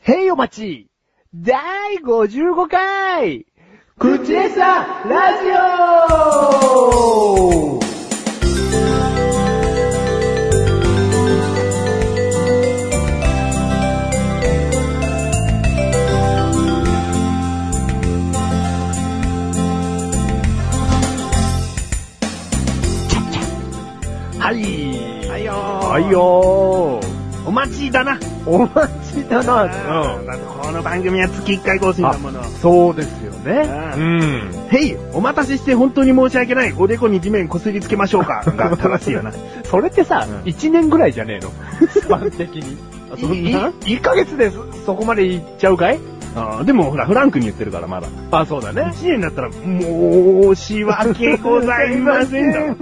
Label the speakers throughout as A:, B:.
A: へいお待ち第55回口エサラジオはい。
B: はいよー。
A: はいよ
B: お待ちだな。
A: ー。お待ちだな。
B: うん。だってこの番組は月1回更新だもの。
A: そうですよね。
B: う
A: うん。
B: へい、お待たせして本当に申し訳ない。おでこに地面こすりつけましょう か。が正しいよな。
A: それってさ
B: う、ん
A: 一年ぐらいじゃねえの一般的 に。
B: あそんない
A: いいヶ月でそそこまでいっちゃうかい
B: あーでもほら、フランクに言ってるからまだ。
A: あ、そうだ
B: 1。年だったら、申し訳ございませんだろ。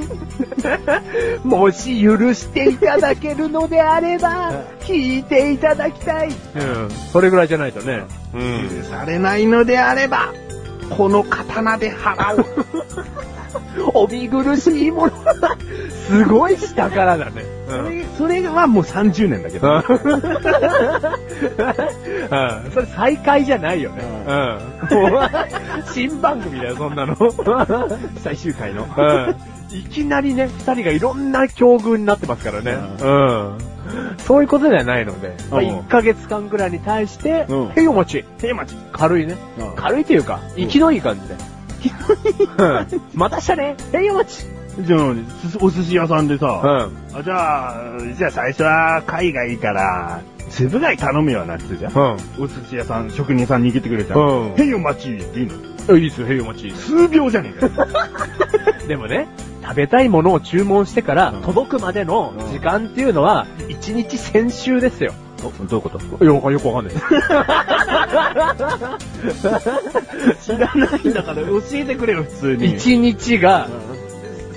A: もし許していただけるのであれば、聞いていただきたい。うん。それぐらいじゃないとね。うん。
B: 許されないのであれば、この刀で払おう。
A: お見苦しいものは、すごい下からだね。
B: それそれはもう30年だけど。
A: うん。それ再開じゃないよね。。
B: うん
A: もう 新番組だよ、そんな の。
B: 最終回の。
A: うん。いきなりね、二人がいろんな境遇になってますからね。
B: う
A: うん。そういうことではないので、まあ、
B: うん
A: 1ヶ月間ぐらいに対して、
B: うん
A: へいお待ち。
B: テーマち。
A: 軽いね。軽いというか、生きのいい感じで。うん またしたねへいお待ち
B: じゃあ、すお寿司屋さんでさ、
A: ん。
B: あじゃあ、じゃあ最初は貝がいいから、つぶ貝頼むよなってじゃん。
A: うん。
B: お寿司屋さん、職人さん握ってくれたら、
A: う
B: へいお待ちっていいの
A: ん。いいですよ、へいお待ち。
B: 数秒じゃねえか。
A: でもね、食べたいものを注文してから
B: うん
A: 届くまでの時間っていうのは、1日先週ですよ。
B: どう いうこと
A: よくよくわかん ない。
B: 知らないんだから教えてくれよ、普通に。
A: 1日が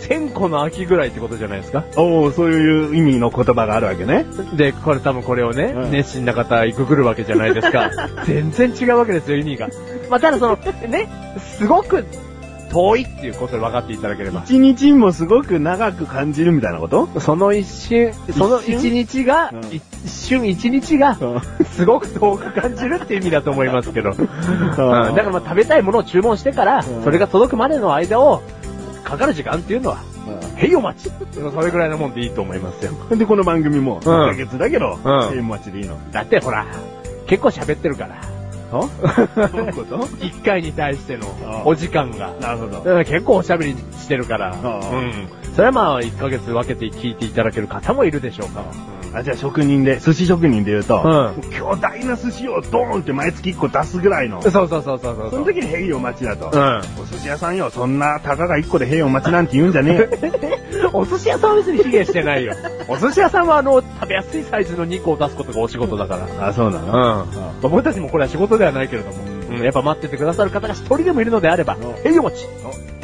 A: 1000個の秋ぐらいってことじゃないですか。
B: おおそういう意味の言葉があるわけね。
A: で、これ多分これをね、
B: うん
A: 熱心な方、ググるわけじゃないです か。全然違うわけですよ、意味が。まあ、ただその、ね、すごく遠いっていうことで分かっていただければ。
B: 一日もすごく長く感じるみたいなこと
A: その一瞬、その一日が、
B: うん
A: 一瞬一日が、すごく遠く感じるっていう意味だと思いますけど。うんだからまあ食べたいものを注文してから、
B: ん
A: それが届くまでの間を、かかる時間っていうのは、へいお待ち。それぐらいのもんでいいと思いますよ。
B: で、この番組も、1ヶ月だけど、
A: うん
B: へいお待ちでいいの。
A: だってほら、結構喋ってるから、
B: どういうこと
A: 一回に対して
B: あ
A: の
B: あ
A: お時間が。
B: なるほ
A: だ
B: ど。
A: から結構おしゃべりしてるから、
B: ああ
A: うん。それはまあ、1ヶ月分けて聞いていただける方もいるでしょうか。
B: あ、じゃあ職人で、寿司職人で言うと、
A: うん
B: 巨大な寿司をドーンって毎月1個出すぐらいの。
A: そうそうそうそうそう。
B: その時にヘイお待ちだと。
A: うん。
B: お寿司屋さんよ、そんなたかが1個でヘイお待ちなんて言うんじゃねえよ。
A: お寿司屋さんは別に卑下してないよ。 お寿司屋さんはあの、食べやすいサイズの肉を出すことがお仕事だから。
B: あ、そうな
A: うん。
B: の
A: まあ僕たちもこれは仕事ではないけれども。うん、やっぱ待っててくださる方が一人でもいるのであれば、
B: う
A: 栄養持ち。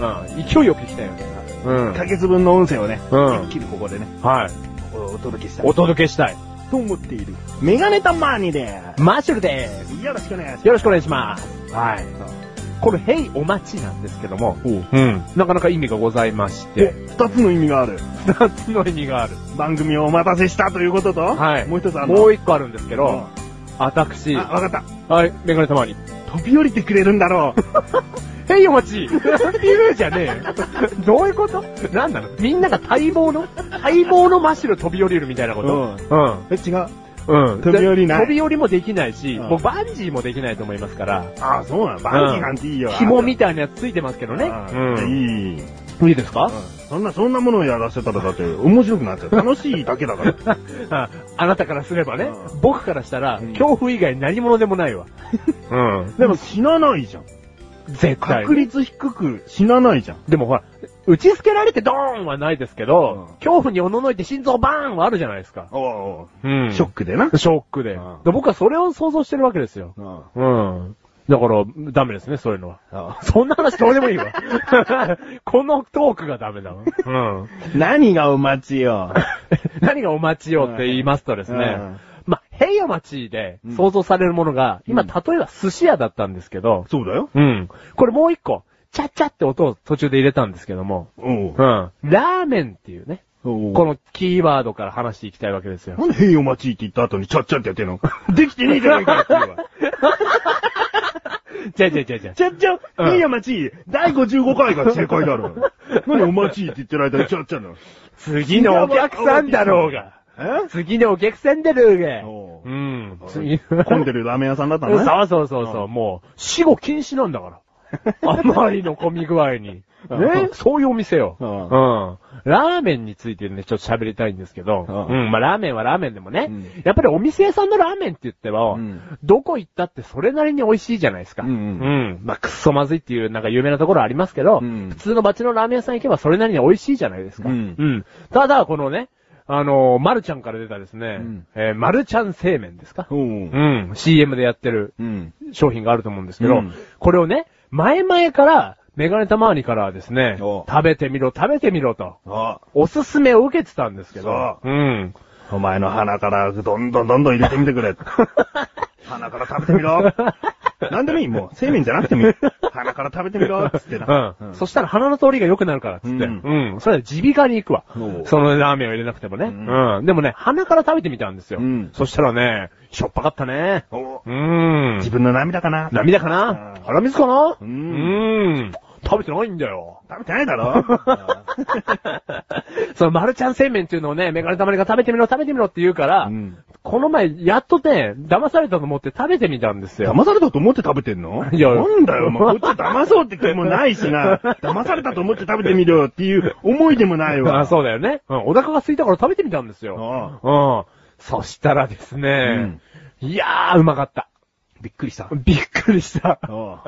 B: お
A: うん。勢いよく行きたいよね。うん
B: 1ヶ月分の音声をね、
A: うん
B: 一気にここでね、
A: はい。
B: ここでお届けしたい。
A: お届けしたい。
B: と思っている。メガネたまーにで
A: マッシュルで
B: ーす。よろしくお願いし
A: す。よろしくお願いします。
B: はい。
A: この、ヘイお待ちなんですけども、
B: おう
A: うん。なかなか意味がございまし
B: で
A: て、、
B: 二つの意味がある。
A: 二つの意味がある。
B: 番組をお待たせしたということと、
A: はい。
B: もう一つあるの。
A: も
B: う
A: う一個あるんですけど、私、
B: んあ、わかった。
A: はい、メガネたまに。
B: 飛び降りてくれるんだろ う。
A: へいお待ち言うじゃねえよ。 どういうことなんなのみんなが待望の待望の真っ白飛び降りるみたいなこと
B: え、違う。
A: うん。うん。
B: 飛び降りない
A: 飛び降りもできないし、
B: うん
A: もうバンジーもできないと思いますから、
B: あ、そうなの。バンジーなんていいよ。
A: 紐みたいなやつついてますけどね。。
B: うんん。いい。
A: いいですか、
B: そんな、そんなものをやらせたらだって面白くなっちゃう。楽しいだけだから。
A: ああなたからすればね、
B: うん
A: 僕からしたら、
B: うん
A: 恐怖以外何者でもないわ。うん。
B: でも死なないじゃん。
A: 絶対。
B: 確率低く死なないじゃん。
A: でもほら、打ちつけられてドーンはないですけど、
B: うん
A: 恐怖におののいて心臓バーンはあるじゃないですか。
B: おう
A: うん
B: おうショックでな。
A: ショックで。
B: うん
A: で僕はそれを想像してるわけですよ。うん。だから、ダメですね、そういうのは。 そんな話どうでもいいわ。 このトークがダメだわ。うん。
B: 何がお待ちよ。
A: 何がお待ちよって言いますとですね。
B: うん
A: まあ、平野町で想像されるものが、今、
B: うん
A: 例えば寿司屋だったんですけど、
B: そうだよ。
A: うん。これもう一個、チャッチャって音を途中で入れたんですけども、
B: おう
A: うん。ラーメンっていうね、
B: おう
A: このキーワードから話していきたいわけですよ。
B: なんで変お待ちって言った後にちゃっちゃってやってん のできてねえじゃないかっていうわ。
A: じゃじゃじゃじゃ。
B: ちゃっちゃ、
A: うん
B: 変お待ち、第55回が正解だろ。 何お待ちって言ってる間にちゃっちゃなの。
A: 次のお客さんだろうが。
B: え
A: 次のお客さんだろうが。
B: おう
A: うん。次。
B: 混んでるラーメン屋さんだった
A: そ
B: の
A: う
B: ね。
A: そうそうそう、もう、死後禁止なんだ から。あまりの混み具合に。ね
B: うん
A: そういうお店よ。う。
B: うん
A: ラーメンについてね、ちょっと喋りたいんですけど、う
B: うん
A: ん、まあラーメンはラーメンでもね、
B: うん
A: やっぱりお店屋さんのラーメンって言っても、
B: うん
A: どこ行ったってそれなりに美味しいじゃないですか。
B: うんうん
A: んまあくっそまずいっていうなんか有名なところありますけど、
B: うん
A: 普通の街のラーメン屋さん行けばそれなりに美味しいじゃないですか。
B: うん
A: ただ、このね、あのー、まるちゃんから出たですね、
B: うん
A: えー、まるちゃん製麺ですか。
B: おう
A: うん。CM でやってる
B: うん。
A: 商品があると思うんですけど、
B: うん
A: これをね、前々から、メガネたまわりからはですね、
B: お
A: 食べてみろ、食べてみろと、
B: あ、
A: おすすめを受けてたんですけど
B: そ、
A: うん。
B: お前の鼻からどんどんどんどん入れてみてくれ。鼻から食べてみろ。なんでもいい、もう。製麺じゃなくてもいい。鼻から食べてみろ、つってな。
A: うん。そしたら鼻の通りが良くなるから、つって。う。
B: うん
A: それは耳鼻科に行くわ
B: お。う
A: そのラーメンを入れなくてもね、うん。
B: ん
A: でもね、鼻から食べてみたんですよ。
B: うん
A: そしたらね、しょっぱかったね。
B: おう
A: うん
B: 自。分の涙かな
A: 涙かな
B: うん
A: 鼻水かな
B: うん
A: うん。食べてないんだよ。
B: 食べてない だろああ
A: その、マルちゃん製麺っていうのをね、メガネたまりが食べてみろ、食べてみろって言うから、
B: うん
A: この前、やっとね、騙されたと思って食べてみたんですよ。
B: 騙されたと思って食べてんの
A: いや
B: なんだよ、もうこっち騙そうって気もないしな。騙されたと思って食べてみろよっていう思いでもないわ。
A: あ そうだよね。うん、お腹が空いたから食べてみたんですよ。
B: ああ
A: うん。そしたらですね、いやー、うまかった。
B: びっくりした。
A: びっくりした。
B: あ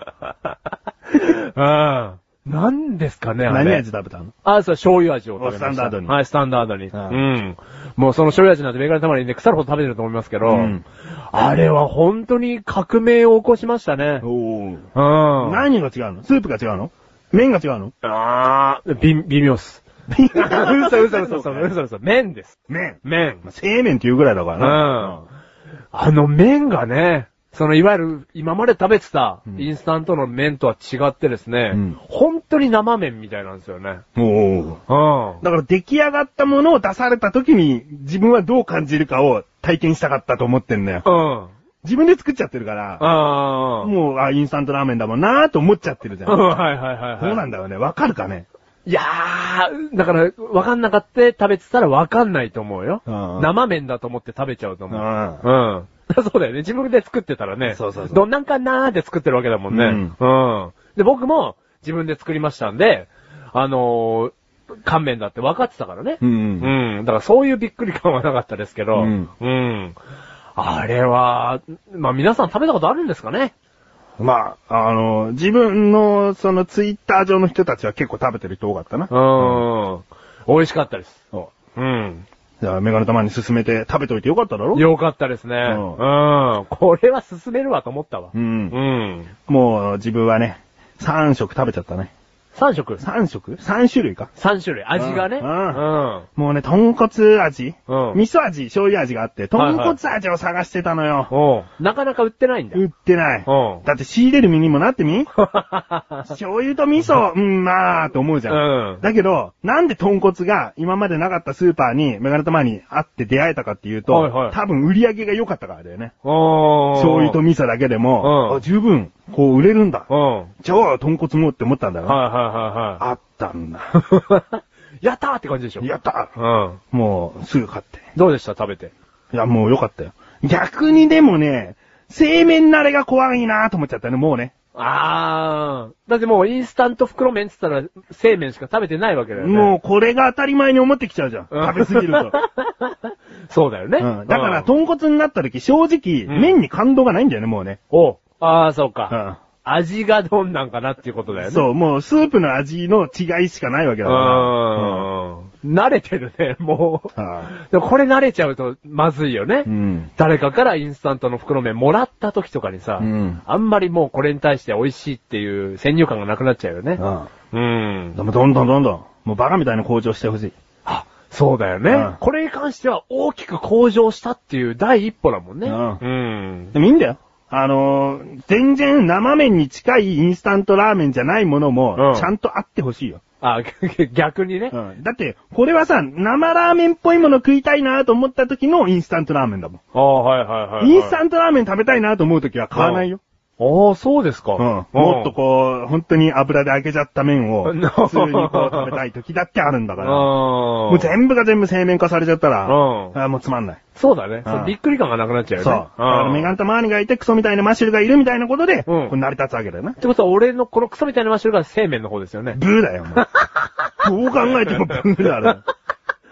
B: あ
A: うん。何ですかね、あれ。
B: 何味食べたの
A: あ、そう、醤油味を食べました。
B: おスタンダードに
A: はい、スタンダードに。
B: ああ
A: うん。もうその醤油味なんてメガネたまりで腐るほど食べてると思いますけど、
B: うん
A: あれは本当に革命を起こしましたね。う
B: お
A: ん。
B: 何が違うのスープが違うの麺が違うの
A: あー、び、微妙っす。嘘嘘嘘 嘘嘘嘘。麺です。
B: 麺。
A: 麺。
B: 製麺っていうぐらいだか
A: う
B: ら
A: ん。
B: な。
A: あの麺がね、そのいわゆる今まで食べてた
B: うん
A: インスタントの麺とは違ってですね、
B: うん
A: 本当に生麺みたいなんですよね。
B: おう
A: うん。
B: だから出来上がったものを出された時に自分はどう感じるかを体験したかったと思ってんだよ。
A: うん。
B: 自分で作っちゃってるから、
A: あー。
B: もう、あ、インスタントラーメンだもんなーと思っちゃってるじゃん。
A: うん、はいはいはい、はい。
B: そうなんだよね。わかるかね。
A: いやー、だから、わかんなかった食べてたらわかんないと思うよ。
B: うんうん
A: 生麺だと思って食べちゃうと
B: う
A: 思う。
B: ん。
A: うん。 そうだよね。自分で作ってたらね。
B: そうそうそう
A: どんなんかなーって作ってるわけだもんね。うん。で、僕も自分で作りましたんで、あのー、乾麺だって分かってたからね。
B: んん。
A: うん。だからそういうびっくり感はなかったですけど。
B: うん
A: うんあれは、まあ皆さん食べたことあるんですかね
B: まあ、あの、自分の、その、ツイッター上の人たちは結構食べてる人多かったな。
A: うん。美味しかったです。
B: そ
A: うん。
B: う。じゃあ、メガネ玉に勧めて食べといてよかっただろ
A: よかったですね。うん。これは進めるわと思ったわ。
B: うん。
A: ん。
B: もう、自分はね、3食食べちゃったね。
A: 3色。
B: 3食 ?3 種類か。
A: 3種類。味がね。
B: うん
A: うん。
B: もうね、豚骨味、
A: うん
B: 味噌味、醤油味があって、
A: はいはい
B: 豚骨味を探してたのよ。
A: おうなかなか売ってないんだ。
B: 売ってない。
A: うん
B: だって仕入れる身にもなっ てみ醤油と味噌、うん、まあ、と思うじゃん。
A: うん
B: だけど、なんで豚骨が今までなかったスーパーに、メガネ玉にあって出会えたかっていうと、
A: はいはい
B: 多分売り上げが良かったからだよね。
A: お
B: 醤油と
A: うん。
B: 味噌だけでも、
A: うん
B: あ十分、こう売れるんだ。
A: は
B: じゃあ、豚骨もって思ったんだ
A: い
B: よ、
A: は
B: あったんだ。
A: いはいはい。やったーって感じでしょ。
B: やった
A: うん。
B: もう、すぐ買って。
A: どうでした食べて。
B: いや、もう良かったよ。逆にでもね、製麺慣れが怖いなと思っちゃったね、もうね。
A: あー。だってもうインスタント袋麺って言ったら、製麺しか食べてないわけだよね。
B: もうこれが当たり前に思ってきちゃうじゃん。
A: うん
B: 食べ過 ぎると。
A: う。そうだよね。
B: うんだから、
A: と、
B: 豚骨になった時、正直、
A: うん
B: 麺に感動がないんだよね、もうね。
A: おうあー、そう
B: う
A: か。
B: ん
A: 味がどんなんかなっていうことだよね。
B: そう、もうスープの味の違いしかないわけだから。
A: うん。慣れてるね、もう。
B: あ
A: でもこれ慣れちゃうとまずいよね。
B: あうん。
A: 誰かからインスタントの袋麺もらった時とかにさ、
B: うん
A: あんまりもうこれに対して美味しいっていう先入観がなくなっちゃうよね。
B: あ
A: うん
B: あで。もどんどんどんどん、もうバカみたいに向上してほしい。
A: あ、そうだよね、
B: うん
A: これに関しては大きく向上したっていう第一歩だもんね。
B: うん
A: うん。
B: でもいいんだよ。あのー全然生麺に近いインスタントラーメンじゃないもの
A: うん
B: も、ちゃんとあってほしいよ。
A: あ、 逆にね
B: う。ん。だって、これはさ、生ラーメンっぽいもの食いたいなと思った時のインスタントラーメンだもん。
A: ああ、はいはいはいはい。
B: インスタントラーメン食べたいなと思う時は買わないよ。
A: ああ、そうですか。
B: うん。もっとこう、本当に油で揚げちゃった麺を、
A: う
B: 普
A: ん
B: 通にこう食べたい時だってあるんだ
A: う
B: か
A: ん。
B: ら。もう全部が全部製麺化されちゃったら、
A: うん
B: あもうつまんない。
A: そうだね。そう
B: うん
A: びっくり感がなくなっちゃうよね。
B: そう。だからメガ
A: ん。っ
B: ンとマーニがいてクソみたいなマッシュルがいるみたいなことで、
A: うん
B: これ成り立つわけだよな。
A: てことは、俺のこのクソみたいなマッシュルが製麺の方ですよね。
B: ブーだよ、お前。どう考 えてもブーだろ。
A: うん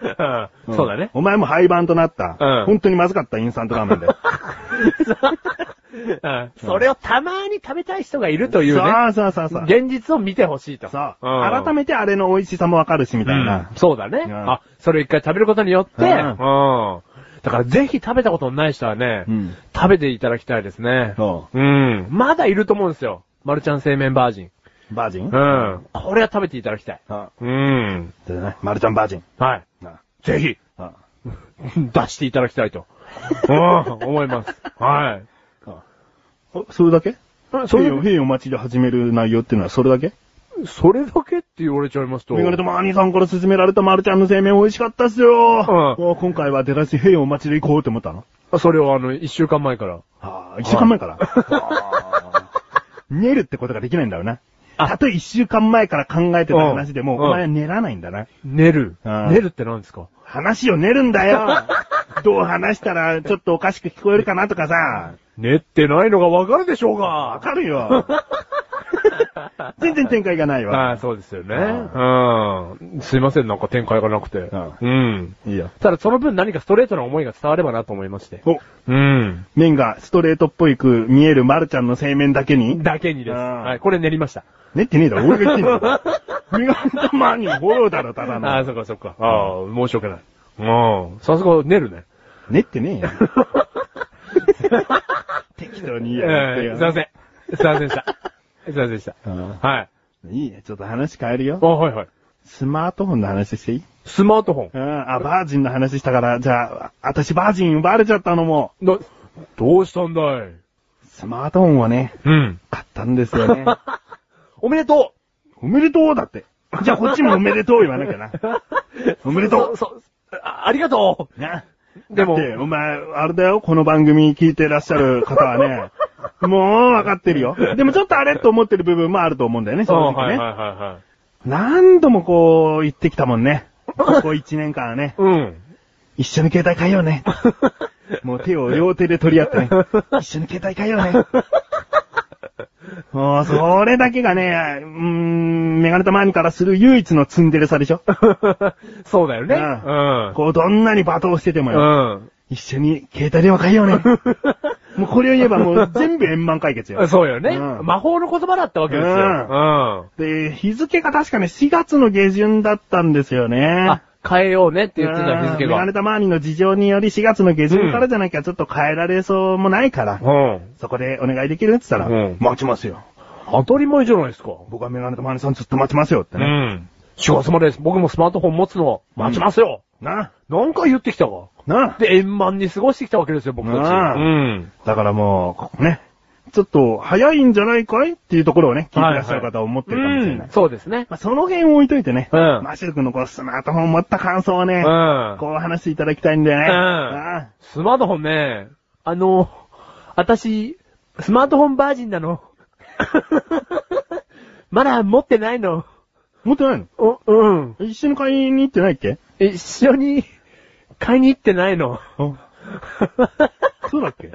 A: そうだね。
B: お前も廃盤となった、
A: うん
B: 本当にまずかったインスタントラーメンだよ。
A: うんそれをたまに食べたい人がいるというね。
B: そうそうそうそう。
A: 現実を見てほしいと。
B: そう。
A: うん
B: 改めてあれの美味しさもわかるし、みたいな
A: うん。そうだね。
B: うん
A: あ、それ一回食べることによって、う。
B: うんん
A: だからぜひ食べたことのない人はね、
B: うん
A: 食べていただきたいですね。
B: そ
A: うん。まだいると思うんですよ。マルちゃん製麺バージン。
B: バージン
A: う。ん。これは食べていただきたい。
B: あ
A: うん。
B: そうだね。マルちゃんバージン。
A: はい。
B: あ
A: ぜひ、
B: あ
A: 出していただきたいと。うん、思います。はい。
B: あおそれだけ
A: それ、
B: へいお待ちで始める内容っていうのはそれだけ
A: それだけって言われちゃいますと。
B: メガネとマーニーさんから勧められたマルちゃんの製麺美味しかったっすよ、
A: う
B: お今回は出だし、へいお待ちで行こうって思ったの
A: それをあの、一週間前から。
B: ああ、一週間前から。あー練るってことができないんだろうな。
A: あ
B: たとえ一週間前から考えてた話でも、
A: うん
B: お前は練らないんだな。
A: 寝る。
B: うん
A: 寝るって何ですか
B: 話を練るん だよどう話したらちょっとおかしく聞こえるかなとかさ、
A: 寝ってないのがわかるでしょうが
B: わかる よ全然展開がない
A: あ
B: わ。
A: あ、そうですよね。
B: は
A: うん。すいません、なんか展開がなくて。
B: は
A: うん。
B: いいよ。
A: ただその分何かストレートな思いが伝わればなと思いまして。
B: お、
A: うん。
B: 麺がストレートっぽいく見えるマルちゃんの製麺だけに
A: だけにです。
B: うん
A: はい、これ練りました。
B: 練ってねえだろ、俺が言ってんだ よ。メガネたまにフォローだろ、ただ
A: ああ、
B: の。
A: そっかそっか。ああ、申し訳ない。うん。さすが練るね。
B: 練ってね えよ。適当に言えや
A: ええすいません。すいませんでした。 すいませんでした。
B: うん
A: はい。
B: いいね、ちょっと話変える
A: あ、
B: よ。
A: はいはい。
B: スマートフォンの話していい
A: スマートフォン。
B: うん、あ、バージンの話したから、じゃあ、私バージン奪われちゃったのも、
A: ど、どうしたんだい
B: スマートフォンをね、
A: うん。
B: 買ったんです よね。
A: おめでと
B: おめでとうだって。じゃあこっちもおめでとう言わなき ゃな。
A: う
B: おめでとう
A: そう、そうあありがと
B: な。
A: うでも、
B: で、お前、あれだよ、この番組聞いてらっしゃる方はね、もうわかってるよ。でもちょっとあれと思ってる部分もあると思うんだよね、正
A: うん
B: 直
A: はい
B: ね。
A: はいはいはい。
B: 何度もこう、言ってきたもんね。ここ一年間はね、
A: うん。
B: 一緒に携帯変えようね。 もう手を両手で取り合って ね、一緒に携帯変えようね。 もう、それだけがね、うーん、メガネたマーニからする唯一のツンデレさでしょ。
A: そうだよね。
B: うんこう、どんなに罵倒してても
A: う
B: よ、
A: ん。うん。
B: 一緒に携帯電話変えよう ね。もうこれを言えばもう全部円満解 決よ。
A: そうよね、
B: うん
A: 魔法の言葉だったわけですよ。う。
B: うんで、日付が確かね、4月の下旬だったんですよね
A: あ。、変えようねって言ってた日付
B: うんメガ
A: が。
B: ネたマーニの事情により4月の下旬からじゃなきゃちょっと変えられそうもないから、
A: うん。
B: そこでお願いできるって言ったら、
A: うん
B: 待ちますよ。
A: 当たり前じゃないですか。
B: 僕はメガネたマーニさんずっと待ちますよって
A: う
B: ね。
A: ん。4月までです。僕もスマートフォン持つの待ちますよ。
B: な、
A: 何回言ってきたか。
B: な。
A: で、円満に過ごしてきたわけですよ、僕たち。う
B: う
A: ん。
B: だからもう、ここね、ちょっと早いんじゃないかいっていうところをね、聞いてらっしゃる方は思ってるかもしれない。
A: うんそうですね。
B: まあ、その辺置いといてね、
A: うん
B: マシル君のこうスマートフォン持った感想を
A: う
B: ね、
A: ん。
B: こう話していただきたいんだよね。
A: うん
B: あ
A: スマートフォンね、あの、私、スマートフォンバージンな の。まだ持ってないの。
B: 持ってないの
A: お、うん。
B: 一緒に買いに行ってないっけ
A: 一緒に買いに行ってないの。
B: そうだっけ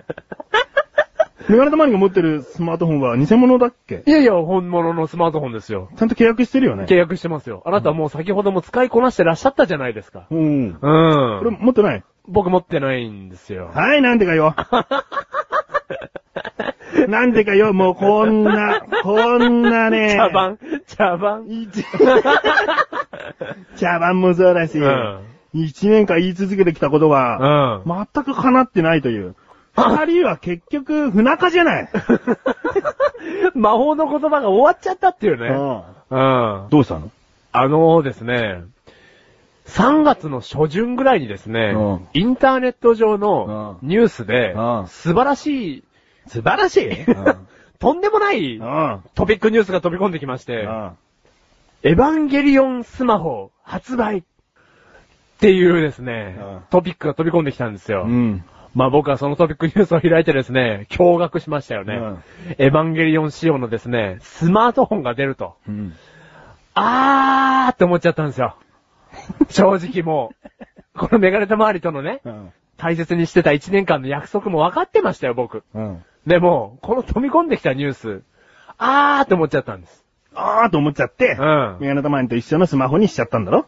B: メガネたまりが持ってるスマートフォンは偽物だっけ
A: いやいや、本物のスマートフォンですよ。
B: ちゃんと契約してるよね。
A: 契約してますよ。あなたはもう先ほども使いこなしてらっしゃったじゃないですか。
B: うん。
A: う
B: これ
A: ん。
B: 持ってない
A: 僕持ってないんですよ。
B: はい、なんで かよ。なんでかよ、もうこんな、こんなね。
A: 茶。番、茶番。
B: 茶番もそうだし、
A: うん
B: 一年間言い続けてきたことが、
A: うん。
B: 全く叶ってないという。二人は結局、不仲じゃない。
A: 魔法の言葉が終わっちゃったっていうね。
B: う
A: うん。
B: どうしたの
A: あのですね、3月の初旬ぐらいにですね、
B: うん
A: インターネット上の
B: う
A: ニュースで、
B: うん
A: 素晴らしい、
B: 素晴らしい。うん。
A: とんでもない
B: うん。
A: トピックニュースが飛び込んできまして、エヴァンゲリオンスマホ発売っていうですね
B: うん、
A: トピックが飛び込んできたんですよ。
B: うん。
A: まあ僕はそのトピックニュースを開いてですね、驚愕しましたよね。
B: うん
A: エヴァンゲリオン仕様のですね、スマートフォンが出ると。
B: うん。
A: あーって思っちゃったんですよ。正直もう。このメガネタ周りとのね、
B: うん。
A: 大切にしてた1年間の約束も分かってましたよ、僕。
B: うん。
A: でも、この飛び込んできたニュース、あーって思っちゃったんです。
B: あーと思っちゃって、
A: うん
B: メガネタマニと一緒のスマホにしちゃったんだろ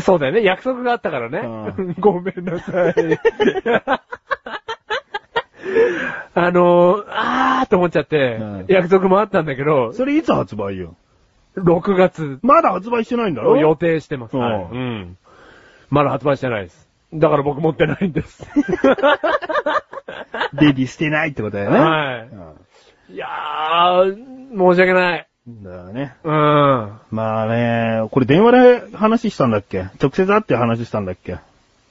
A: そうだよね、約束があったからね。
B: う
A: ごめんなさい。あのー、あーって思っちゃって、
B: うん
A: 約束もあったんだけど、
B: それいつ発売よ
A: 6月
B: まだ発売してないんだ
A: を
B: ろ
A: 予定してます。
B: うん
A: はいうん。まだ発売してないです。だから僕持ってないんです。
B: デビューしてないってことだよ ね。
A: はいいやー、申し訳ない。
B: うん。だよね。
A: うん。
B: まあね、これ電話で話したんだっけ直接会って話したんだっけ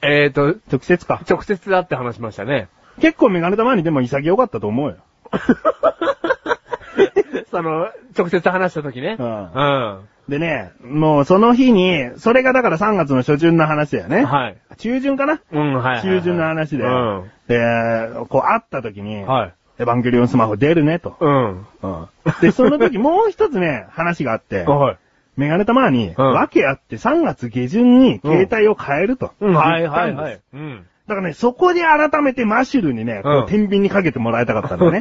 A: えーと、
B: 直接か。
A: 直接だって話しました ね。
B: 結構メガネたまにでも潔かったと思うよ。
A: その、直接話した時ね。
B: う
A: うん。
B: でね、もうその日に、それがだから3月の初旬の話だよね。
A: はい。
B: 中旬かな
A: うん、はいはいはい。
B: 中旬の話で。
A: うん。
B: で、こう会った時に、
A: はい。
B: エヴァンゲリオンスマホ出るねと。
A: うん。
B: で、その時もう一つね、話があって、
A: はい。
B: メガネたまに、
A: うん
B: 訳あって3月下旬に携帯を変えると。
A: うん、はい、はい、
B: 言ったん
A: は
B: です
A: い。うん。
B: だからね、そこで改めてマシュルにね、こう
A: うん
B: 天秤にかけてもらいたかったのね。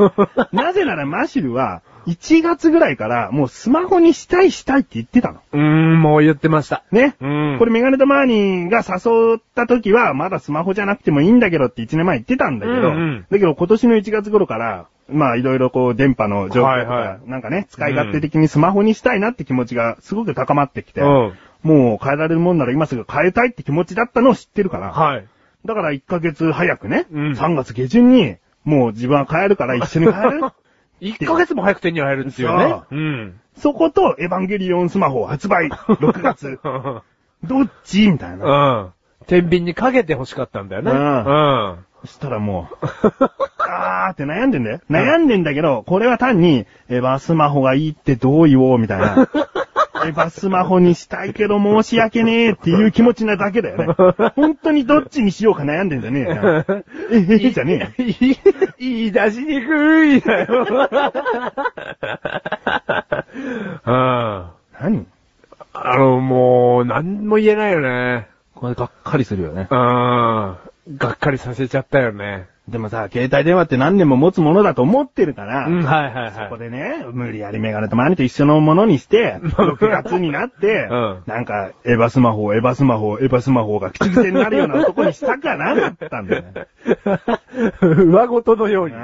B: なぜならマシュルは、1月ぐらいからもうスマホにしたいしたいって言ってたの。
A: うーん、もう言ってました。
B: ね。
A: うん。
B: これメガネとマーニーが誘った時は、まだスマホじゃなくてもいいんだけどって1年前言ってたんだけど、
A: うんうん
B: だけど今年の1月頃から、まあいろいろこう電波の状況とか、
A: はいはい
B: なんかね、使い勝手的にスマホにしたいなって気持ちがすごく高まってきて、
A: うん。
B: もう変えられるもんなら今すぐ変えたいって気持ちだったのを知ってるから、
A: はい。
B: だから1ヶ月早くね、
A: うん
B: 3月下旬に、もう自分は変えるから一緒に変え る。
A: 1ヶ月も早く手に入るっていうね
B: そ。
A: うん。
B: そこと、エヴァンゲリオンスマホ発売、6月。 どっちみたいな。
A: うん。天秤にかけて欲しかったんだよね。
B: う
A: うん。
B: そしたらもう、あーって悩んでんだよ。悩んでんだけど、これは単に、エヴァスマホがいいってどう言おうみたい な。エヴァスマホにしたいけど申し訳ねえっていう気持ちなだけだよね。本当にどっちにしようか悩んでんじゃねえ よ。えへへじゃねえよ。
A: いい、いい出しにくいだよ。うん。
B: 何
A: あの、もう、なんも言えないよね。
B: これがっかりするよね
A: うん。。がっかりさせちゃったよね。
B: でもさ、携帯電話って何年も持つものだと思ってるから、
A: うん、はいはい
B: ここ
A: はい。
B: でね、無理やりメガネとマネと一緒のものにして、6月にな って、
A: うん
B: なんか、エヴァスマホ、エヴァスマホ、エヴァスマホが口癖になるような男にしたくはなかったんだよね。
A: 上ごとのようにね。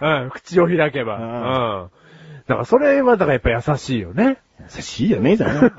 B: う
A: うん、口を開けば。
B: う
A: うん。だからそれは、だからやっぱ優しいよね。
B: 優しいよね、じゃね。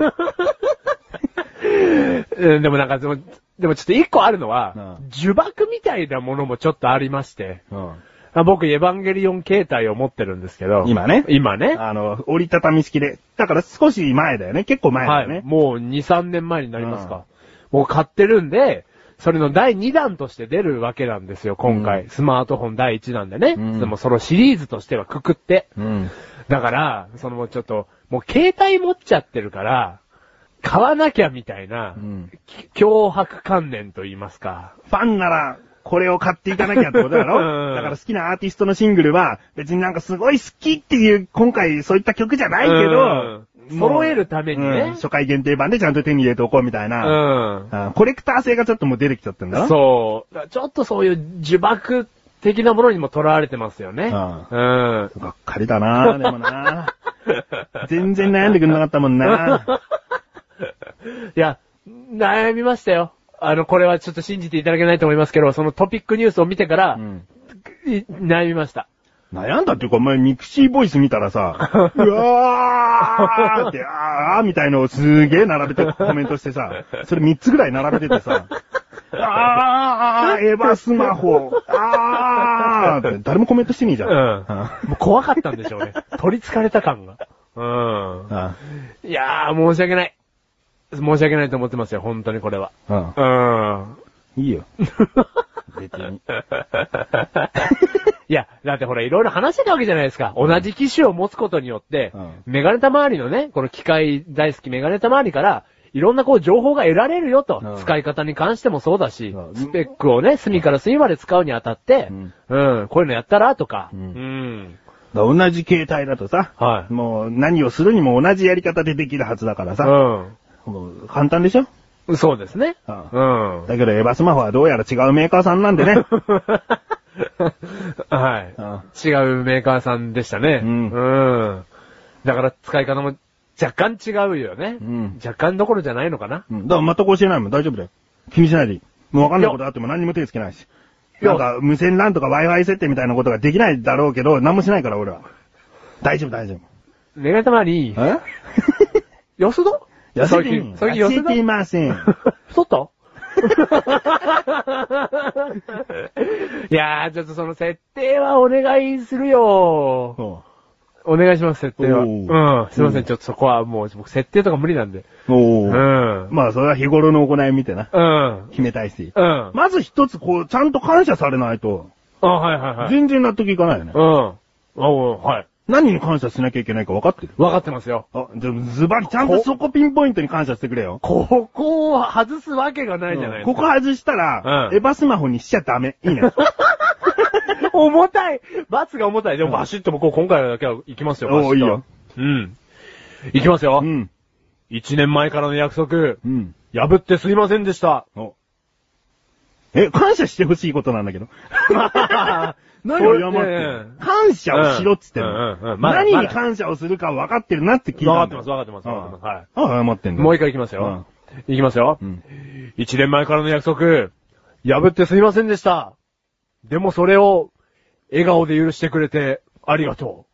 A: うんでもなんか、でも、でもちょっと一個あるのは、
B: うん
A: 呪縛みたいなものもちょっとありまして。
B: うん
A: あ僕、エヴァンゲリオン携帯を持ってるんですけど。
B: 今ね
A: 今ね。
B: あの、折りたたみ式で。だから少し前だよね、結構前だ
A: は
B: よ
A: い。
B: ね。
A: もう2、3年前になりますか。もう買ってるんで、それの第2弾として出るわけなんですよ、今回。
B: うん
A: スマートフォン第1弾でね。
B: うん
A: でもそのシリーズとしてはくくって。
B: うん。
A: だから、そのもうちょっと、もう携帯持っちゃってるから、買わなきゃみたいな、
B: うん
A: き脅迫観念と言いますか。
B: ファンなら、これを買っていかなきゃってことだ
A: うん
B: ろだから好きなアーティストのシングルは、別になんかすごい好きっていう、今回そういった曲じゃないけど、
A: うん
B: もう
A: 揃えるためにね
B: うん初回限定版でちゃんと手に入れておこうみたいうな。
A: ん。
B: あコレクター性がちょっともう出てきちゃってんだろ
A: そう。だからちょっとそういう呪縛的なものにも囚われてますよね。うん。
B: がっかりだなで もな全然悩んでくれなかったもんな
A: いや、悩みましたよ。あの、これはちょっと信じていただけないと思いますけど、そのトピックニュースを見てから、
B: うん
A: い悩みました。
B: 悩んだっていうか、お前ミクシーボイス見た らさ、うわーって、あーみたいのをすげー並べてコメントしてさ、それ3つぐらい並べててさ、あー、エヴァスマホ、あーって、誰もコメントしてねえじゃん。
A: うん
B: あ
A: もう怖かったんでしょう ね。取り憑かれた感が。う
B: あ
A: ん。いやー、申し訳ない。申し訳ないと思ってますよ、本当にこれは。
B: あ
A: うん。
B: いいよ。別に。
A: いや、だってほら、いろいろ話してたわけじゃないですか。同じ機種を持つことによって、
B: うん
A: メガネタ周りのね、この機械大好きメガネタ周りから、いろんなこう情報が得られるよと、
B: うん
A: 使い方に関してもそうだし、
B: うん
A: スペックをね、隅から隅まで使うにあたって、
B: うん
A: うん、こういうのやったらとか、
B: う
A: うんん、
B: だから同じ携帯だとさ、
A: はい
B: もう何をするにも同じやり方でできるはずだからさ、もう簡単でしょ
A: うん。そうですね。
B: う
A: うん。
B: だけどエヴァスマホはどうやら違うメーカーさんなんでね。
A: はい。違うメーカーさんでしたね。
B: うん
A: うんだから使い方も若干違うよね。
B: うん
A: 若干どころじゃないのかな。
B: うんだから全く教えないもん。大丈夫だよ。気にしないでいい。もうわかんないことあっても何にも手つけないし。
A: いや
B: なんか、無線 LAN とか Wi-Fi 設定みたいなことができないだろうけど、何もしないから、俺は。大丈夫、大丈夫。
A: メガネたまに、
B: え
A: 痩せた
B: 痩せ
A: 最
B: て
A: 近、
B: ん
A: 最近
B: 痩せて
A: 痩せ
B: ません。
A: た太った いやー、ちょっとその設定はお願いするよ
B: お
A: お願いします、設定は。
B: おー
A: うん。すいませ
B: うん
A: ん、ちょっとそこはもう、僕設定とか無理なんで。う
B: おー
A: ん。
B: まあ、それは日頃の行い見てな。
A: うん。
B: 決めたいし。
A: うん。
B: まず一つ、こう、ちゃんと感謝されないと、
A: あ、はいはいはい。
B: 全然納得いかないよね
A: う。ん。あ、おはい。
B: 何に感謝しなきゃいけないか分かってる。
A: わかってますよ。
B: あ、でもズバリ、ちゃんとそこピンポイントに感謝してくれよ。
A: ここを外すわけがないじゃないです
B: こ
A: か。
B: こ外したら、
A: うん
B: エヴァスマホにしちゃダメ。いいね。
A: 重たい罰が重たい。でもバシッと僕今回だけは行きますよ、バシッ
B: お
A: と。
B: ーいいよ。
A: うん。行きますよ
B: う。ん。
A: 一、年前からの約束、
B: うん。
A: 破ってすいませんで した。
B: お。え、感謝してほしいことなんだけど。何を謝って
A: そう
B: る
A: ね
B: 感謝をしろっつってんの
A: うんうんうんまだ
B: 何
A: ま
B: に
A: だ
B: 感謝をするか分かってるなって聞いた。
A: わかってます、わかってます、わかってます。はい。
B: ます。あ、謝ってんだ。
A: もう一回行きますよ。行きますよ
B: う。ん。
A: 一年前からの約束、破ってすいませんでした。でもそれを、笑顔で許してくれて、ありがと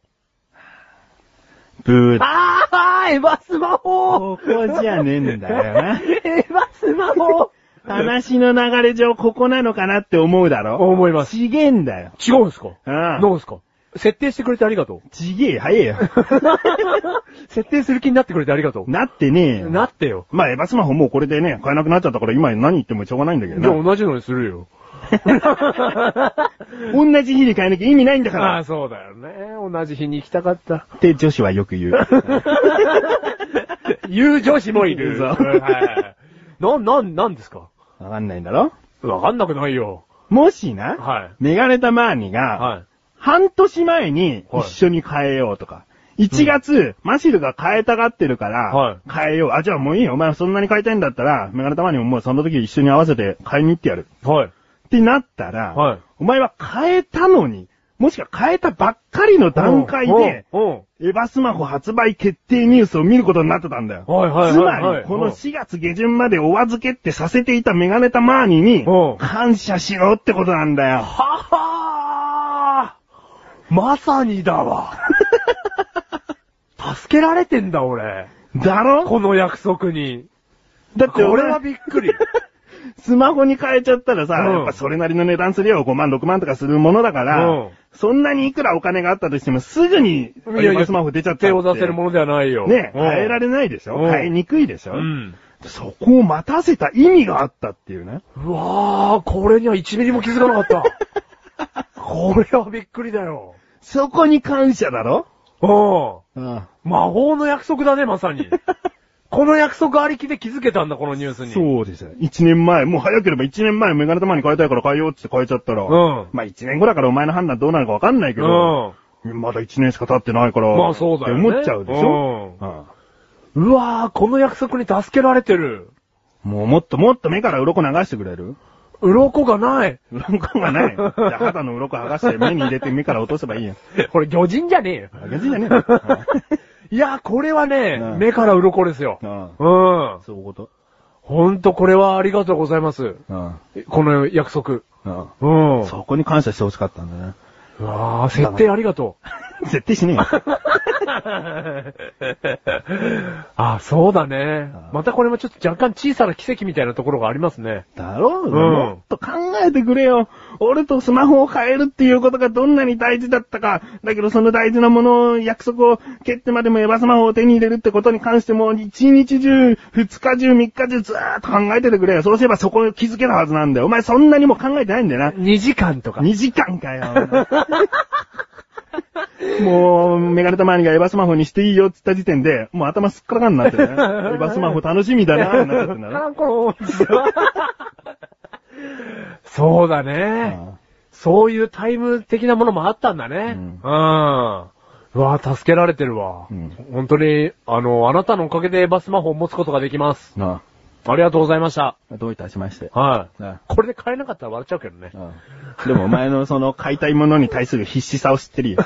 A: う。
B: ブー。
A: あー、エヴァスマホ
B: ここじゃねえんだよ
A: エ
B: な
A: ヴァスマホ
B: 話の流れ上ここなのかなって思うだろ
A: 思います。
B: ちげえんだよ。
A: 違うんすか
B: うん
A: どうですか設定してくれてありが とう。
B: ちげえよ、早えよ。
A: 設定する気になってくれてありがとう。
B: なってねえよ。
A: なってよ。
B: まあ、エヴァスマホもうこれでね、買えなくなっちゃったから今何言ってもしょうがないんだけど
A: じゃあ
B: な。
A: 同じのにするよ。
B: 同じ日に買えなきゃ意味ないんだから
A: あ。あ、そうだよね。同じ日に行きたかった。
B: って女子はよく言う。
A: 言う女子もいる。
B: そう
A: うんはいな、なん、なんですか
B: わかんないんだろ
A: わかんなくないよ。
B: もしな、
A: はい
B: メガネタマーニが、
A: は
B: 半年前に一緒に変えようとか、1月、マシルが変えたがってるから、
A: はい
B: 変えよう。あ、じゃあもういいよ。お前そんなに変えたいんだったら、メガネタマーニももうその時一緒に合わせて買いに行ってやる。
A: い。はい。
B: ってなったら、
A: はい
B: お前は変えたのに、もしくは変えたばっかりの段階で、
A: うんうん。うん
B: エヴァスマホ発売決定ニュースを見ることになってたんだよ。
A: はいはい
B: つ
A: はい
B: ま
A: はい
B: り、この4月下旬までお預けってさせていたメガネタマーニに
A: うん、
B: 感謝しろってことなんだよ。
A: ははーまさにだ わ。助けられてんだ、俺。
B: だろ
A: この約束に。
B: だって
A: こ
B: 俺
A: れ
B: は
A: はびっく り。
B: スマホに変えちゃったらさ、
A: うん
B: やっぱそれなりの値段するよ。5万、6万とかするものだから、
A: うん
B: そんなにいくらお金があったとしても、すぐに、エ
A: いやい
B: ヴァ
A: や
B: スマホ出ちゃった
A: 手を出せるものではないよ。
B: ね、
A: う
B: 変
A: ん
B: えられないでしょ
A: うん
B: 変えにくいでしょ
A: うん。
B: そこを待たせた意味があったっていうね。
A: うわー、これには1ミリも気づかなかった。これはびっくりだよ。
B: そこに感謝だろ
A: う
B: うん。
A: ん。魔法の約束だね、まさ に。この約束ありきで気づけたんだ、このニュースに。
B: そうですね。一年前、もう早ければ一年前メガネ玉に変えたいから変えようって変えちゃったら、
A: うん
B: まあ一年後だからお前の判断どうなるかわかんないけど、まだ一年しか経ってないから、
A: まあそうだよね
B: って思っちゃうでしょ、
A: うんうん。うわー、この約束に助けられてる。
B: もうもっともっと目から鱗流してくれる
A: 鱗がない。
B: 鱗がない。じゃあ肌の鱗剥がして目に入れて目から落とせばいいやん。
A: これ魚人じゃねえよ。
B: 別にじゃ ねえよ
A: いやー、これはね、
B: うん
A: 目から鱗ですよ。
B: うん
A: うん。
B: そういうこと。
A: ほんとこれはありがとうございます。
B: うん。
A: この約束。
B: うん。
A: うん。
B: そこに感謝してほしかったんだね。
A: うわー、設定ありがと
B: 絶対しねえよ。
A: う。あ、そうだね。またこれもちょっと若干小さな奇跡みたいなところがありますね。
B: だろう、
A: ん
B: もっと考えてくれよ。俺とスマホを変えるっていうことがどんなに大事だったか。だけどその大事なものを、約束を蹴ってまでもエヴァスマホを手に入れるってことに関しても、一日中、二日中、三日中ずーっと考えててくれよ。そうすればそこを気づけたはずなんだよ。お前そんなにも考えてないんだよな。
A: 2時間とか。
B: 2時間か よ。もう、メガネたまにがエヴァスマホにしていいよって言った時点で、もう頭すっからかになって るね。エヴァスマホ楽しみだなーってなっちゃってん だな。
A: あこ のそうだね。そういうタイム的なものもあったんだね。うん。うわぁ、助けられてるわ。
B: うん
A: 本当に、あの、あなたのおかげでバスマホを持つことができます。
B: な
A: ありがとうございました。
B: あどういたしまして。
A: はい。
B: な
A: これで買えなかったら笑っちゃうけどね。
B: あでもお前のその買いたいものに対する必死さを知ってる よ。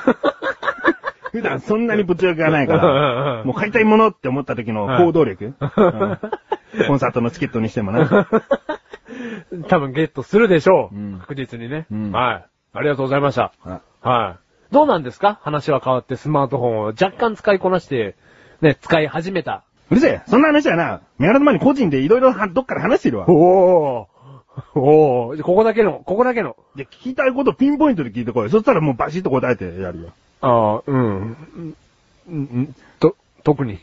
B: 普段そんなに物欲がないから、もう買いたいものって思った時の行動 力。うんコンサートのチケットにしてもな。
A: 多分ゲットするでしょう。
B: うん
A: 確実にね、
B: うん
A: はい。ありがとうございました。
B: あ
A: はい。どうなんですか話は変わってスマートフォンを若干使いこなして、ね、使い始めた。
B: うるせえそんな話はな、メガネ前に個人でいろいろどっから話してるわ。
A: おーおーここだけの、ここだけの。
B: で、聞きたいことをピンポイントで聞いてこい。そしたらもうバシッと答えてやるよ。
A: ああ、うん。うん、ん、と、特 に。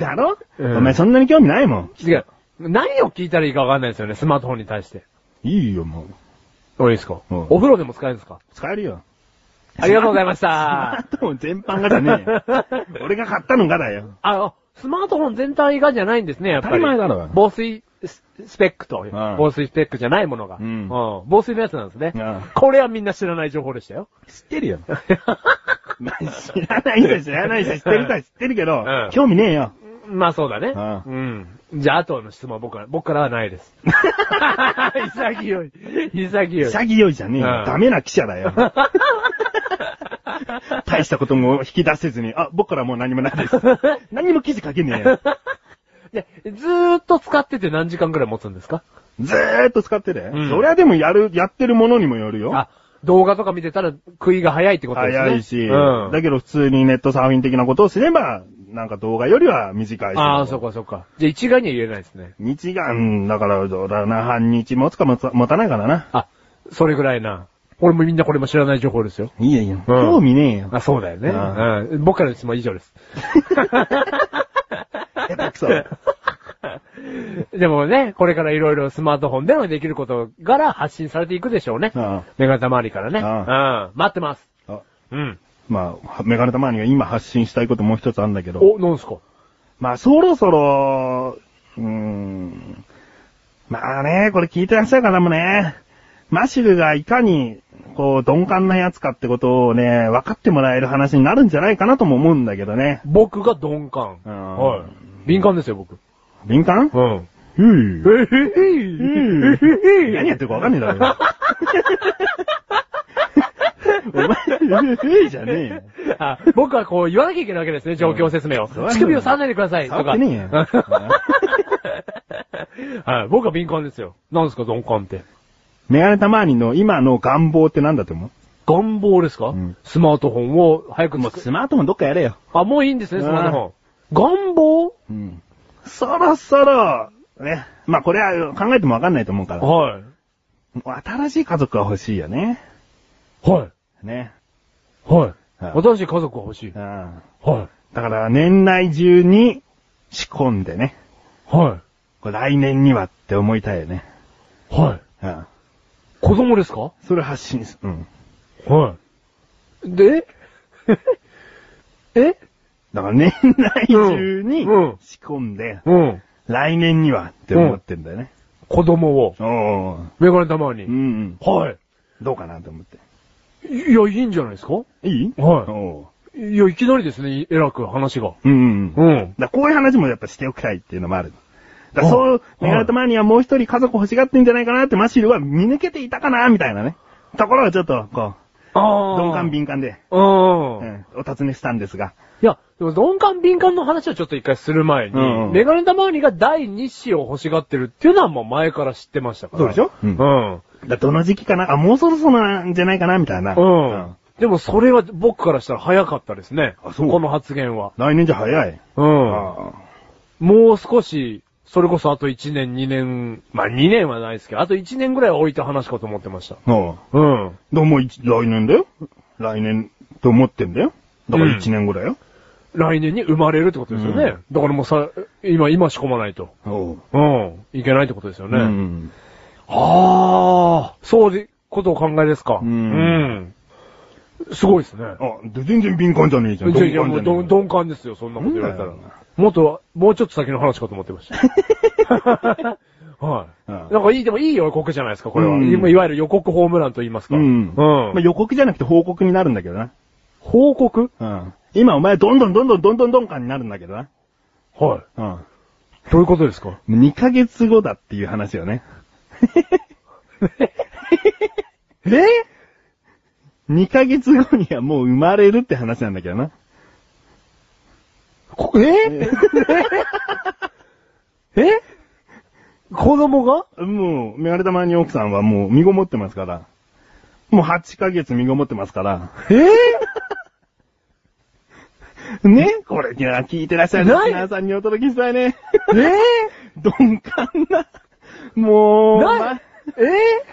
B: だろ、
A: うん
B: お前そんなに興味ないもん。
A: 違う。何を聞いたらいいかわかんないですよね、スマートフォンに対して。
B: いいよ、もう。
A: どうですか、
B: うん
A: お風呂でも使えるんです か
B: 使えるよ。
A: ありがとうございまし
B: あ
A: た。
B: とも全般がじゃね えよ。俺が買ったのがだよ。
A: あ、スマートフォン全体がじゃないんですね、やっぱり。
B: 当たり前だろ
A: 防水ススペックと、
B: ん
A: 防水スペックじゃないものが、
B: うん
A: 防水のやつなんですね、
B: うん
A: これはみんな知らない情報でした よ。
B: 知ってるよ。まあ知らない人は知らない人は知ってる人は知ってるけ
A: う
B: ど、
A: ん
B: 興味ねえよ。
A: まあそうだね。
B: う
A: うん。じゃあ、後の質問は僕は、僕からはないです。潔い。潔い。
B: 潔いじゃねえよ。
A: うん
B: ダメな記者 だよ。大したことも引き出せずに、あ、僕からもう何もな いです。何も記事書けねえよ。
A: で、ずーっと使ってて何時間くらい持つんですか
B: ずーっと使ってて。
A: うん
B: そりゃでもやる、やってるものにもよるよ。
A: あ、動画とか見てたら食いが早いってことですね。
B: 早いし、
A: うん。
B: だけど普通にネットサーフィン的なことをすれば、なんか動画よりは短いし。
A: ああ、そっかそっか。じゃあ一概には言えないですね。
B: 日間、だから、どうだろうな、半日持つか持つ持たないからな。
A: あ、それぐらいな。俺もみんなこれも知らない情報ですよ。
B: いいよいいよ。
A: うん
B: 興味ねえよ。
A: あ、そうだよね。
B: あ
A: うん。僕からの質問は以上です。
B: 下手くそ。う
A: でもね、これからいろいろスマートフォンでのできることから発信されていくでしょうね。
B: ん
A: メガネたまわりからね。
B: あ
A: うん。待ってます。
B: あ
A: うん。
B: まあ、メガネたまには今発信したいこともう一つあるんだけど、
A: お、なんすか
B: まあそろそろ、うーん、まあね、これ聞いてらっしゃる方もね、マシルがいかに、こう、鈍感なやつかってことをね、分かってもらえる話になるんじゃないかなとも思うんだけどね。
A: 僕が鈍感。
B: うん
A: はい。敏感ですよ、僕。
B: 敏感
A: うん。
B: うん
A: えへへへ
B: 何やってるか分かんねえだ ろ。お前、ええじゃねえよ。
A: あ僕はこう言わなきゃいけないわけですね、状況説明を。
B: う
A: 乳首を触らないでください、とか。
B: 触ってね
A: はい、僕は敏感ですよ。何ですか、鈍感って。
B: メガネたまにの今の願望ってなんだと思う
A: 願望ですか、
B: ん
A: スマートフォンを早く
B: も
A: 持
B: う
A: つ。
B: スマートフォンどっかやれよ。
A: あ、もういいんですね、スマートフォン。願望
B: うん。そろそろ、ね。まあこれは考えてもわかんないと思うから。
A: はい。
B: 新しい家族が欲しいよね。
A: はい。
B: ね。
A: はい。
B: はい
A: 新しい家族が欲しい。
B: う
A: はい。
B: ん。
A: は
B: だから年内中に仕込んでね。
A: い。
B: これ来年にはって思いたいよね。
A: はい。
B: うん。
A: 子供ですか
B: それ発信す。うん。
A: はい。で え
B: だから年内中に
A: うんうん
B: 仕込んで、
A: うん。
B: 来年にはって思ってんだよね。
A: 子供を、
B: おお
A: メガネ玉
B: うんう
A: に。
B: ん。
A: は
B: どうかなと思って。
A: い。いや、いいんじゃないですか
B: いい
A: はい
B: おう
A: いや、いきなりですね、えらく話が。
B: うんうん。
A: うん。
B: だからこういう話もやっぱしておきたいっていうのもある。だか
A: あ
B: らそう、
A: はい
B: メガネタマニアもう一人家族欲しがってんじゃないかなってマシルは見抜けていたかなみたいなね。ところがちょっと、こ
A: あ
B: う、
A: あ
B: 鈍感。敏感で、
A: うん。
B: う
A: い
B: ん、お尋ねしたんですが。
A: や、でも鈍感敏感の話をちょっと一回する前に、
B: うんうん
A: メガネたまわりが第二子を欲しがってるっていうのはもう前から知ってましたから。
B: そうでしょ
A: う。
B: うん
A: うん。
B: だからどの時期かなあ、もうそろそろなんじゃないかなみたいな。
A: うんでもそれは僕からしたら早かったですね。
B: あそう
A: この発言は。
B: 来年じゃ早い。
A: うん。
B: あ
A: もう少し、それこそあと1年、2年、まあ2年はないですけど、あと1年ぐらいは置いた話かと思ってました。
B: あ。ああ。
A: うん。
B: でも一来年だよ。来年と思ってんだよ。だから一年後だよ。
A: 来年に生まれるってことですよね。
B: うん
A: だからもうさ、今、今仕込まないと。
B: おう。
A: うん。いけないってことですよ
B: う
A: ね。
B: ん。
A: ああ、そうで、ことを考えですか。
B: うん
A: うんすごいですね。
B: あ、で全然敏感じゃねえじゃん。
A: いやいや、も
B: 鈍
A: うど
B: 感じゃねえ
A: ん鈍感ですよ、そんなこと言われたら
B: なんだよ。
A: もっと、もうちょっと先の話かと思ってま した。はい。
B: うん
A: なんかいい、でもいい予告じゃないですか、これは。
B: うん
A: 今いわゆる予告ホームランと言いますか。
B: うん。
A: うん
B: まあ、予告じゃなくて報告になるんだけどな。
A: 報告
B: うん。今お前どんどんどんどんどんどんどん感になるんだけどな。
A: は
B: うん。
A: い。どういうことです か
B: もう2ヶ月後だっていう話よね。え ?2 ヶ月後にはもう生まれるって話なんだけどな。
A: こえ え子供が
B: もう、メガネ玉に奥さんはもう身ごもってますから。もう8ヶ月身ごもってますから。
A: え
B: ねこれ、いや聞いてらっしゃる
A: ない
B: 皆さんにお届けしたいね。
A: え
B: 鈍感な。もう、
A: な
B: ま
A: え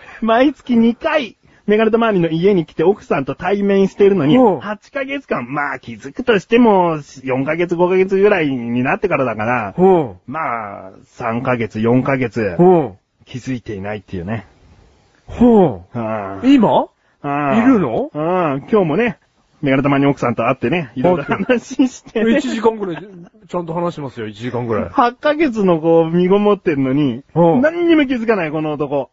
B: 毎月2回、メガネとマーニの家に来て奥さんと対面しているのに、
A: うん
B: 8ヶ月間、まあ気づくとしても、4ヶ月、5ヶ月ぐらいになってからだから、
A: うん。
B: まあ、3ヶ月、4ヶ月
A: う、ん。
B: 気づいていないっていうね。
A: うん。
B: ああ
A: 今
B: ああ
A: いるの
B: ああ今日もね、メガネ玉に奥さんと会ってね、いろいろ話 して、ね
A: 1、時間ぐらい、ちゃんと話してますよ、1時間ぐらい。
B: 8ヶ月の子を身ごもってんのに、
A: うん
B: 何にも気づかない、この男。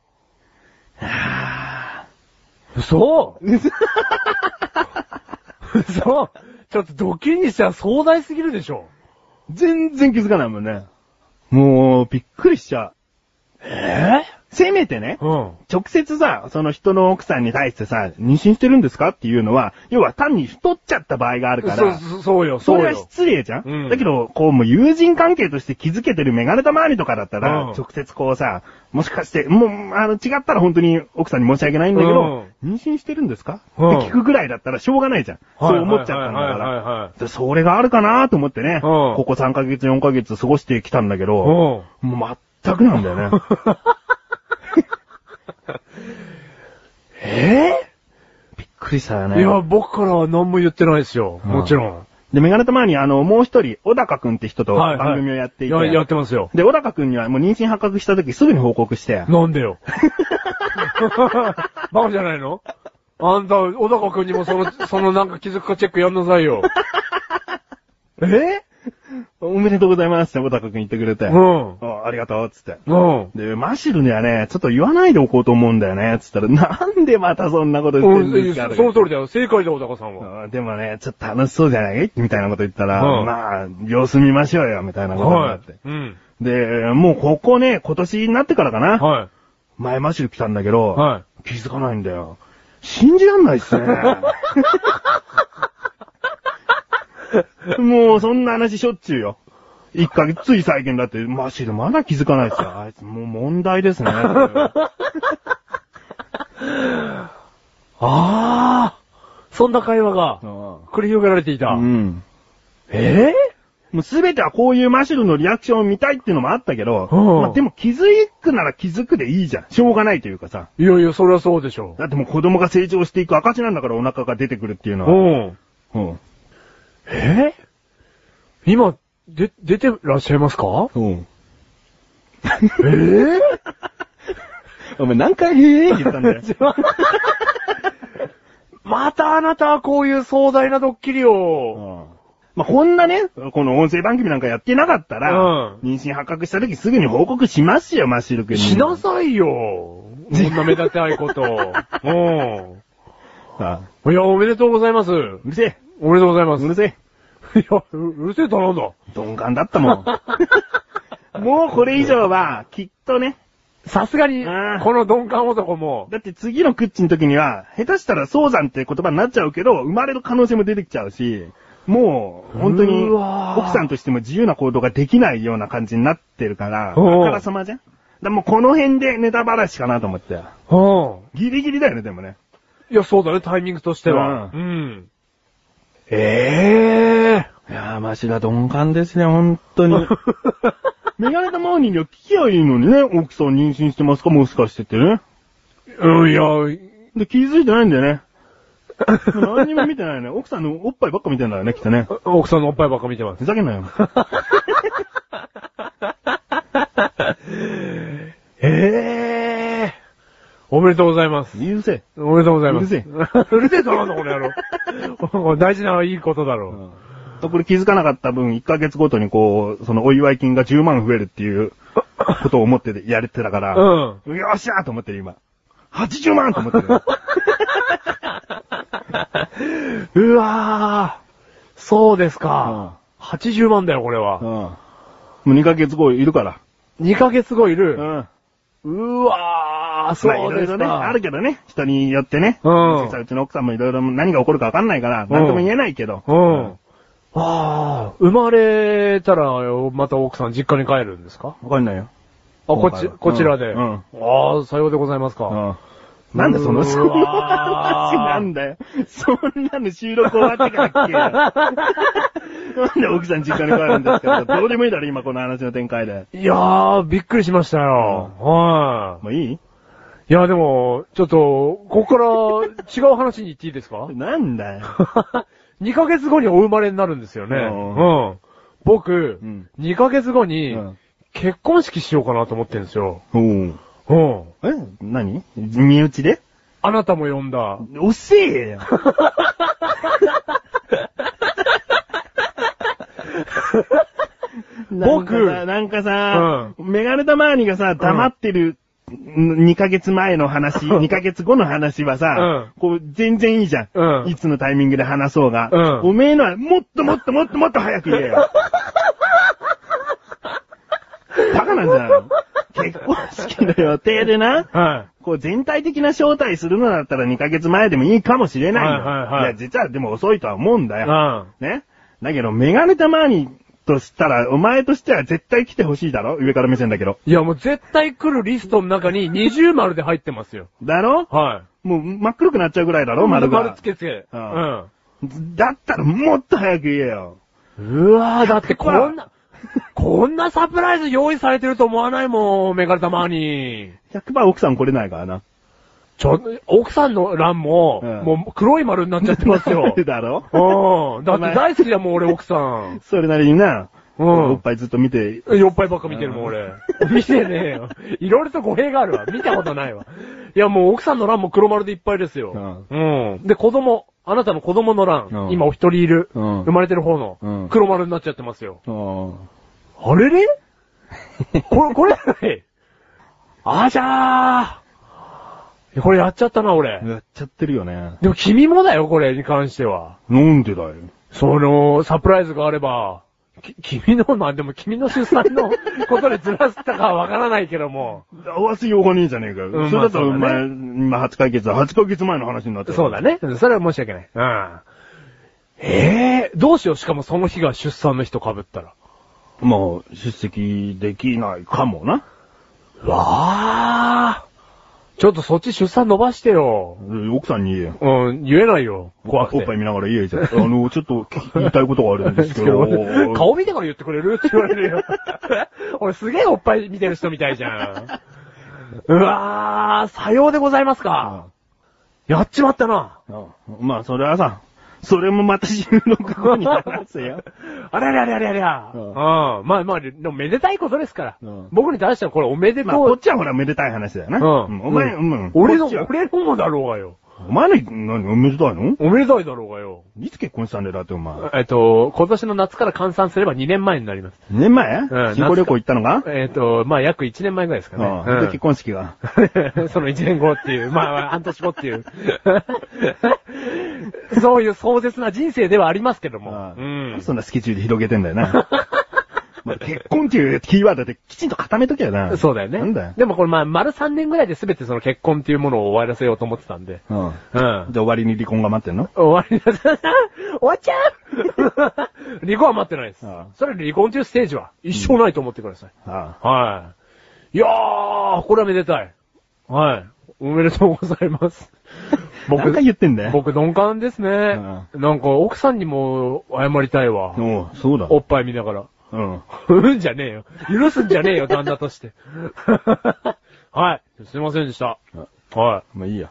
A: 嘘嘘ちょっとドキリにしては壮大すぎるでしょ。
B: 全然気づかないもんね。もう、びっくりしちゃ
A: え
B: う。せめてね、
A: うん。
B: 直接さ、その人の奥さんに対してさ、妊娠してるんですかっていうのは、要は単に太っちゃった場合があるか
A: そう
B: ら、
A: そう、そうよ、
B: そ
A: そ
B: れ
A: う
B: は
A: よ。
B: 失礼じゃん、
A: うん
B: だけど、こう、もう友人関係として気づけてるメガネた周りとかだったら、
A: うん
B: 直接こうさ、もしかして、もう、あの、違ったら本当に奥さんに申し訳ないんだけど、妊娠してるんですか、
A: うん
B: って聞くぐらいだったらしょうがないじゃん。そう思っちゃったんだ
A: はいはい
B: から。
A: はいはい
B: でそれがあるかなと思ってね、ここ3ヶ月、4ヶ月過ごしてきたんだけど、
A: はい。
B: もう全くなん だよね。えぇびっくりしたよ
A: うん。
B: ね。
A: いや、僕からは何も言ってないですよ。
B: うん
A: もちろん。
B: で、メガネたまに、あの、もう一人、小高くんって人と
A: はいはい
B: 番組をやっていて、
A: や、やってますよ。
B: で、小高くんにはもう妊娠発覚した時すぐに報告して、
A: なんで よ。バカじゃないのあんた、小高くんにも その、そのなんか気づくかチェックやんなさいよ。
B: えおめでとうございますって小高くん言ってくれて、
A: うん。
B: あありがとうっつって。
A: うん。
B: で、マシルにはね、ちょっと言わないでおこうと思うんだよね、つったら、なんでまたそんなこと言って
A: うんん
B: です
A: い
B: か
A: や
B: とか
A: その
B: 言って
A: 通りだよ。正解だよ、小高さんは。
B: あーでもね、ちょっと楽しそうじゃないみたいなこと言ったら、
A: うん
B: まあ、様子見ましょうよ、みたいなことにな
A: は
B: って。
A: い。うん。
B: で、もうここね、今年になってからかな。
A: は
B: 前マシュル来たんだけど、
A: い。は
B: 気づかないんだよ。信じらんないっすね。もうそんな話しょっちゅうよ。一ヶ月、つい最近だって、マシルまだ気づかないっすよ。あいつもう問題ですね。
A: い。ああ、そんな会話が繰り広げられていた。
B: うん。
A: え
B: もうすべてはこういうマシュルのリアクションを見たいっていうのもあったけど、
A: うん
B: まあ、でも気づくなら気づくでいいじゃん。しょうがないというかさ。
A: えいやいや、それはそうでしょ
B: だってもう子供が成長していく証なんだからお腹が出てくるっていう
A: う。
B: のは。
A: うん。
B: うん。
A: え今、で、出てらっしゃいます か
B: うん。
A: ええ
B: お前何回へえ言った んだよ。
A: またあなたはこういう壮大なドッキリを。
B: まあ、こんなね、この音声番組なんかやってなかったら、
A: うん
B: 妊娠発覚した時すぐに報告しますよ、マシル君に。
A: しなさいよ。こんな目立てない こと。う
B: あ
A: ん。いや、おめでとうございます。
B: うるせえ。
A: おめでとうございます
B: う。るせえ。
A: いや、ううるせえ頼んだ。
B: 鈍感だった もん。もうこれ以上は、きっとね。
A: さすがに、
B: うん
A: この鈍感男も、
B: だって次のクッチの時には、下手したら早産って言葉になっちゃうけど、生まれる可能性も出てきちゃうし、もう、本当に、
A: うわー
B: 奥さんとしても自由な行動ができないような感じになってるから、あ
A: おう
B: からさまじゃん。だからもうこの辺でネタばらしかなと思って。
A: うん。
B: ギリギリだよね、でもね。
A: いや、そうだね、タイミングとしては。
B: う
A: うん。ええ
B: いやー、マシだ、鈍感ですね、本当に。 メガネタマーニーには聞きゃいいのにね、奥さん妊娠してますか、もしかしてってね。
A: うん、 いや、
B: で、気づいてないんだよね。何にも見てないね。奥さんのおっぱいばっか見てんだよね、きっとね。
A: 奥さんのおっぱいばっか見てます。
B: ふざけんなよ。
A: ええおめでとうございます。
B: うるせえ。
A: おめでとうございます。
B: うる
A: せえ。うるせえとなんだ、この野郎。大事な、いいことだろ
B: とこれ気づかなかった分、1ヶ月ごとにこう、そのお祝い金が10万増えるっていうことを思っててやれてたか
A: う。
B: ら、
A: うん。
B: よっしゃーと思ってる今。80万と思ってる。
A: うわぁ。そうですか。80万だよ、これ
B: うん
A: は。
B: もう2ヶ月後いるから。
A: 2ヶ月後いうる。
B: ん。
A: うわぁ、
B: まあい
A: そう
B: ろ
A: で
B: い
A: す
B: ろ
A: か。
B: ね、あるけどね、人によってね。
A: うん
B: 実際うちの奥さんもいろいろ何が起こるかわかんないから、なんとも言えないけど。
A: うん。ああ、生まれたら、また奥さん実家に帰るんですか
B: わかんないよ。
A: あ、こ
B: 今
A: っち、
B: 回は
A: こちらで。
B: うん
A: ああ、さようでございますか。
B: うん。なんでその、
A: うーわー
B: その話なんだよ。そんなの収録終わって からっけなんで奥さん実家に帰るんですかどうでもいいだろ、今この話の展開で。
A: いやー、びっくりしましたよ。は
B: もうい
A: い。
B: い
A: いや、でも、ちょっと、ここから違う話に行っていいですか
B: なんだよ。
A: ?2 ヶ月後にお生まれになるんですよね。
B: うん
A: うん。僕
B: うん、
A: 2ヶ月後に
B: うん、
A: 結婚式しようかなと思ってるんですよ。
B: おう
A: うん。
B: え何身内で
A: あなたも呼んだ。
B: 惜しいよ。
A: 僕
B: なんかさ、なんかさメガネタ周りがさ、黙ってる、2ヶ月前の話、2ヶ月後の話はさ、こう、全然いいじゃん,、
A: うん
B: いつのタイミングで話そうが。
A: うん
B: おめえのは、もっともっともっともっと早く言えよ。バカなんじゃないの結婚式の予定でな、
A: は
B: こう全体的な招待するのだったら2ヶ月前でもいいかもしれないよ。
A: はいはいはい
B: や、実はでも遅いとは思うんだ
A: い。う
B: よ。
A: ん。
B: ね。だけど、メガネたまにとしたら、お前としては絶対来てほしいだろ上から目線だけど。
A: いや、もう絶対来るリストの中に二重丸で入ってますよ。
B: だろ
A: は
B: もう真っ黒くなっちゃうぐらいだ
A: い。
B: ろ丸が
A: 丸つ。けつけ。
B: う
A: うんん。
B: だったらもっと早く言えよ。
A: うわぁ、だってこ
B: こ
A: んな、 こんなサプライズ用意されてると思わないもん、メガネたまに。
B: 100%奥さん来れないからな。
A: ちょ、奥さんの欄も、
B: うん。
A: もう黒い丸になっちゃってますよ
B: だろ
A: うん。だっ
B: お前
A: て大好きだもん、俺奥さん。
B: それなりにな、
A: う
B: お
A: ん。
B: っぱいずっと見て、
A: 酔っぱいばっか見てるもん、俺。 見てねえよ。いろいろと語弊があるわ。見たことないわ。いや、もう奥さんの欄も黒丸でいっぱいですよ。うん。で、子供、あなたの子供の欄、
B: うん
A: 今お一人いる、
B: うん
A: 生まれてる方の、
B: うん
A: 黒丸になっちゃってますよ。
B: うん
A: あれれこれ、これ、はい あじゃーこれやっちゃったな、俺。
B: やっちゃってるよね。
A: でも君もだよ、これに関しては。
B: なんでだよ。
A: その、サプライズがあれば、き君の、まあでも君の出産のことでずらしたかはわからないけども。
B: 合わせようがねえじゃねえかよ。
A: うん
B: それだったらお
A: まあ
B: 前、今8ヶ月だ、8ヶ月前の話になってる
A: そうだ。ね。それは申し訳ない。うん。ええどうしよう、しかもその日が出産の日と被ったら。
B: まあ、出席できないかもな。
A: わー。ちょっとそっち出産伸ばしてよ。
B: 奥さんに言えよ。
A: うん、言えないよ。怖く
B: おってぱい。見ながら言えじゃん。あ の、ちょっと聞き言いたいことがあるんですけど。
A: 顔見てから言ってくれるって言われるよ。 俺すげえおっぱい見てる人みたいじゃん。うわー、さようでございますか。やっちまったな。
B: うんまあ、それはさ、それもまた収録後に話 すよ。
A: あれあれあれあれあれゃ。
B: う
A: うんん。まあまあ、でもめでたいことですから
B: うん。
A: 僕に対してはこれおめで
B: まあ、ことっちはほら、めでたい話だよな。
A: う。うん。
B: お前、うん。
A: 俺の、
B: こっちは
A: 俺のもだろうがよ。
B: お前の、何、おめでたいの
A: おめでたいだろうがよ。
B: いつ結婚したんだよ、だってお前。
A: えっと、今年の夏から換算すれば2年前になります。
B: 2年前
A: ん
B: 新婚旅行行ったのが
A: えっと、まあ約1年前ぐらいですかね。
B: うん。
A: うん
B: で、結婚式が。
A: その1年後っていう、まあまあ、半年後っていう。 そういう壮絶な人生ではありますけども。うん。
B: そんなスケジュール広げてんだ よな。まあ結婚っていうキーワードできちんと固めとけよな。
A: そうだよね。
B: なんだよ。
A: でもこれまあ、丸3年ぐらいで全てその結婚っていうものを終わらせようと思ってたんで。
B: うん。
A: うん。
B: じゃあ終わりに離婚が待ってんの
A: 終わりだ。終わっちゃう 離婚は待ってないです
B: ああ。
A: それ離婚というステージは一生ないと思ってください。
B: あ
A: はい。いやー、これはめでたい。はい。
B: あ。
A: おめでとうございます。
B: 何回言ってんだよ。
A: 僕鈍感ですね。なんか奥さんにも謝りたいわ。
B: おうそうだ。
A: おっぱい見ながら。
B: うん。
A: うんじゃねえよ。許すんじゃねえよ、旦那として。 はい。すいませんでした。は
B: まあいいや。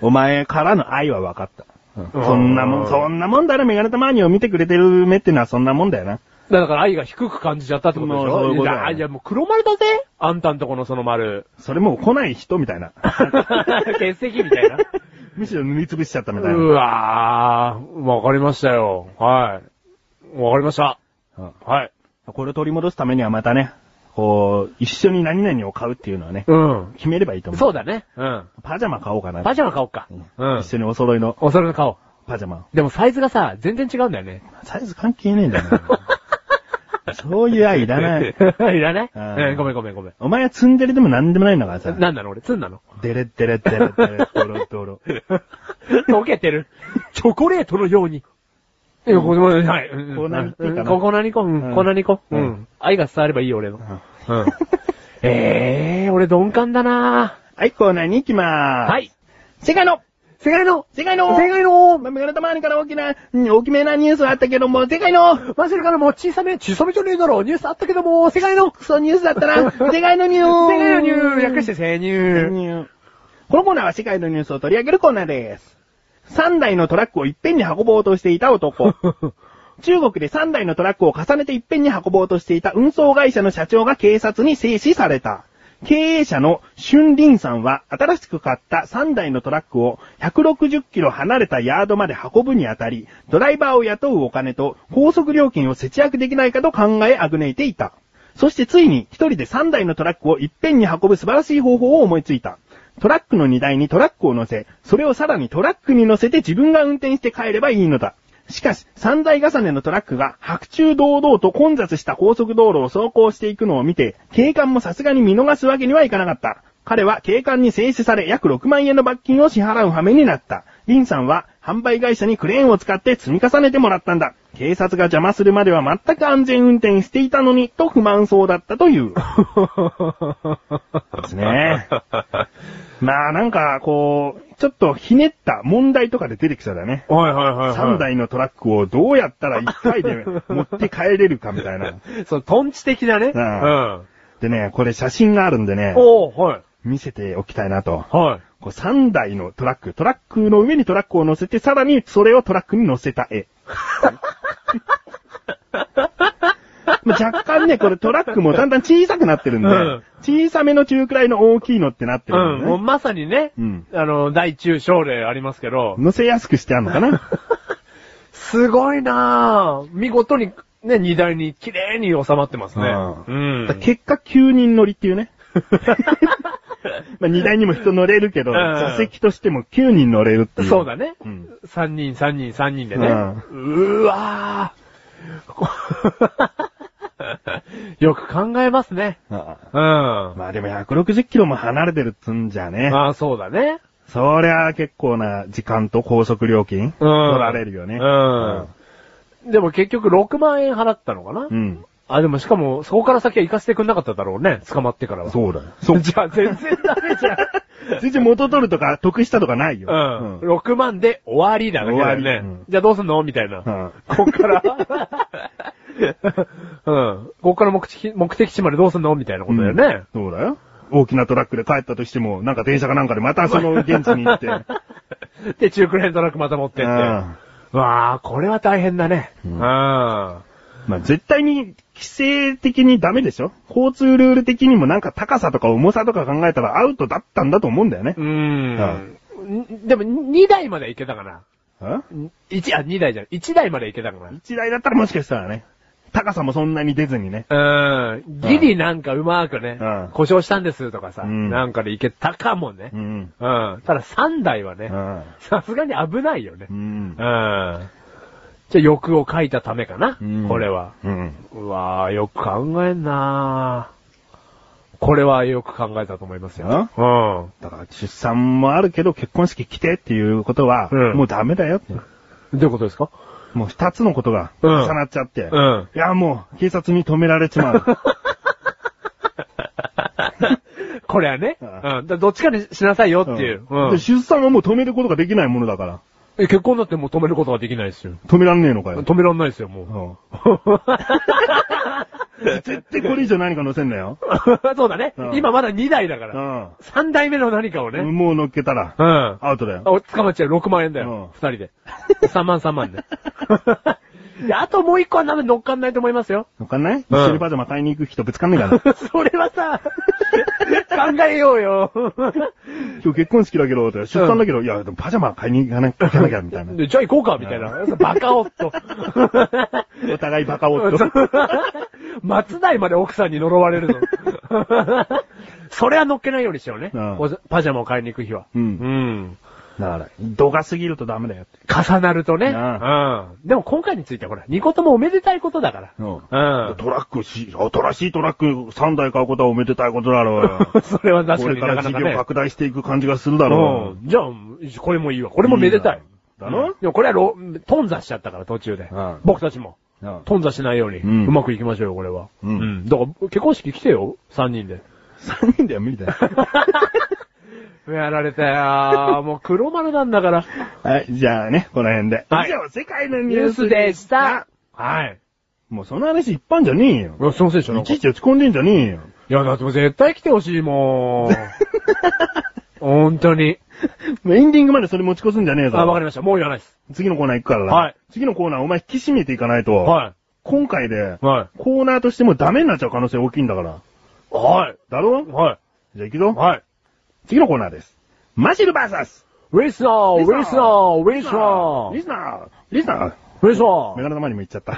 B: お前からの愛は分かった。うん
A: うん
B: そんなもん、そんなもんだろ、メガネたまにを見てくれてる目ってのはそんなもんだよな。
A: い。だから愛が低く感じちゃったってことでし
B: もうそういう
A: ょ
B: ことだよ
A: や、いやもう黒丸だぜあんたんとこのその 丸。
B: それもう来ない人みた いな。
A: 欠席みたいな。
B: むしろ塗りつぶしちゃったみたいな。
A: うわー、わかりましたよ。はい。わかりました。
B: うん
A: はい。
B: これを取り戻すためにはまたね、こう、一緒に何々を買うっていうのはね、
A: うん。
B: 決めればいいと思う。
A: そうだね。うん。
B: パジャマ買おうかな。
A: パジャマ買おうか。
B: うん一緒にお揃いの
A: おそれの顔。
B: パジャマ。
A: でもサイズがさ、全然違うんだよね。
B: サイズ関係ねえんだ よな。そういう愛いらない。
A: いらない
B: うん
A: うんごめんごめんごめん。
B: お前はツンデレでも何でもないんだからさ。
A: なんなの俺、ツンなの
B: デレデレデレデレドロドロ。
A: 溶けてる。チョコレートのように。いや、これ、はい。うん
B: 粉にっていうかな
A: うん粉にこ、う、
B: うんん
A: 粉にこ。う。
B: うん
A: 愛が伝わればいいよ、俺の。
B: ん
A: うん。 えー、俺鈍感だな
B: はい、コーナーに行きまーす。
A: は。い。
B: 世界の
A: 世界の
B: 世界の
A: 世界の
B: まあメガネたまにから大きな、うん大きめなニュースはあったけども、世界の
A: マジルからも小さめ、小さめじゃねえだろ、ニュースあったけども、世界の
B: クソニュースだった な世界のニュース
A: 世界のニュー略して生乳。
B: ニューこのコーナーは世界のニュースを取り上げるコーナーです。3台のトラックをいっぺんに運ぼうとしていた男。中国で3台のトラックを重ねていっぺんに運ぼうとしていた運送会社の社長が警察に制止された。経営者の春林さんは新しく買った3台のトラックを160キロ離れたヤードまで運ぶにあたり、ドライバーを雇うお金と高速料金を節約できないかと考えあぐねいていた。そしてついに一人で3台のトラックをいっぺんに運ぶ素晴らしい方法を思いついた。トラックの荷台にトラックを乗せ、それをさらにトラックに乗せて自分が運転して帰ればいいのだ。しかし、三台重ねのトラックが白昼堂々と混雑した高速道路を走行していくのを見て、警官もさすがに見逃すわけにはいかなかった。彼は警官に制止され約6万円の罰金を支払う羽目になった。リンさんは販売会社にクレーンを使って積み重ねてもらったんだ。警察が邪魔するまでは全く安全運転していたのに、と不満そうだったという。ですね。まあなんか、こう、ちょっとひねった問題とかで出てきそうだね。
A: はいはいはい、はい。
B: 3台のトラックをどうやったら1回 で持って帰れるかみたいな。
A: その、トンチ的なね。
B: うん
A: うん。
B: でね、これ写真があるんでね、
A: おー、はい。
B: 見せておきたいなと。
A: はい。
B: こう3台のトラック、トラックの上にトラックを乗せて、さらにそれをトラックに乗せた 絵。まあ若干ね、これトラックもだんだん小さくなってるんで、
A: うん
B: 小さめの中くらいの大きいのってなって
A: う
B: るん
A: ん、
B: で、ね。
A: もうまさにね、
B: うん
A: あの、大中小でありますけど、
B: 乗せやすくしてあるのかな
A: すごいなぁ。見事に、ね、荷台に綺麗に収まってますね。うん。
B: だから結果9人乗りってい うね。まあ荷台にも人乗れるけど、
A: うん
B: 座席としても9人乗れるっていう。
A: そうだね。
B: うん
A: 三人、三人、三人でね。う
B: う
A: ー
B: ん
A: わー よく考えますね。
B: あ
A: うん。
B: あ
A: ま
B: まあでも160キロも離れてるっつんじゃね。
A: あ、そうだね。
B: そりゃ結構な時間と高速料金、取られるよね。
A: うん。でも結局6万円払ったのかな、
B: うん。
A: あ、でもしかも、そこから先は行かせてくんなかっただろうね。捕まってからは。。
B: そうだよ。そう
A: じゃあ全然ダメじゃん。
B: 全然元取るとか得したとかないよ。
A: うん。6万で終わりだだけだよ
B: 終わ
A: ね。
B: りうん
A: じゃあどうすんのみたいな。
B: うん
A: こっから。うん。こっから目的目的地までどうすんのみたいなことだよね。
B: うんそうだよ。大きなトラックで帰ったとしても、なんか電車かなんかでまたその現地に 行って。
A: で、中くらいのトラックまた持ってって。
B: うん
A: わあ、これは大変だね。う。
B: うんん
A: あ
B: まあ、絶対に、規制的にダメでしょ交通ルール的にもなんか高さとか重さとか考えたらアウトだったんだと思うんだよね
A: ー。うん。んでも、2台まで行けたかな。
B: ん
A: 1、あ、2台じゃない。1台まで行けたかな。
B: 一台だったらもしかしたらね、高さもそんなに出ずにね。
A: うん。ギリなんかうまくね、
B: うん
A: 故障したんですとかさ、
B: うん
A: なんかで行けたかもね。
B: ん。
A: うん。ただ3台は
B: う
A: ね、
B: ん。
A: さすがに危ないよね。
B: う
A: うん。
B: ん
A: じ。ゃあ欲を書いたためかな、
B: うん
A: これは。
B: うん。
A: うわぁ、よく考えんなぁ。これはよく考えたと思いますよ。うん。
B: だから出産もあるけど結婚式来てっていうことは、
A: うん
B: もうダメだよって。
A: どういうことですか
B: もう二つのことが
A: うん
B: 重なっちゃって。
A: うん
B: いやもう警察に止められちまう。
A: これはね。
B: う
A: うんん。だからどっちかにしなさいよっていう。うん。
B: で出産はもう止めることができないものだから。
A: え結婚だってもう止めることができないですよ。
B: 止めらんねえのかよ。
A: 止めらんないですよ、もう。
B: うん絶対これ以上何か乗せんなよ。
A: そうだね、
B: うん
A: 今まだ2台だか
B: う。
A: ら。3台目の何かをね。うんん。
B: もう乗っけたら、
A: あ
B: アウトだよ。
A: 捕まっちゃう。6万円だよ。
B: う
A: 2人で。3万3万 で。であともう1個は多分乗っかんないと思いますよ。
B: 乗っかんない一
A: うん
B: 緒にパジャマ買いに行く人ぶつかんねえ から。
A: それはさ、考えよう よ。
B: 今日結婚式だけど、出産だけど、いや、でもパジャマ買いに行かなきゃ、行かなきゃ、みたいな。
A: でじゃあ行こうか、みたいな。バカ夫。
B: お互いバカ夫。
A: 松代まで奥さんに呪われるぞ。 それは乗っけないようにしようね。
B: うん
A: おパジャマを買いに行く日は。
B: うん
A: うん。
B: だから、度が過ぎるとダメだよって。
A: 重なるとね。
B: うん
A: うん。でも今回についてはほら、二個ともおめでたいことだから。うん。
B: トラックし、新しいトラック3台買うことはおめでたいことだろうよ。
A: それは確か
B: これ
A: に
B: か
A: なか
B: ら
A: な
B: 事
A: か
B: 業
A: ね。
B: 拡大していく感じがするだろ
A: うん。じゃあ、これもいいわ。これもめでたい。
B: だろ
A: うんでもこれはろ、頓挫しちゃったから途中で
B: うん。
A: 僕たちも。
B: う。
A: 頓挫しないように、
B: う
A: うんまくいきましょうよ、これは。
B: うん
A: だから、結婚式来てよ、三人 で。
B: 3人では無理だよ。
A: やられたよ。もう黒丸なんだから。
B: はい、じゃあね、この辺で。
A: はい
B: 以上、世界のニ
A: ニ
B: ュ
A: ュ
B: ー
A: ー
B: ス
A: ス
B: で
A: で
B: し
A: したた。。はい。
B: もうその話一般じゃねえよ。
A: いや、すいませんでした。なん
B: い
A: か
B: ち
A: い
B: いち落ち込んでんじゃねえよ。
A: や、だってもう絶対来てほしい もん。本当に。
B: もうエンディングまでそれ持ち越すんじゃねえぞ。
A: あ、わかりました。もう言わないです。
B: 次のコーナー行くからな。
A: はい
B: 次のコーナーお前引き締めていかないと。
A: は
B: 今回で
A: い。、はい。
B: コーナーとしてもダメになっちゃう可能性大きいんだから。
A: はい。
B: だろ
A: はい。
B: じゃあ行くぞ。
A: はい。
B: 次のコーナーです。マシルバーサス
A: ウィスナー、ウィスナー、ウィスナ
B: リ
A: ー、
B: スナーリスナー
A: ウィスナー。
B: メガネ玉にも言っちゃった。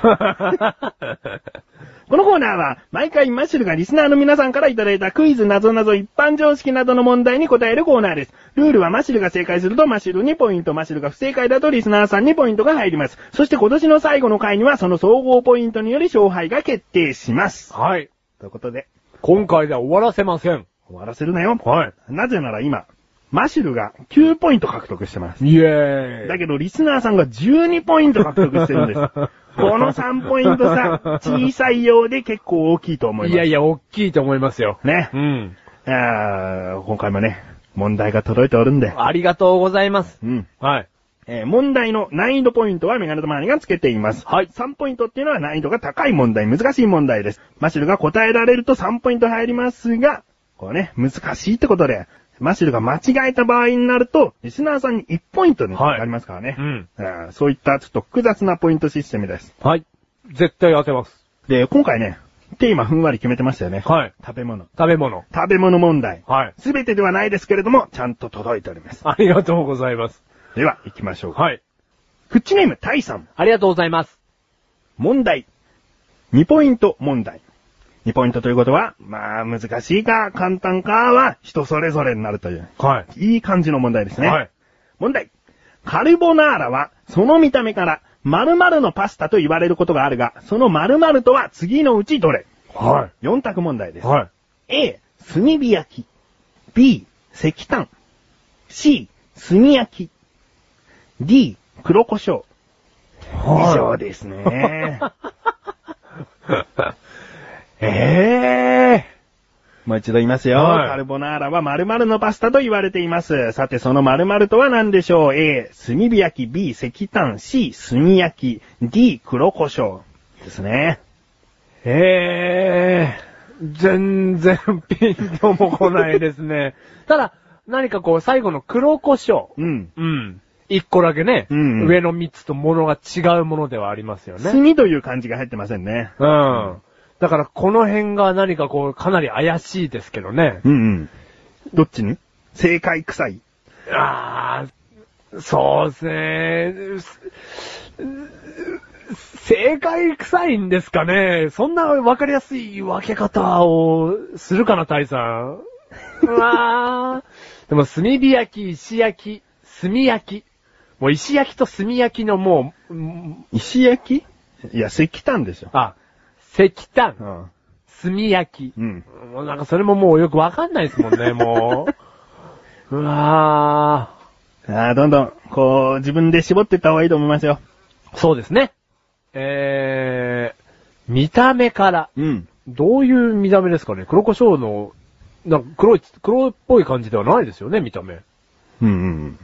B: このコーナーは、毎回マシルがリスナーの皆さんからいただいたクイズ、謎々、一般常識などの問題に答えるコーナーです。ルールはマシルが正解するとマシルにポイント、マシルが不正解だとリスナーさんにポイントが入ります。そして今年の最後の回には、その総合ポイントにより勝敗が決定します。
A: はい。
B: ということで、
A: 今回では終わらせません。
B: 終わらせるなよ。
A: は
B: なぜなら今、マシルが9ポイント獲得してます。
A: い。イェーイ。
B: だけど、リスナーさんが12ポイント獲得してる んです。この3ポイント差、小さいようで結構大きいと思います。
A: いやいや、大きいと思いますよ。
B: ね
A: う。ん。
B: あー今回もね、問題が届いておるんで。
A: ありがとうございます。
B: うん。
A: はい。
B: えー問題の難易度ポイントはメガネとマニがつけています。
A: はい
B: 3ポイントっていうのは難易度が高い問題、難しい問題です。マシルが答えられると3ポイント入りますが、こうね、難しいってことで、マシルが間違えた場合になると、リスナーさんに1ポイントに
A: はい
B: なりますからね。
A: うん
B: あーそういったちょっと複雑なポイントシステムです。
A: はい。絶対当てます。
B: で、今回ね、テーマふんわり決めてましたよね。
A: はい。
B: 食べ物。
A: 食べ物。
B: 食べ物問題。
A: はい。
B: すべてではないですけれども、ちゃんと届いております。
A: ありがとうございます。
B: では、行きましょう。
A: はい。
B: クッチネーム、タイさん。
A: ありがとうございます。
B: 問題。2ポイント問題。2ポイントということは、まあ、難しいか、簡単かは、人それぞれになるという。
A: はい
B: いい感じの問題ですね。
A: はい。
B: 問題。カルボナーラは、その見た目から、〇〇のパスタと言われることがあるが、その〇〇とは次のうちどれ
A: は
B: ?4 択問題で
A: い。
B: す。
A: はい。
B: A、炭火焼き。B、石炭。C、炭焼き。D、黒胡椒。以上です ね。
A: ええ
B: もう一度言いますよ。
A: はい
B: カルボナーラは〇〇のパスタと言われています。さて、その〇〇とは何でしょう ?A、炭火焼き。B、石炭。C、炭焼き。D、黒胡椒。ですね。
A: ええ全然ピンとも来ないですね。 ただ、何かこう、最後の黒胡椒。
B: うん。
A: うん。一個だけね、
B: うんうん
A: 上の三つとものが違うものではありますよね。
B: 炭という漢字が入ってませんね。
A: うん。だからこの辺が何かこう、かなり怪しいですけどね。
B: うんうん。どっちに正解臭い。
A: ああ、そうですね。正解臭いんですかね。そんなわかりやすい分け方をするかな、タイさん。うわーでも、炭火焼き、石焼き、炭焼き。もう石焼きと炭焼きのもう、うん
B: 石焼きいや、石炭でしょ。
A: あ、石炭、
B: ん。
A: 炭焼き。
B: うん。
A: もうなんかそれももうよくわかんないですもんね、もう。うわ
B: ああ、どんどん、こう、自分で絞っていった方がいいと思いますよ。
A: ーそうですね。えー、見た目から。
B: うん。
A: どういう見た目ですかね黒胡椒のなんか黒い、黒っぽい感じではないですよね、見た目。
B: うんうん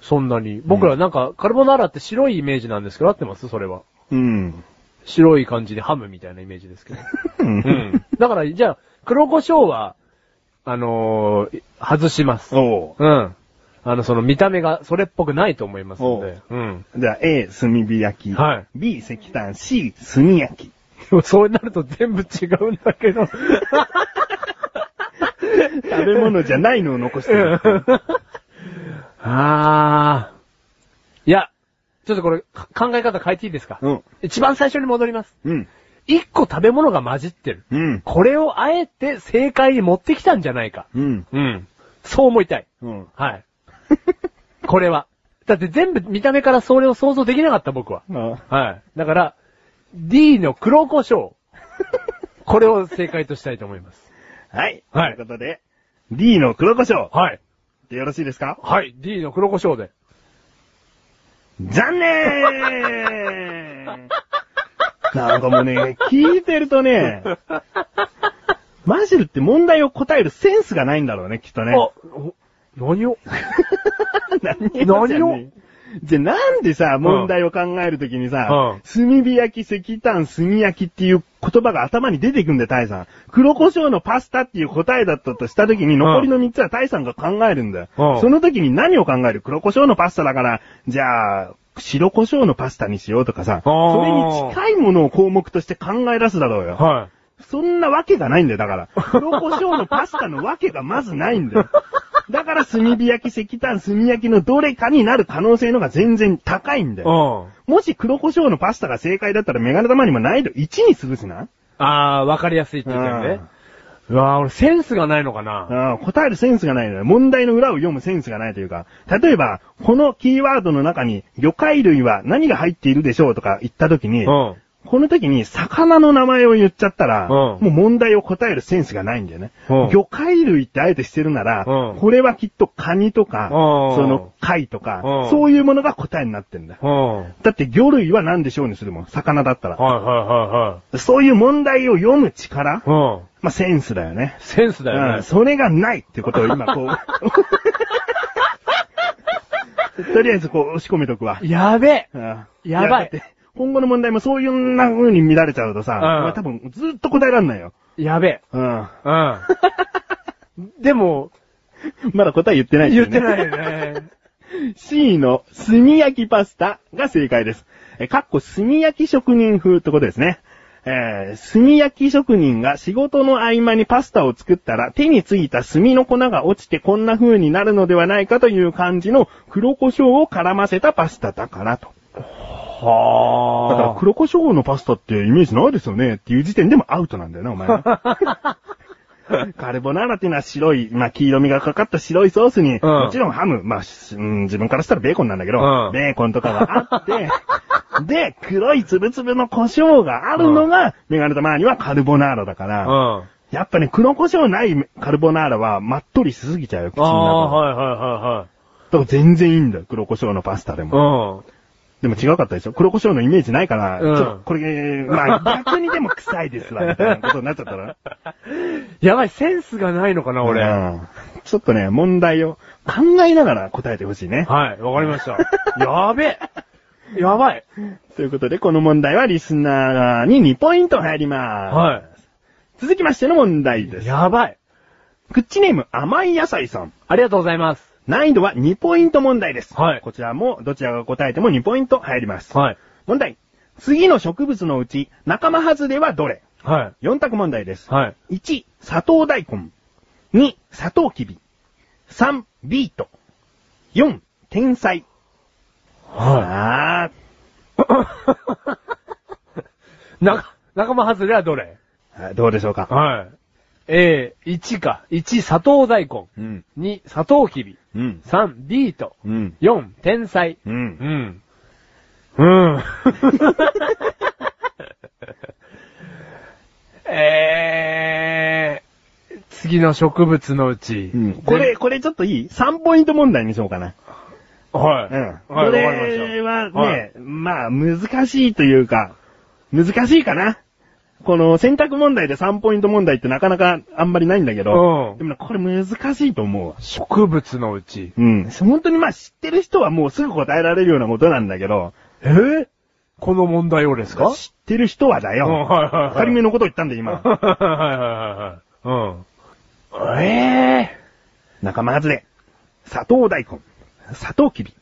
A: そんなに。僕らなんか、カルボナーラって白いイメージなんですけど、合ってますそれは。
B: うん。
A: 白い感じでハムみたいなイメージですけど。
B: うん。
A: う。ん。だから、じゃあ、黒胡椒は、あのー外します。
B: お
A: うん。あの、その見た目がそれっぽくないと思いますので。うん。
B: う。じゃあ、A、炭火焼き。
A: はい。
B: B、石炭。C、炭焼き。
A: でもそうなると全部違うんだけど。
B: 食べ物じゃないのを残してる。
A: あー。いや、ちょっとこれ、か考え方変えていいですか、
B: うん。
A: 一番最初に戻ります。
B: うん。
A: 一個食べ物が混じってる。
B: うん。
A: これをあえて正解に持ってきたんじゃないか。
B: うん。
A: うん。そう思いたい。
B: うん。
A: はい。これは。だって全部見た目からそれを想像できなかった僕は。
B: あ
A: はい。だから、D の黒胡椒。 これを正解としたいと思います。
B: はい。
A: はい
B: ということで、D の黒胡椒。
A: はい。
B: でよろしいですか
A: はい。D の黒胡椒で。
B: 残念なんかもうね、聞いてるとね、マジルって問題を答えるセンスがないんだろうね、きっとね。
A: あ、お何を
B: 何をじゃねじゃあなんでさ、問題を考えるときにさ、
A: うん
B: 炭火焼き、石炭、炭焼きっていう言葉が頭に出てくんだよ、タイさん。黒胡椒のパスタっていう答えだったとしたときに、残りの3つはタイさんが考えるんだよ。
A: うん
B: その時に何を考える黒胡椒のパスタだから、じゃあ、白胡椒のパスタにしようとかさ、
A: あー
B: それに近いものを項目として考え出すだろうよ。
A: は
B: そんなわけがないんだよ、だから。黒胡椒のパスタのわけがまずないんだよ。だから炭火焼き、石炭、炭焼きのどれかになる可能性のが全然高いんだ
A: い。
B: よ。
A: ん。
B: もし黒胡椒のパスタが正解だったらメガネ玉にも難易度1にするしな。
A: あー、わかりやすいって言ったよね。うわー、俺センスがないのかな
B: ああ答えるセンスがないのよ。問題の裏を読むセンスがないというか、例えば、このキーワードの中に魚介類は何が入っているでしょうとか言った時に、
A: うん。
B: この時に魚の名前を言っちゃったら、
A: うん
B: もう問題を答えるセンスがないんだよね。
A: うん
B: 魚介類ってあえてしてるなら、
A: うん
B: これはきっとカニとか、
A: うん
B: その貝とか、
A: うん
B: そういうものが答えになってんだ。
A: うん。はい
B: だって魚類は何でしょうにするもん、魚だったら。
A: はいは
B: そういう問題を読む力、
A: いはい。うん。
B: まあ、センスだよね。
A: センスだよ
B: うん、
A: ね。
B: それがないってことを今 こう。とりあえずこう押し込めとくわ。
A: やべえ
B: うん
A: やばい
B: だって今後の問題もそういうな風に見られちゃうとさ、
A: うん
B: お前多分ずっと答えらんないよ。
A: やべえ
B: うん。
A: うん。でも、
B: まだ答え言ってない。
A: 言ってないいよね。
B: C の炭焼きパスタが正解です。え、かっこ炭焼き職人風ってことですね。えー、炭焼き職人が仕事の合間にパスタを作ったら手についた炭の粉が落ちてこんな風になるのではないかという感じの黒胡椒を絡ませたパスタだからと。だから
A: は
B: 黒胡椒のパスタってイメージないですよねっていう時点でもアウトなんだよな、お前は。カルボナーラっていうのは白い、まあ黄色みがかかった白いソースに、
A: ん
B: もちろんハム、まあ、しうん自分からしたらベーコンなんだけど、
A: うん
B: ベーコンとかがあって、で、黒いつぶつぶの胡椒があるのが、メガネとマーにはカルボナーラだから、
A: あ。うん。
B: やっぱね、黒胡椒ないカルボナーラはまっとりしすぎちゃうよ、口
A: あ
B: の
A: あ、
B: 中が。
A: はいは
B: だから全然いいんだよ、黒胡椒のパスタでも
A: い。は
B: でも違かったでしょ黒胡椒のイメージないから、
A: うん
B: ちょっとこれ、まあ逆にでも臭いで すわ、みたいなことになっちゃったら。
A: い。うん。やばい、センスがないのかな、俺。は
B: うんちょっとね、問題を考えながら答えてほしいね。
A: い、わかりま した。やべえやばい
B: ということで、この問題はリスナーに2ポイント入ります。
A: は
B: 続きましての問題で
A: い。
B: す。
A: やばい
B: クッチネーム甘い野菜さん。
A: ありがとうございます。
B: 難易度は2ポイント問題です。
A: はい
B: こちらも、どちらが答えても2ポイント入ります。
A: はい。
B: 問題。次の植物のうち、仲間外れはどれ
A: はい。
B: ?4 択問題です。
A: はい。
B: 1、砂糖大根。2、砂糖きび。3、ビート。4、天才。
A: は
B: あ
A: い。 な、仲間外れはどれ
B: ー、どうでしょうか。
A: はい。A、1か。1、砂糖大根。
B: うん。
A: 2、砂糖きび。
B: うん。
A: 3、ビート。
B: うん。
A: 4、天才。
B: う。
A: うんん。 うん。えー、次の植物のうち。
B: これ、これちょっといい ?3 ポイント問題にしようかな。
A: はい。は
B: こ
A: い、わかり
B: れ
A: ま
B: は
A: した。はい
B: ね、まあ、難しいというか、難しいかな。この選択問題で3ポイント問題ってなかなかあんまりないんだけ
A: う
B: ど
A: ん、
B: でもねこれ難しいと思うわ。
A: 植物のうち。
B: うん。本当にまあ知ってる人はもうすぐ答えられるようなことなんだけど、
A: えーこの問題をですか
B: 知ってる人はだ
A: うん
B: よ。
A: はいはい
B: 当たり目のこと言ったんで今。
A: はいはいはいはい。うん。え
B: 仲間外れ。砂糖大根。砂糖キビ。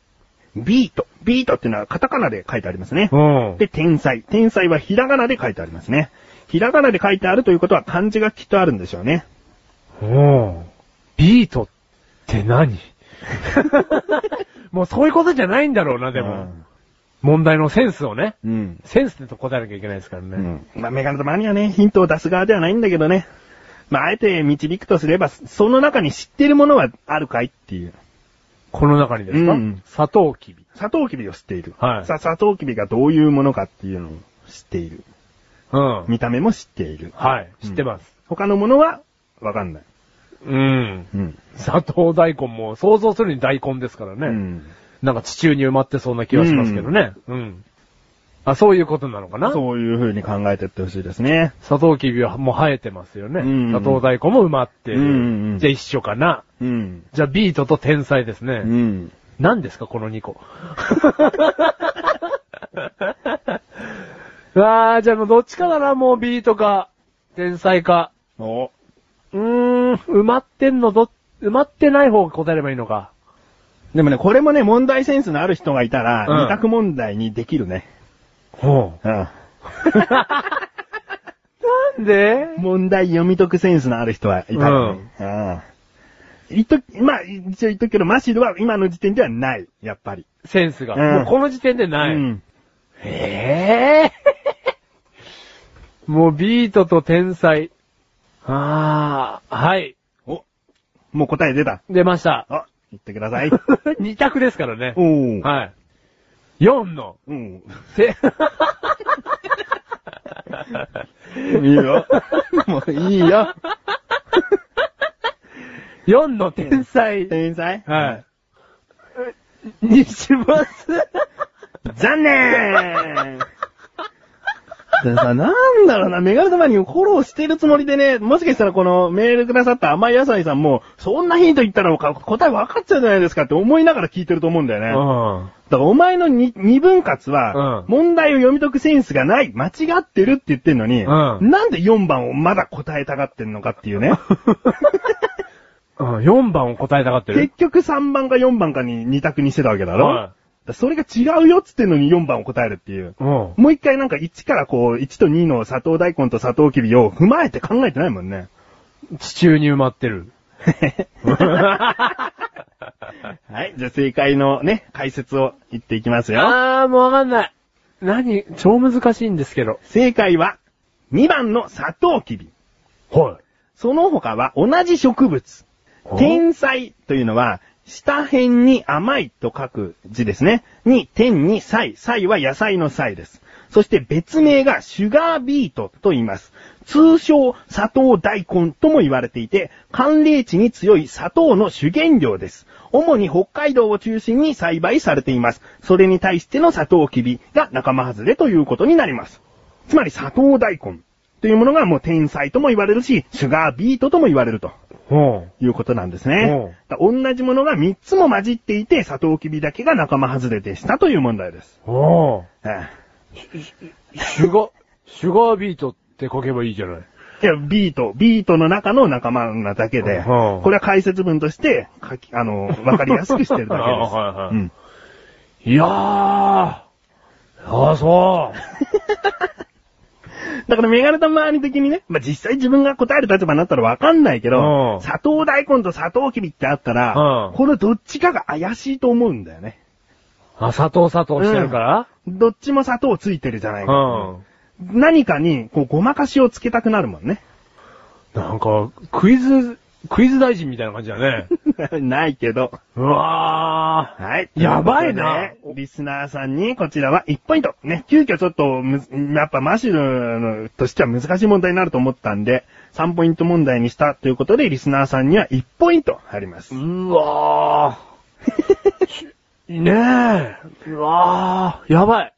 B: ビート。ビートっていうのはカタカナで書いてありますね
A: え。うん。
B: で、天才。天才はひらがなで書いてありますね。ひらがなで書いてあるということは漢字がきっとあるんでしょうね。
A: うん。ビートって何もうそういうことじゃないんだろうな、でも。問題のセンスをね。
B: うん。
A: センスでと答えなきゃいけないですからね。
B: うん。まあ、メガネとマニアね、ヒントを出す側ではないんだけどね。まあ、あえて導くとすれば、その中に知ってるものはあるかいっていう。
A: この中にですか、
B: うん
A: 砂糖きび。
B: 砂糖キビを知っている。
A: はい
B: さ、砂糖キビがどういうものかっていうのを知っている。
A: うん。
B: 見た目も知っている。
A: はい。
B: うん
A: 知ってます。
B: 他のものは、わかんない。
A: うん。
B: うん。
A: 砂糖大根も想像するに大根ですからね。
B: うん。
A: なんか地中に埋まってそうな気はしますけどね。うん。あ、そういうことなのかな
B: そういう風に考えてってほしいですね。
A: 砂糖きびはもう生えてますよね。
B: うん
A: 砂糖大根も埋まってる。
B: うんうんうん
A: じゃあ一緒かな。
B: うん。
A: じゃあビートと天才ですね。
B: うん。
A: 何ですか、この2個。 あー、じゃあもうどっちかだな、もうビートか、天才か。
B: お。
A: うーん、埋まってんのど、埋まってない方が答えればいいのか。
B: でもね、これもね、問題センスのある人がいたら、
A: うん
B: 二択問題にできるね。
A: ほ
B: うん。
A: う。なんで
B: 問題読み解くセンスのある人はいたらね。うん。言っとき、まあ、一応言っとくけど、マシルは今の時点ではない。やっぱり。
A: センスが。
B: うん
A: もうこの時点でない。
B: うん。
A: へー。もうビートと天才。あー、はい。
B: お。もう答え出た。
A: 出ました。
B: あ、言ってください。
A: 2択ですからね。
B: おー。
A: はい。4の、
B: うん。
A: せ、
B: いいよ。もういいよ。
A: 4の天才。
B: 天才
A: はい。にします。
B: 残念でさ、なんだろうな、メガネ玉にフォローしてるつもりでね、もしかしたらこのメールくださった甘い野菜さんも、そんなヒント言ったらか答え分かっちゃうじゃないですかって思いながら聞いてると思うんだよ
A: う
B: ね。だ
A: ん。
B: からお前のに二分割は
A: うん、
B: 問題を読み解くセンスがない、間違ってるって言ってんのに、
A: うん
B: なんで4番をまだ答えたがってんのかってい うね。
A: 4番を答えたがってる
B: 結。局3番か4番かに二択にしてたわけだろ、だ
A: は
B: からそれが違うよっつってんのに4番を答えるっていう。
A: い。うん。
B: もう一回なんか1からこう、1と2の砂糖大根と砂糖キビを踏まえて考えてないもん ね。
A: 地中に埋まって る。
B: はい。じゃあ正解のね、解説を言っていきますよ。
A: あー、もうわかんない。何超難しいんですけど。
B: 正解は、2番の砂糖キビ。
A: は
B: その他は同じ植物。
A: ほう
B: 天才というのは、下辺に甘いと書く字ですね。に、天に菜。菜は野菜の菜です。そして別名がシュガービートと言います。通称砂糖大根とも言われていて、寒冷地に強い砂糖の主原料です。主に北海道を中心に栽培されています。それに対しての砂糖キビが仲間外れということになります。つまり砂糖大根というものがもう天才とも言われるし、シュガービートとも言われると
A: うん。
B: いうことなんですね。だ同じものが3つも混じっていて、砂糖キビだけが仲間外れでしたという問題です。
A: うん。
B: え
A: シュガ、シュガービートって書けばいいじゃない。
B: えいや、ビート、ビートの中の仲間なだけで、
A: うん
B: これは解説文として、書き、あの、わかりやすくしてるだけ
A: あ
B: です。
A: はいはい
B: うん
A: いやー。あー、そう。
B: だからメガネタ周り的にね、まあ、実際自分が答える立場になったらわかんないけ
A: う
B: ど、
A: ん
B: 砂糖大根と砂糖キビってあったら
A: う、ん
B: このどっちかが怪しいと思うんだよね。
A: あ、砂糖砂糖してるから、
B: どっちも砂糖ついてるじゃないか。
A: うん、
B: 何かに、こう、ごまかしをつけたくなるもんね。
A: なんか、クイズ、クイズ大臣みたいな感じだ ね。
B: ないけど。
A: うわー。
B: はい。
A: やばいな
B: ということでリスナーさんにこちらは1ポイント。ね、急遽ちょっとむ、やっぱマシュルのとしては難しい問題になると思ったんで、3ポイント問題にしたということで、リスナーさんには1ポイントあります。
A: うわ ー。ねえ。うわー。やばい。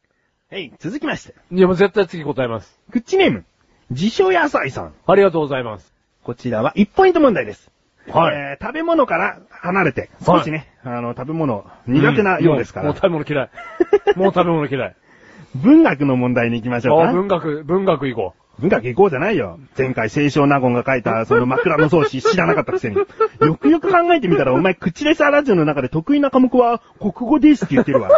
B: はい、続きまして。
A: いや、もう絶対次答えます。
B: クッチネーム。自称野菜さん。
A: ありがとうございます。
B: こちらは1ポイント問題です。
A: はい
B: えー食べ物から離れて、少しね、あの、食べ物苦手なようですか
A: んも
B: ら
A: う、もう食べ物嫌い。もう食べ物嫌 い。
B: 文学の問題に行きましょう
A: あ
B: か。
A: 文学、文学行 こ
B: 文学行こうじゃないよ。前回、清少納言が書いた、その枕草子知らなかったくせに。よくよく考えてみたら、お前、口レスアラジオの中で得意な科目は、国語ですって言ってるわ。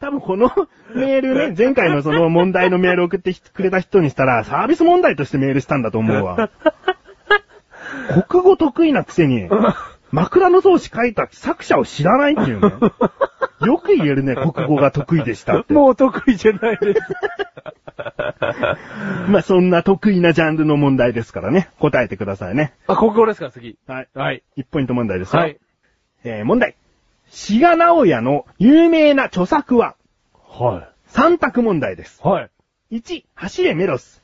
B: 多分このメールね、前回のその問題のメールを送ってくれた人にしたら、サービス問題としてメールしたんだと思うわ。国語得意なくせに、枕草子書いた作者を知らないっていうね。よく言えるね、国語が得意でしたっ
A: う。。
B: て
A: もう得意じゃないです。
B: まあ、そんな得意なジャンルの問題ですからね。答えてくださいね。
A: あ、国語ですか、次。
B: はい。
A: はい。
B: 1ポイント問題ですよ。
A: はい。
B: えー、問題。志賀直哉の有名な著作は
A: は
B: 3択問題です。
A: い。はい。
B: 1、走れメロス。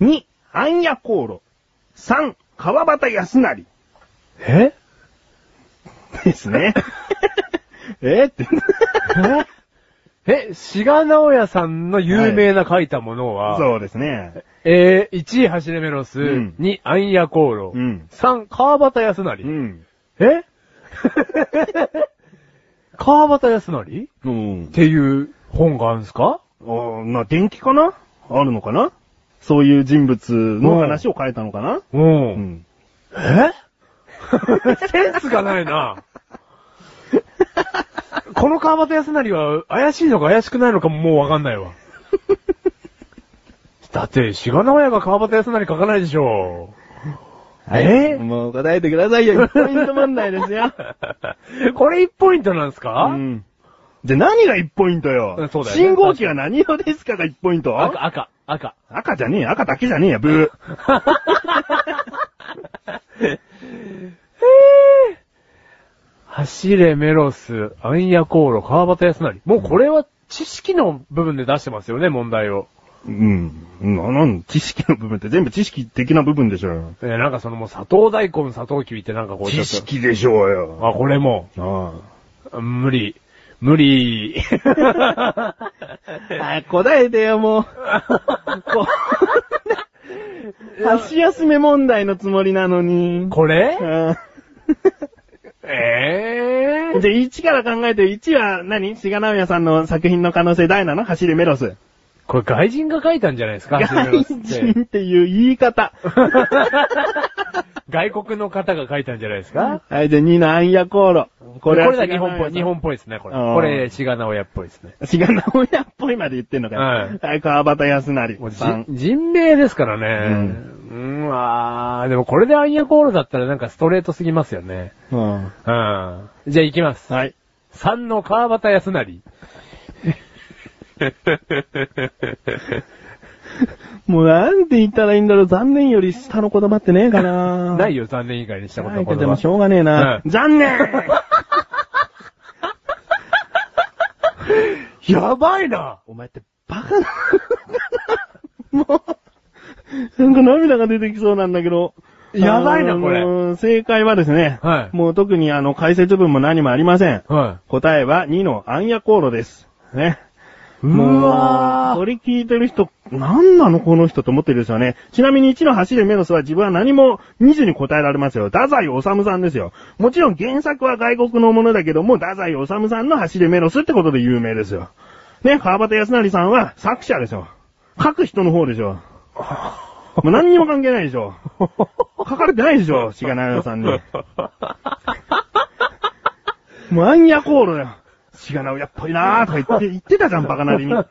B: 2、暗夜航路。3、川端康成。
A: え
B: です ね。えーって。
A: え、志賀直哉さんの有名な書いたものは、
B: そうですね。
A: えー、1位走れメロス、
B: うん
A: 2位アンヤコーロ、
B: うん
A: 3川端康成、
B: うん。
A: え 川端康成っ
B: うん。
A: ていう本があるんですか
B: ああ、な、電気かなあるのかなそういう人物の話を書いたのかな
A: うん。
B: うん。
A: え センスがないな。この川端康成は怪しいのか怪しくないのかももうわかんないわ。だって、志賀直哉が川端康成書かないでしょ。え
B: もう答えてくださいよ。1ポイ ント問題ですよ。
A: これ1ポイントなんですか、
B: うん。で、何が1ポイント
A: う
B: よ
A: ん。そうだよね
B: 信号機は何色ですかが1ポイント赤
A: 赤、赤、赤。
B: じゃねえよ赤だけじゃねえよ、ブー。
A: 走れメロス、アンヤコーロ、川端康成。もうこれは知識の部分で出してますよね、問題を。
B: うん。な、なん、知識の部分って全部知識的な部分でしょうよ。
A: えーなんかそのもう砂糖大根、砂糖キビってなんかこうちょっ
B: 知
A: と
B: 識でしょうよ。
A: あ、これも
B: あ
A: う、無理。無理。
B: あ。答えてよ、もう。 こう。箸休め問題のつもりなのに。
A: これ
B: うん
A: ええ
B: じゃあ1から考えて、1は何志賀直哉さんの作品の可能性大なの走るメロス。
A: これ外人が書いたんじゃないですか走れメロス
B: 外
A: って
B: 人っていう言い方。
A: 外国の方が書いたんじゃないですか
B: はい、じゃあ2の暗夜航路。
A: これ
B: は
A: これだ、日本っぽい、日本っぽいですね、これ。
B: あー
A: これ、志賀直哉っぽいですね。
B: 志賀直哉っぽいまで言ってんのかよ。
A: はい
B: はい、川端康
A: もう
B: 成
A: じ
B: さん。
A: 人名ですからね。うん、わー。でもこれでアイアンコールだったらなんかストレートすぎますよね。
B: うん。
A: うん。じゃあ行きます。
B: はい。
A: 3の川端康成。
B: もうなんて言ったらいいんだろう。残念より下の言葉ってねえかな
A: ない
B: よ。
A: よ、残念以外にしたこ
B: な
A: と
B: い
A: こ
B: け
A: と
B: ど
A: は
B: もしょうがねえな。
A: うん
B: 残念
A: やばいな
B: お前ってバカだ。もう、なんか涙が出てきそうなんだけど。
A: やばいな
B: あの
A: これ
B: 正解はですね。
A: はい
B: もう特にあの、解説文も何もありません。
A: は
B: 答えは2の暗夜航路です。ね。
A: い。うわ
B: もう
A: ー
B: これ聞いてる人、なんなのこの人と思ってるでしょうね。ちなみに1の走るメロスは自分は何も見ずに答えられますよ。太宰治さんですよ。もちろん原作は外国のものだけども、太宰治さんの走るメロスってことで有名ですよ。ね、川端康成さんは作者でしょ。書く人の方で しょ。もう何にも関係ないでしょ。書かれてないでしょ、志賀直哉さんに。もう暗夜航路だよ。志賀直哉っぽいなーとか 言って、言ってたじゃん、バカなりに。なんで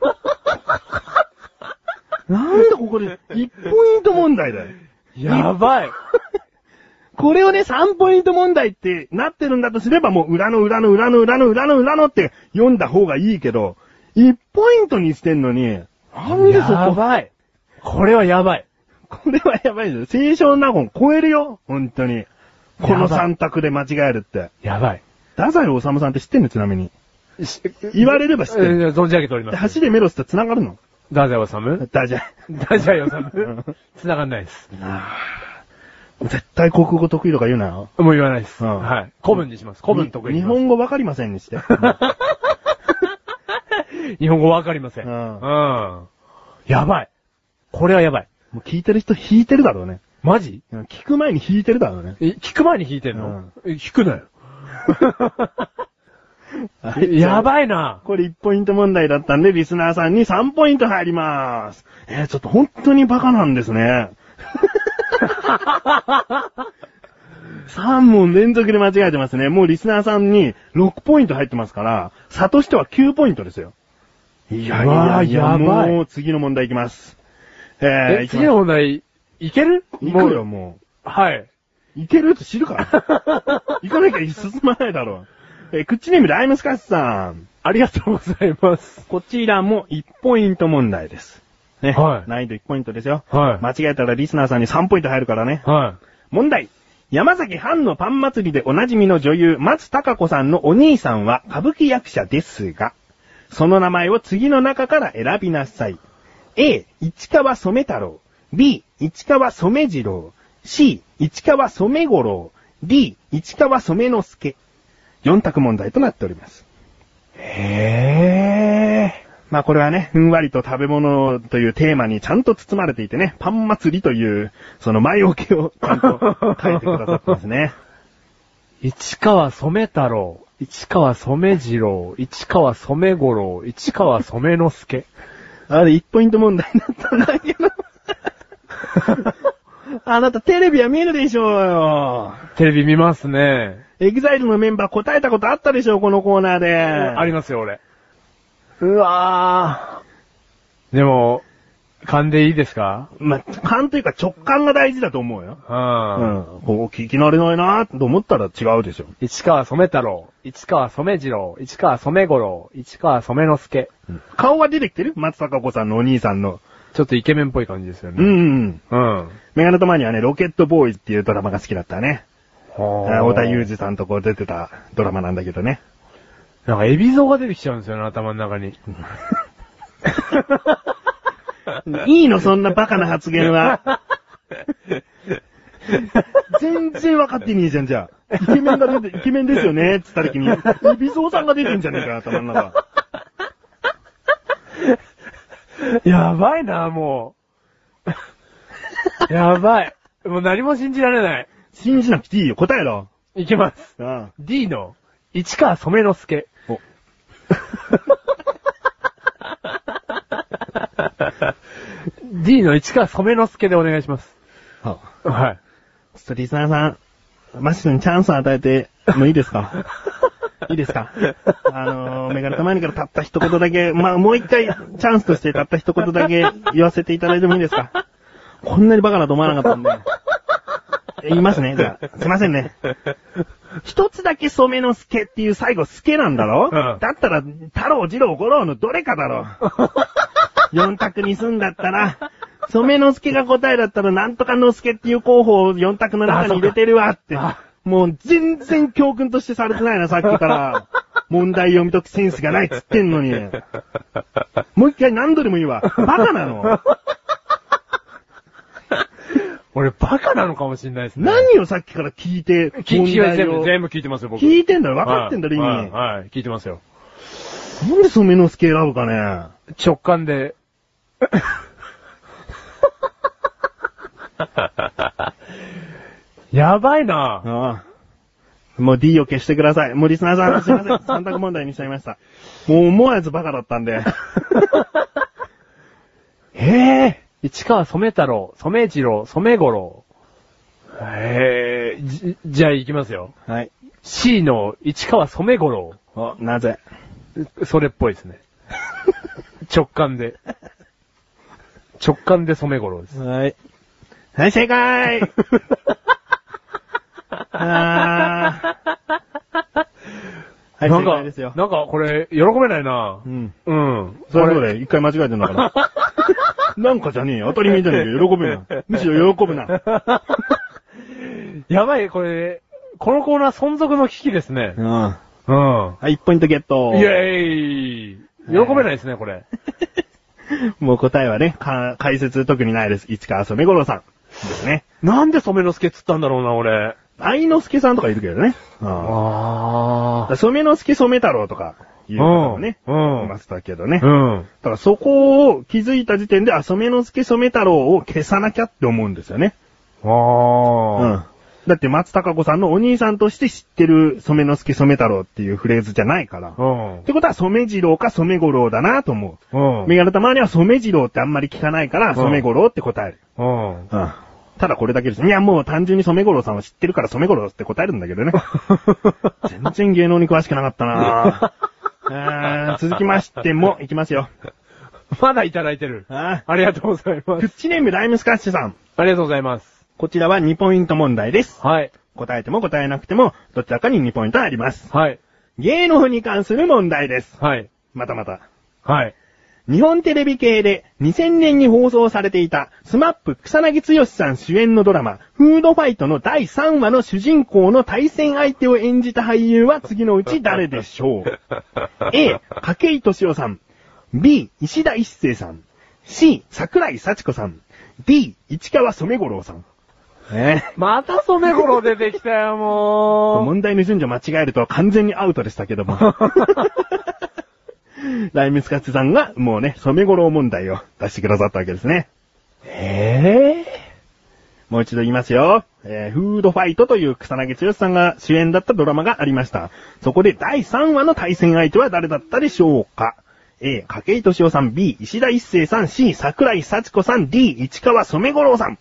B: ここで1ポイント問題だよ。
A: やばい
B: これをね、3ポイント問題ってなってるんだとすれば、もう裏の裏の裏の裏の裏の裏のって読んだ方がいいけど、1ポイントにしてんのに、なんでそ
A: や
B: こ、
A: ばいこれはやばい
B: これはやばいですよ。清少納言超えるよ、本当に。この3択で間違えるって。
A: やばい。
B: 太宰治さんって知ってんのちなみに。
A: し
B: 言われれば知ってる。
A: えー存じ上げており ます。
B: 走れメロスと繋がるの
A: ダザイオサム
B: ダジャ
A: ダジャイオサム
B: ん
A: 繋がんないです。
B: 絶対国語得意とか言うなよ。
A: もう言わないです。
B: うん
A: はい。古文にします。古文得意に
B: 日
A: します。
B: 本語わかりませんにして。
A: 日本語わかりません。
B: う
A: うんん。やばい。これはやばい。
B: もう聞いてる人引いてるだろうね。
A: マジ
B: うん聞く前に引いてるだろうね。
A: え、聞く前に弾いてん
B: う
A: の
B: ん、
A: え弾くなよ。 や
B: い。
A: ばいな。
B: これ1ポイント問題だったんで、リスナーさんに3ポイント入ります。えーちょっと本当にバカなんですね。3問連続で間違えてますね。もうリスナーさんに6ポイント入ってますから、差としては9ポイントですよ。いやいう
A: わ
B: や
A: ー
B: いや、
A: やばい
B: もう次の問題いきます。えー、
A: え、
B: いきま
A: 次の問題、いける
B: す行くよ、。も
A: はい。
B: う。いけると知るから。 行かなきゃ進まないだろう。えー、口ネームライムスカッシュさん。
A: ありがとうございます。
B: こちらも1ポイント問題です。ね。
A: はい
B: 難易度1ポイントですよ。
A: はい
B: 間違えたらリスナーさんに3ポイント入るからね。
A: は
B: 問題。山崎藩のパン祭りでおなじみの女優、松たか子さんのお兄さんは歌舞伎役者ですが、その名前を次の中から選びなさい。A、市川染太郎。B、市川染次郎。C、市川染五郎。D、市川染之助。4択問題となっております。
A: い。へえ。
B: まあこれはね、ふんわりと食べ物というテーマにちゃんと包まれていてね、パン祭りという、その前置きをちゃんと書いてくださってますね。
A: 市川染太郎、市川染次郎、市川染五郎、市川染之助。
B: あれ、1ポイント問題になったんだけ ど。あなたテレビは見るでしょうよ。
A: テレビ見ますね。
B: エグザイルのメンバー答えたことあったでしょう、このコーナーで。
A: ありますよ、俺。うわぁ。でも、勘でいいですか
B: まあ、勘というか直感が大事だと思うよ。
A: う。
B: うんん。ここ聞き慣れないなと思ったら違うでしょ。
A: 市川染太郎、市川染次郎、市川染五郎、市川染之助。
B: 顔は出てきてる松坂子さんのお兄さんの。
A: ちょっとイケメンっぽい感じですよ
B: う
A: ね。
B: ん。
A: うん。
B: メガネとマニはね、ロケットボーイっていうドラマが好きだったね。あー
A: 大
B: 太田裕二さんとこう出てたドラマなんだけどね。
A: なんか、エビゾが出てきちゃうんですよね、頭の中に。
B: いいのそんなバカな発言は。全然分かってねえじゃん、じゃあ。イケメンが出て、イケメンですよねつった時に、エビゾーさんが出てんじゃねえか、頭の中。
A: やばいな、も う。やばい。もう何も信じられない。
B: 信じなくていいよ、答えろ。
A: いきます。
B: うん。
A: D の、市川染之助。
B: お
A: うん D の市川染之助でお願いします。
B: は
A: はい。
B: ちょっとリスナーさん、マッシュにチャンスを与えてもいいです かいいですかあのー、メガネたまにからたった一言だけ、まあ、もう一回チャンスとしてたった一言だけ言わせていただいてもいいですかこんなにバカだと思わなかった んで。え言いますね、じゃあ。すいませんね。一つだけ染めの助っていう最後助なんだろ、
A: うん
B: だったら、太郎、二郎、五郎のどれかだろ。四択にすんだったら、染之助が答えだったら、なんとか之助っていう候補を四択の中に入れてるわって
A: あ。
B: もう全然教訓としてされてないな、さっきから。問題読み解くセンスがないっつってんのに。もう一回何度でもいいわ。バカなの
A: 俺バカなのかもしれないですね。
B: 何をさっきから聞いて、
A: 聞
B: 問
A: 聞いて
B: 題
A: 全部、
B: を。
A: 全部聞いてますよ、僕。
B: 聞いてんだろ分かってんだろ、意
A: はい
B: 味。
A: はい、はい聞いてますよ。
B: なんで染之助選ぶかね
A: 直感 で。やばいな
B: ああ。もう D を消してください。もうリスナーさん、すいません。三択問題にしちゃいました。もう思わずバカだったんで。
A: へえ。市川染太郎、染次郎、染五郎。へえ、じ、じゃあ行きますよ。
B: はい。
A: C の市川染五郎。
B: お、なぜ
A: それっぽい ですね。直感で。直感で染五郎です。
B: はい。はい、正解あーはい、
A: なん
B: 正
A: か、
B: 解ですよ。
A: なんかこれ、喜べないな
B: うん。
A: うん。
B: それぞれ一回間違えてんだから。なんかじゃねえよ。当たり前じゃねえよ。喜ぶな。むしろ喜ぶな。
A: やばい、これ、このコーナー存続の危機ですね
B: う。ん。は
A: うん。
B: い、1ポイントゲット。
A: イェーイ喜べないですね、これ。
B: もう答えはね、か解説特にないです。市川染五郎さん。ですね。
A: なんで染之助っつったんだろうな、俺。
B: 愛之助さんとかいるけどね。
A: あ
B: 染之助染太郎とか、いう方もね、
A: うんうん
B: いましたけどね。
A: う
B: だ
A: ん。
B: からそこを気づいた時点で、あ、染之助染太郎を消さなきゃって思うんですよね。う
A: あ
B: ん。だって松高子さんのお兄さんとして知ってる染之助染太郎っていうフレーズじゃないから
A: あ。。うん
B: ってことは染次郎か染五郎だなと思う。
A: うん。
B: メガネたまには染次郎ってあんまり聞かないから、染五郎って答える。
A: うん。
B: うん。ただこれだけです。いや、もう単純に染五郎さんは知ってるから染五郎って答えるんだけどね。全然芸能に詳しくなかったなぁえー続きましても、いきますよ。
A: まだいただいてる。
B: あ
A: ありがとうございま
B: ープ
A: す。
B: ッチネームライムスカッシュさん。
A: ありがとうございます。
B: こちらは2ポイント問題です。
A: はい。
B: 答えても答えなくても、どちらかに2ポイントあります。
A: はい。
B: 芸能に関する問題です。
A: はい。
B: またまた。
A: はい。
B: 日本テレビ系で2000年に放送されていたスマップ草薙剛さん主演のドラマ、フードファイトの第3話の主人公の対戦相手を演じた俳優は次のうち誰でしょう ?A、筧利夫さん。B、石田一生さん。C、桜井幸子さん。D、市川染五郎さん。ええ
A: また染め頃出てきたよ、もう。
B: 問題の順序間違えると完全にアウトでしたけども。ライムスカッツさんがもうね、染五郎問題を出してくださったわけですね。
A: え
B: もう一度言いますよ。えー、フードファイトという草薙剛さんが主演だったドラマがありました。そこで第3話の対戦相手は誰だったでしょうか ?A、筧敏夫さん、B、石田一生さん、C、桜井幸子さん、D、市川染五郎さん。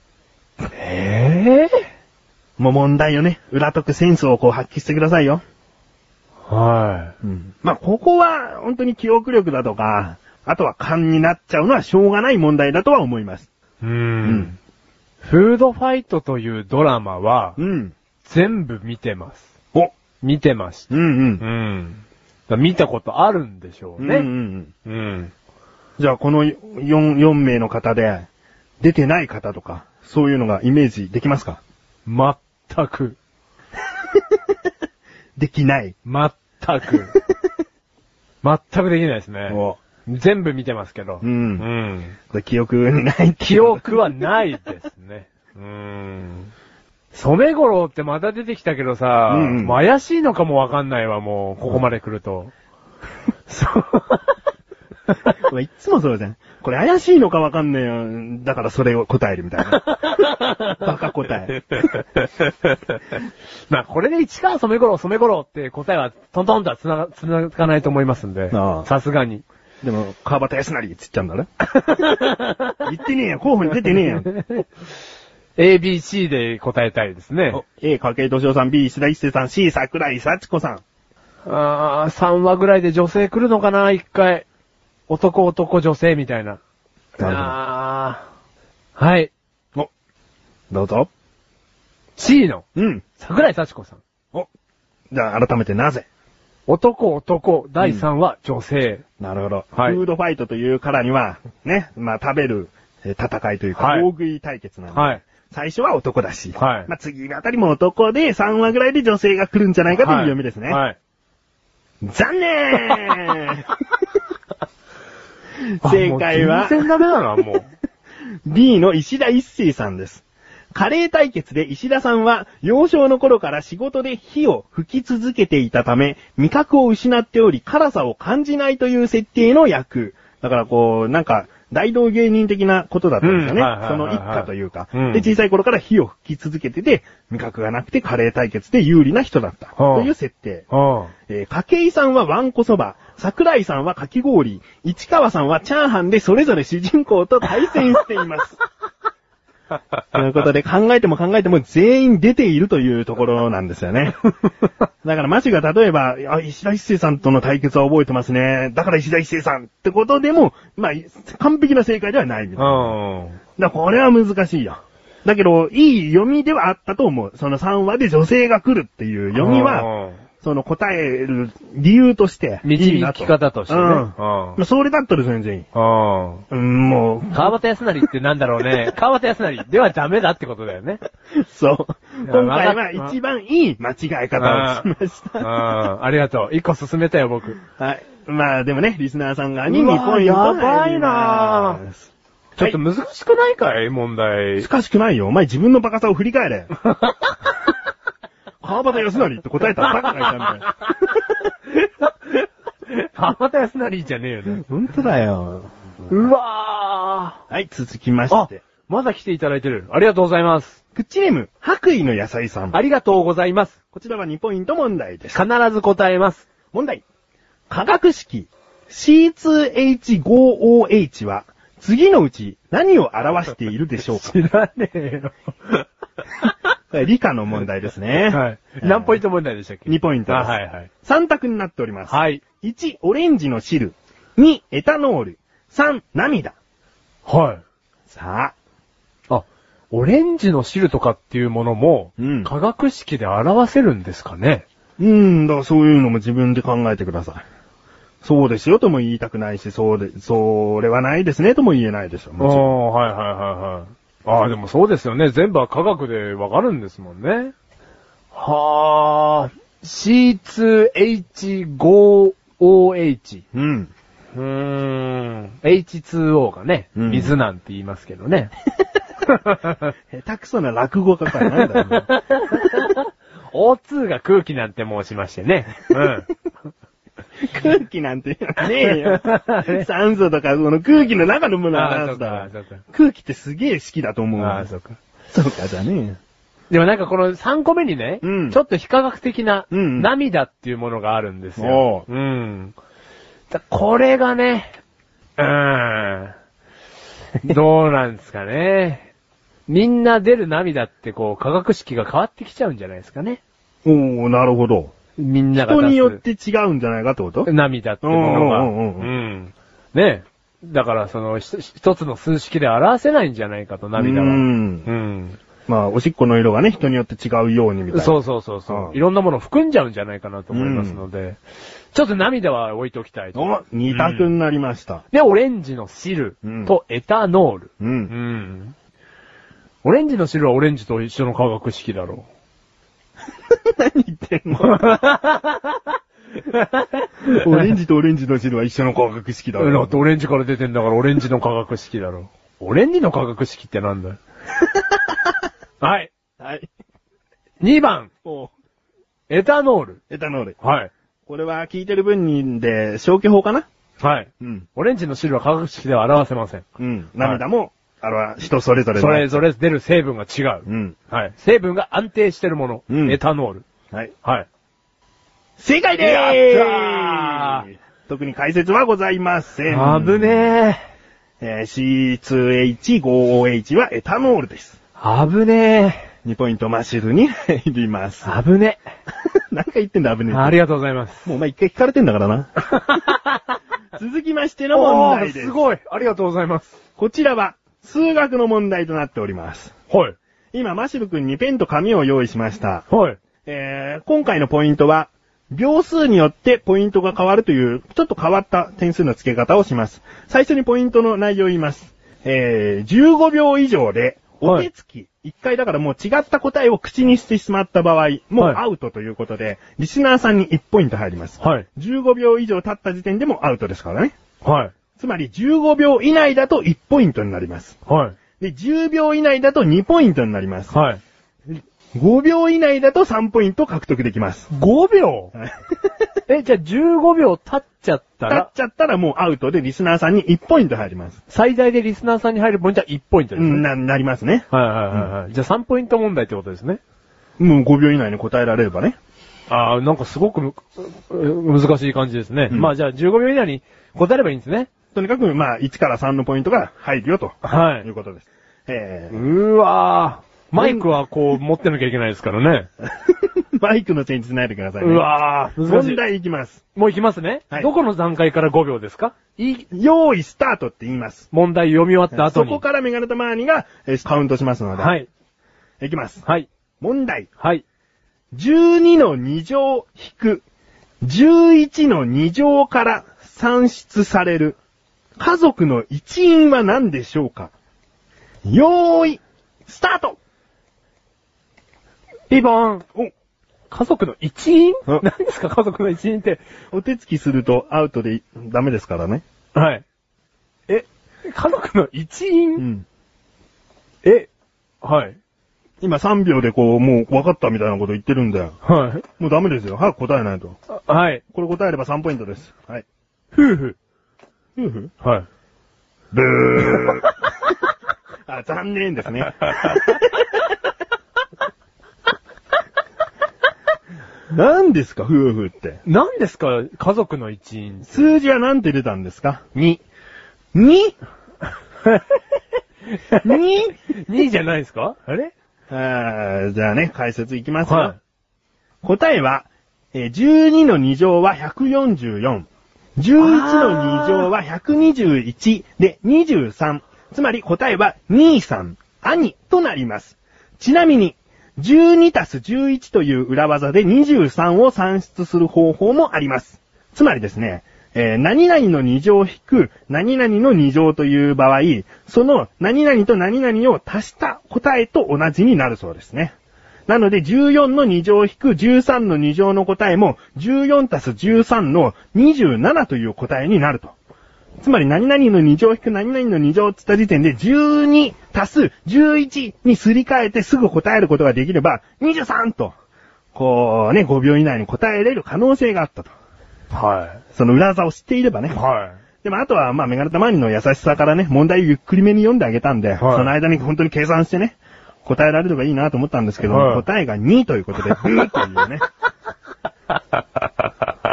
A: ぇえ
B: もう問題よね。裏解くセンスをこう発揮してくださいよ。
A: ぇは
B: まあ、ここは本当に記憶力だとか、あとは勘になっちゃうのはしょうがない問題だとは思います。
A: い。う。。
B: うん
A: フードファイトというドラマは、
B: うん。
A: 全部見てます。
B: お。
A: 見てました
B: う。ん
A: う。ん。だから見たことあるんでしょう
B: ね。
A: ね。
B: ん。
A: うん。
B: じゃあ、この4、4名の方で、出てない方とか、そういうのがイメージできますか
A: まったく。
B: できない。
A: まった く。まったくできないですね。
B: お
A: 全部見てますけど。
B: うん
A: うん。
B: 記憶にない。
A: 記憶はないですね。うん。染五郎ってまた出てきたけどさ、
B: うんうん
A: もう怪しいのかもわかんないわ、もう、ここまで来ると。そう。
B: これいつもそうじゃん。これ怪しいのかわかんないよ。だからそれを答えるみたい な。バカ答え。
A: まあ、これで市川染五郎、染五郎って答えはトントンとはつなが、つながないと思いますんで
B: ああ。
A: さすが に。
B: でも、川端康成っつっちゃうんだね。言ってねえよ。候補に出てねえよ。
A: ABC で答えたいですね。
B: A、筧敏夫さん、B、石田一世さん、C、桜井幸子さん。
A: あー、3話ぐらいで女性来るのかな、一回。男男女性みたいな。
B: なるほど
A: あー。はい。
B: どうぞ。
A: C の、
B: うん。
A: 桜井幸子さん。
B: お。じゃあ、改めてなぜ
A: 男男、第3話、女性。
B: なるほど。
A: はい
B: フードファイトというからには、ね、まあ食べるえー戦いというか、
A: はい
B: 大食い対決なんで、
A: はい。
B: 最初は男だし、
A: はい
B: まあ次あたりも男で、3話ぐらいで女性が来るんじゃないかという読みですね。
A: はい。
B: 残 念
A: あ
B: 正解
A: も
B: は
A: う、全然ダメだな、もう。
B: B の石田一生さんです。カレー対決で石田さんは幼少の頃から仕事で火を吹き続けていたため、味覚を失っており辛さを感じないという設定の役。だからこう、なんか、大道芸人的なことだったんですよね。
A: うんはいはい
B: そ
A: はい
B: の
A: はい
B: 一家というか、
A: うん
B: で、小さい頃から火を吹き続けてて、味覚がなくてカレー対決で有利な人だった。
A: はあ
B: という設定。
A: うん。
B: えー、筧さんはわんこそば、桜井さんはかき氷、市川さんはチャーハンでそれぞれ主人公と対戦して います。ということで、考えても考えても全員出ているというところなんです よね。だから、マシュが例えば、あ、石田一生さんとの対決は覚えてますね。だから石田一生さんってことでも、まあ、完璧な正解ではないみたいな。
A: うん。
B: だからこれは難しいよ。だけど、いい読みではあったと思う。その3話で女性が来るっていう読みは、
A: うん、
B: その答える理由として。いい
A: 導
B: な
A: き方としてね。
B: う。
A: うん
B: まあそれだったら全然いい。
A: ん。うん。
B: うん、もう、
A: 川端康成ってなんだろうね。川端康成ではダメだってことだよね。
B: そう。
A: いや
B: 今回は
A: わかっ
B: 一番いい間違え方をしまし
A: う
B: た。
A: ん。ありがとう。一個進めたよ、僕。
B: はい。まあでもね、リスナーさんが2
A: うわ
B: ポイント入ります
A: やばいなぁちょっと難しくないかい問 題。
B: 難しくないよ。お前自分のバカさを振り 返れ。川端康成って答えたらバカがいたんだよ。
A: 浜田康成じゃねえよね。
B: ほんとだよ。
A: うわ
B: はい、続きま
A: ー。
B: し
A: あ
B: て。、
A: まだ来ていただいてる。ありがとうございます。
B: クッチネーム、白衣の野菜さん。
A: ありがとうございます。
B: こちらは2ポイント問題です。
A: 必ず答えます。
B: 問題。化学式 C2H5OH は次のうち何を表しているでしょうか
A: ら ねえよ。
B: これ理科の問題ですね。
A: はい。 何ポイント問題でしたっけ
B: ?2 ポイント
A: あ
B: です。
A: はいはい。
B: 3択になっております。
A: はい。
B: 1、オレンジの汁。2、エタノール。3、涙。
A: はい。
B: さあ、
A: あ、オレンジの汁とかっていうものも、
B: うん
A: 化学式で表せるんですかね
B: うーん、だからそういうのも自分で考えてください。そうですよとも言いたくないし、そうで、それはないですねとも言えないでしょ。
A: あ
B: もちろん
A: あ、はいはいはいはい。ああ、でもそうですよね。全部は科学でわかるんですもんね。はあ、C2H5OH。
B: うん。
A: うーん。H2O がね、
B: うん
A: 水なんて言いますけどね。
B: 下手くそな落語家からなんだろうな
A: O2 が空気なんて申しましてね。 うん。
B: 空気なんてねえよ。 酸素とか、その空気の中のものを
A: ああ、そ
B: 話
A: う
B: すだろ
A: か、そうか。
B: 空気ってすげえ好きだと思う。
A: ああ、そうか。
B: そうかじゃねえよ。
A: でもなんかこの3個目にね、
B: うん
A: ちょっと非科学的な
B: うんうん
A: 涙っていうものがあるんですよ。
B: お
A: うん。だこれがね、う ーん。どうなんですかね。みんな出る涙ってこう、科学式が変わってきちゃうんじゃないですかね。
B: おー、なるほど。
A: みんなが出す
B: 人によって違うんじゃないかってこと
A: 涙ってものが。
B: うんうんうんうん
A: んねだからその、ひ一つの数式で表せないんじゃないかと、涙は。
B: うん
A: うん
B: まあ、おしっこの色がね、人によって違うようにみたいな。。
A: そううそうそうそう、
B: うん
A: いろんなものを含んじゃうんじゃないかなと思いますので、ちょっと涙は置いておきたいと。
B: お、二択になりました。
A: で、オレンジの汁とエタノール、
B: う。
A: うんんオレンジの汁はオレンジと一緒の化学式だろ
B: 何言って んのオレンジとオレンジの汁は一緒の光学式だ
A: う。だ
B: ろ
A: って。オレンジから出てんだからオレンジの化学式だろう。オレンジの化学式ってなんだ よ。はい。
B: はい。
A: 2番、
B: お
A: エタノール。
B: エタノール。
A: はい。
B: これは聞いてる分にで、消去法かな
A: はい。
B: うん。
A: オレンジの汁は化学式では表せません。
B: うん。涙も、あれは人それぞれ
A: そ
B: の
A: れぞれ出る成分が違う。
B: うん。
A: はい。成分が安定してるもの。
B: うん
A: エタノール。
B: はい。
A: はい。
B: 正解で
A: やった
B: ー
A: ー
B: す特に解説はございません。
A: あぶね
B: えー C2H5OH はエタノールです。
A: え。あぶねえ。
B: 2ポイントマシルに入ります。
A: あぶね
B: 何回言ってんだ、危
A: え。
B: ねえ。
A: ありがとうございます。
B: もうお前一回聞かれてんだか らな。続きましての問題です。
A: すごい。ありがとうございます。
B: こちらは数学の問題となっております。
A: はい。
B: 今、マシル君にペンと紙を用意しました。
A: はい。
B: えー、今回のポイントは、秒数によってポイントが変わるという、ちょっと変わった点数の付け方をします。最初にポイントの内容を言います。えー、15秒以上で、お手つき、一、回だからもう違った答えを口にしてしまった場合、も
A: は
B: う
A: い
B: アウトということで、リスナーさんに1ポイント入ります。
A: はい。
B: 15秒以上経った時点でもアウトですからね。
A: はい。
B: つまり15秒以内だと1ポイントになります。
A: はい。
B: で、10秒以内だと2ポイントになります。
A: はい。
B: 5秒以内だと3ポイント獲得できます。
A: 5秒
B: はい
A: え、じゃあ15秒経っちゃった
B: 立っ
A: ら、
B: ちゃったらもうアウトでリスナーさんに1ポイント入ります。
A: 最大でリスナーさんに入るポイントは1ポイント
B: う
A: ですね。
B: ん、な、なりますね。
A: はいはいはいはい。じゃあ3ポイント問題ってことですね。
B: もう5秒以内に答えられればね。
A: ああ、なんかすごくむう難しい感じですね。
B: うん
A: まあじゃあ15秒以内に答えればいいんですね。
B: とにかく、まあ、1から3のポイントが入るよと。
A: はいいう
B: ことです。え
A: うーわー。マイクはこう持ってなきゃいけないですからね。
B: ー、バイクのチェンジしないでくださいね。
A: うわー難しい
B: 問題いきます。
A: もう行きますね。
B: はい
A: どこの段階から5秒ですかい
B: 用意スタートって言います。
A: 問題読み終わった後
B: そ
A: に。
B: こからメガネタマーニが、えーカウントしますので。。
A: はいい。
B: いきます。
A: はい。
B: 問題。
A: はい。
B: 12の2乗引く、11の2乗から算出される、家族の一員は何でしょうかよーい、スタート
A: ピボーン。
B: お、
A: 家族の一員
B: うん
A: 何ですか家族の一員って。
B: お手つきするとアウトでダメですからね。
A: はい。え、家族の一
B: う
A: 員
B: ん。
A: え、はい。
B: 今3秒でこう、もう分かったみたいなこと言ってるんだよ。
A: はい。
B: もうダメですよ。早く答えないと。
A: あはい。
B: これ答えれば3ポイントです。はい。
A: 夫婦。
B: 夫婦
A: はい。
B: ブー。 あ、残念ですね。 何ですか、夫婦って。
A: 何ですか家族の一員。
B: 数字は何て出たんですか
A: 2。
B: ?2? 2?
A: 2じゃないですかあれ
B: あーじゃあね、解説いきますよ。
A: は
B: 答えは、えー12の2乗は144。11の2乗は121で23。つまり答えは23、兄となります。ちなみに、12たす11という裏技で23を算出する方法もあります。つまりですね、えー何々の2乗引く何々の2乗という場合、その何々と何々を足した答えと同じになるそうですね。なので、14の2乗引く13の2乗の答えも、14たす13の27という答えになると。つまり、何々の2乗引く何々の2乗って言った時点で、12たす11にすり替えてすぐ答えることができれば、23と、こうね、5秒以内に答えれる可能性があったと。
A: は
B: その裏技を知っていればね。
A: い。は
B: でも、あとは、まあ、メガネたまにの優しさからね、問題をゆっくりめに読んであげたんで、
A: はい
B: その間に本当に計算してね、答えられればいいなと思ったんですけど、
A: はい
B: 答えが2ということで、ブーという ね。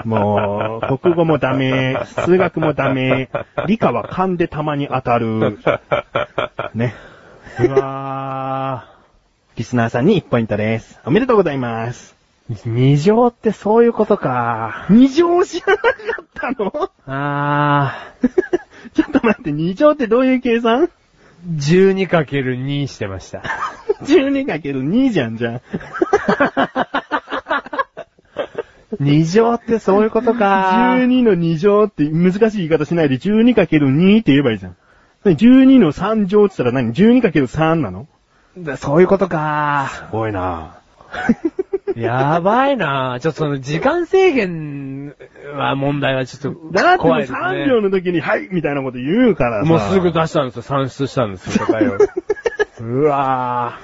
B: もう、国語もダメ、数学もダメ、理科は勘でたまに当たる。ね。
A: い。うわ
B: リスナーさんに1ポイントです。おめでとうございます。
A: ー。二乗ってそういうことか。
B: 2乗知らなかったの
A: あ
B: ちょっと待って、2乗ってどういう計算
A: ー。12×2 してました。
B: ?12×2 じゃんじゃん。
A: 二乗ってそういうことか。
B: 12の2乗って難しい言い方しないで 12×2 って言えばいいじゃん。12の3乗って言ったら何 ?12×3 なの
A: だそういうことか。
B: すごいな
A: やばいなちょっとその時間制限は問題はちょっ
B: だって
A: と怖いですね。
B: 3秒の時に、はいみたいなこと言うからさ。
A: もうすぐ出したんですよ。算出したんですよ、答えを。 うわ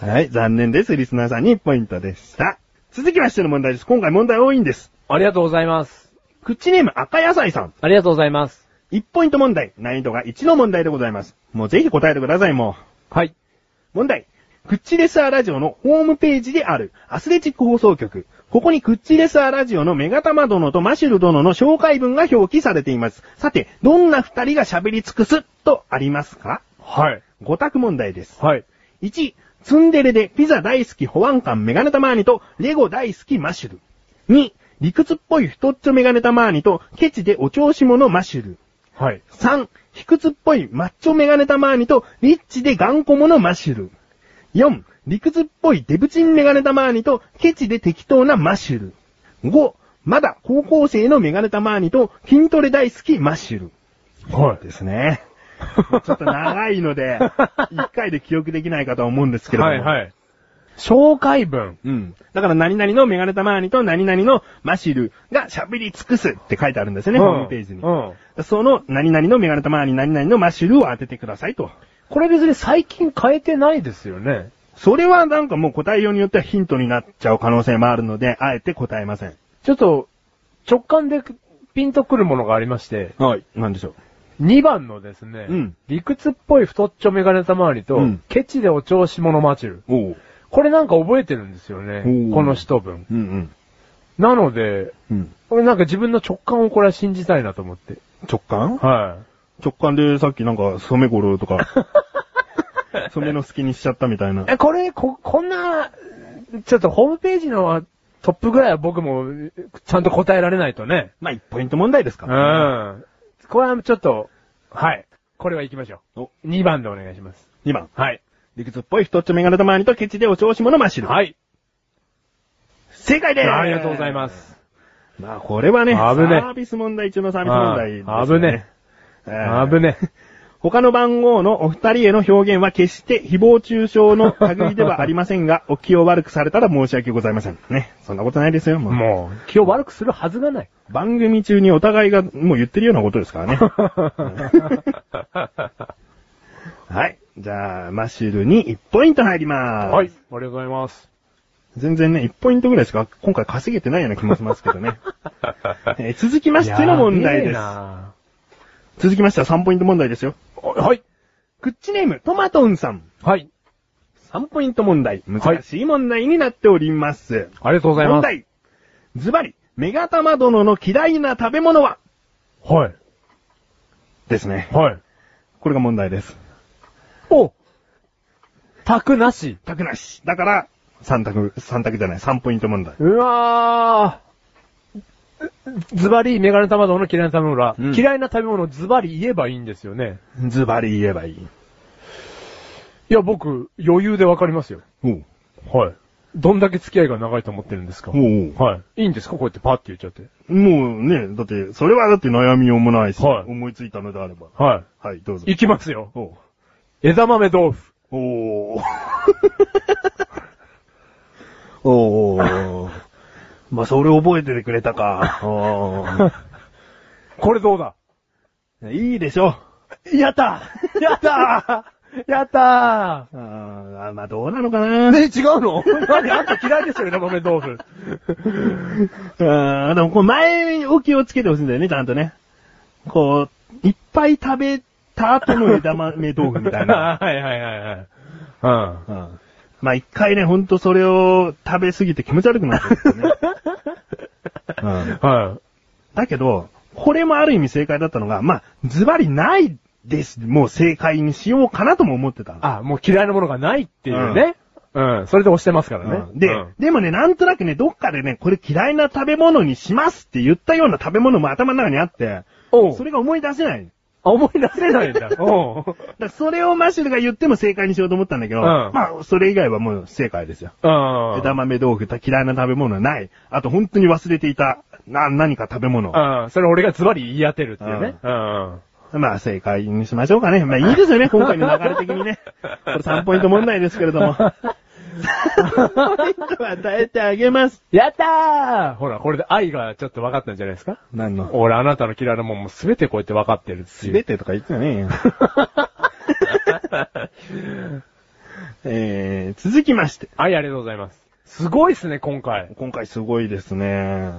B: はい、残念です。リスナーさんに1ポイントでした。続きましての問題です。今回問題多いんです。
A: ぁ。ありがとうございます。
B: クッチネーム赤野菜さん。
A: ありがとうございます。
B: 1ポイント問題。難易度が1の問題でございます。もうぜひ答えてください、もう。
A: はい。
B: 問題。クッチレスアラジオのホームページであるアスレチック放送局。ここにクッチレスアラジオのメガタマ殿とマシュル殿の紹介文が表記されています。さて、どんな二人が喋り尽くすとありますか
A: はい。
B: 五択問題です。
A: はい。
B: 1、ツンデレでピザ大好き保安官メガネタマーニとレゴ大好きマシュル。2、理屈っぽい太っちょメガネタマーニとケチでお調子者マシュル。
A: はい。
B: 3、卑屈っぽいマッチョメガネタマーニと、リッチで頑固者マッシュル。4、理屈っぽいデブチンメガネタマーニと、ケチで適当なマッシュル。5、まだ高校生のメガネタマーニと、筋トレ大好きマッシュル。
A: は
B: ですね。ちょっと長いので、1回で記憶できないかとは思うんですけれども。
A: はい、はい。 紹介文。
B: うん。だから何々のメガネタマーニと何々のマッシュルが喋り尽くすって書いてあるんですよね、
A: うん
B: ホームページに。
A: うん。
B: その、何々のメガネたまわり何々のマッシュルを当ててくださいと。
A: これ別に最近変えてないですよね。
B: それはなんかもう答えようによってはヒントになっちゃう可能性もあるので、あえて答えません。
A: ちょっと、直感でピンとくるものがありまして、
B: はい。なんでしょう。
A: 2番のですね、
B: うん
A: 理屈っぽい太っちょメガネたまわりと、
B: うん
A: ケチでお調子者マチル。
B: おう。
A: これなんか覚えてるんですよね
B: お。ー
A: この一文。
B: うんうん。
A: なので、
B: うん。
A: これなんか自分の直感をこれは信じたいなと思って。
B: 直感
A: は。。
B: 直感でさっきなんか染めろと か、染めの好きにしちゃったみたいない
A: え、これ、こ、こんな、ちょっとホームページのトップぐらいは僕もちゃんと答えられないとね。
B: まあ、1ポイント問題です
A: う
B: から、ね。
A: ん。これはちょっと、はい。これは行きましょ
B: お、
A: う。2番でお願いします。
B: 2番。
A: はい。
B: 理屈っぽい太っちょメガネたまわりとケチでお調子者マッシュル。い。
A: はい。
B: 正解です
A: ありがとうございま。す。
B: まあ、これはね、
A: 危ね
B: サービス問題中のサービス問題です、
A: あー危ね。
B: え
A: あ
B: ー
A: ぶね。
B: 他の番号のお二人への表現は決して誹謗中傷の類ではありません が、お気を悪くされたら申し訳ございません。ね。そんなことないですよ、もう。
A: もう、気を悪くするはずがない。
B: 番組中にお互 いがもう言ってるようなことですからね。はい。じゃあ、マッシュルに1ポイント入ります。
A: はい。ありがとうございます。
B: 全然ね、1ポイントぐらいしか今回稼げてないような気もしますけ どね。えー続きましての問題
A: やべえ
B: です。
A: な
B: 続きましては3ポイント問題ですよ。
A: あはい。
B: クッチネーム、トマトンさん。
A: はい。
B: 3ポイント問題。難しい問題になっております。
A: ありがとうございま
B: 問
A: す。
B: 題。ズバリ、メガタマ殿の嫌いな食べ物は
A: はい。
B: ですね。
A: はい。
B: これが問題です。
A: おタクなし。
B: 択なし。だから、3択、3択じゃない、3ポイント問題。
A: うわー。ズバリ、メガネ玉丼の嫌いな食べ物は、
B: うん
A: 嫌いな食べ物をズバリ言えばいいんですよね。
B: ズバリ言えばいい。
A: いや、僕、余裕でわかりますよ。
B: おう。
A: はい。どんだけ付き合いが長いと思ってるんですか
B: おうおう
A: はい。いいんですかこうやってパーって言っちゃって。
B: もうね、だって、それはだって悩みようもないし、
A: はい
B: 思いついたのであれば。
A: は
B: はい、どうぞ
A: い。。いきますよ。
B: おう
A: 枝豆豆腐。
B: おー。おー。まあ、それ覚えててくれたか。おー
A: これどうだ
B: いいでしょ。
A: やったーやったーやった
B: あーまあ、どうなのかな。
A: ーえ、違うの何あんた嫌いですよ、枝豆豆腐。
B: あーでも、こう、前置きをつけてほしいんだよね、ちゃんとね。こう、いっぱい食べた後の枝豆豆腐みたいな。
A: はいはいはいはい。うん。
B: うんまあ、一回ね、ほんとそれを食べ過ぎて気持ち悪くなったんですよね。うん
A: は
B: だけど、これもある意味正解だったのが、まあ、ズバリないです。もう正解にしようかなとも思ってた
A: い。
B: の。
A: あ、もう嫌いなものがないっていうね。うん。それで押してますからね
B: う。んで、
A: うん
B: でもね、なんとなくね、どっかでね、これ嫌いな食べ物にしますって言ったような食べ物も頭の中にあって、
A: おう
B: それが思い出せない。
A: あ思い出せないん だ。おう。
B: だからそれをマシュルが言っても正解にしようと思ったんだけど、
A: うん
B: まあ、それ以外はもう正解ですよ。
A: うん。
B: 枝豆豆腐、嫌いな食べ物はない。あと、本当に忘れていた、な、何か食べ物。
A: うん。それ俺がズバリ言い当てるっていうね。うん。
B: まあ、正解にしましょうかね。まあ、いいですよね、今回の流れ的に ね。これ3ポイント問題ですけれども。3ポイントは与えてあげます。
A: やったーほら、これで愛がちょっと分かったんじゃないですか
B: 何の
A: 俺、あなたの嫌いなもんもすべてこうやって分かってるっていう。
B: 全てとか言ってねえよ。 えー、続きまして。
A: はい、ありがとうございます。すごいっすね、今回。
B: 今回すごいですね。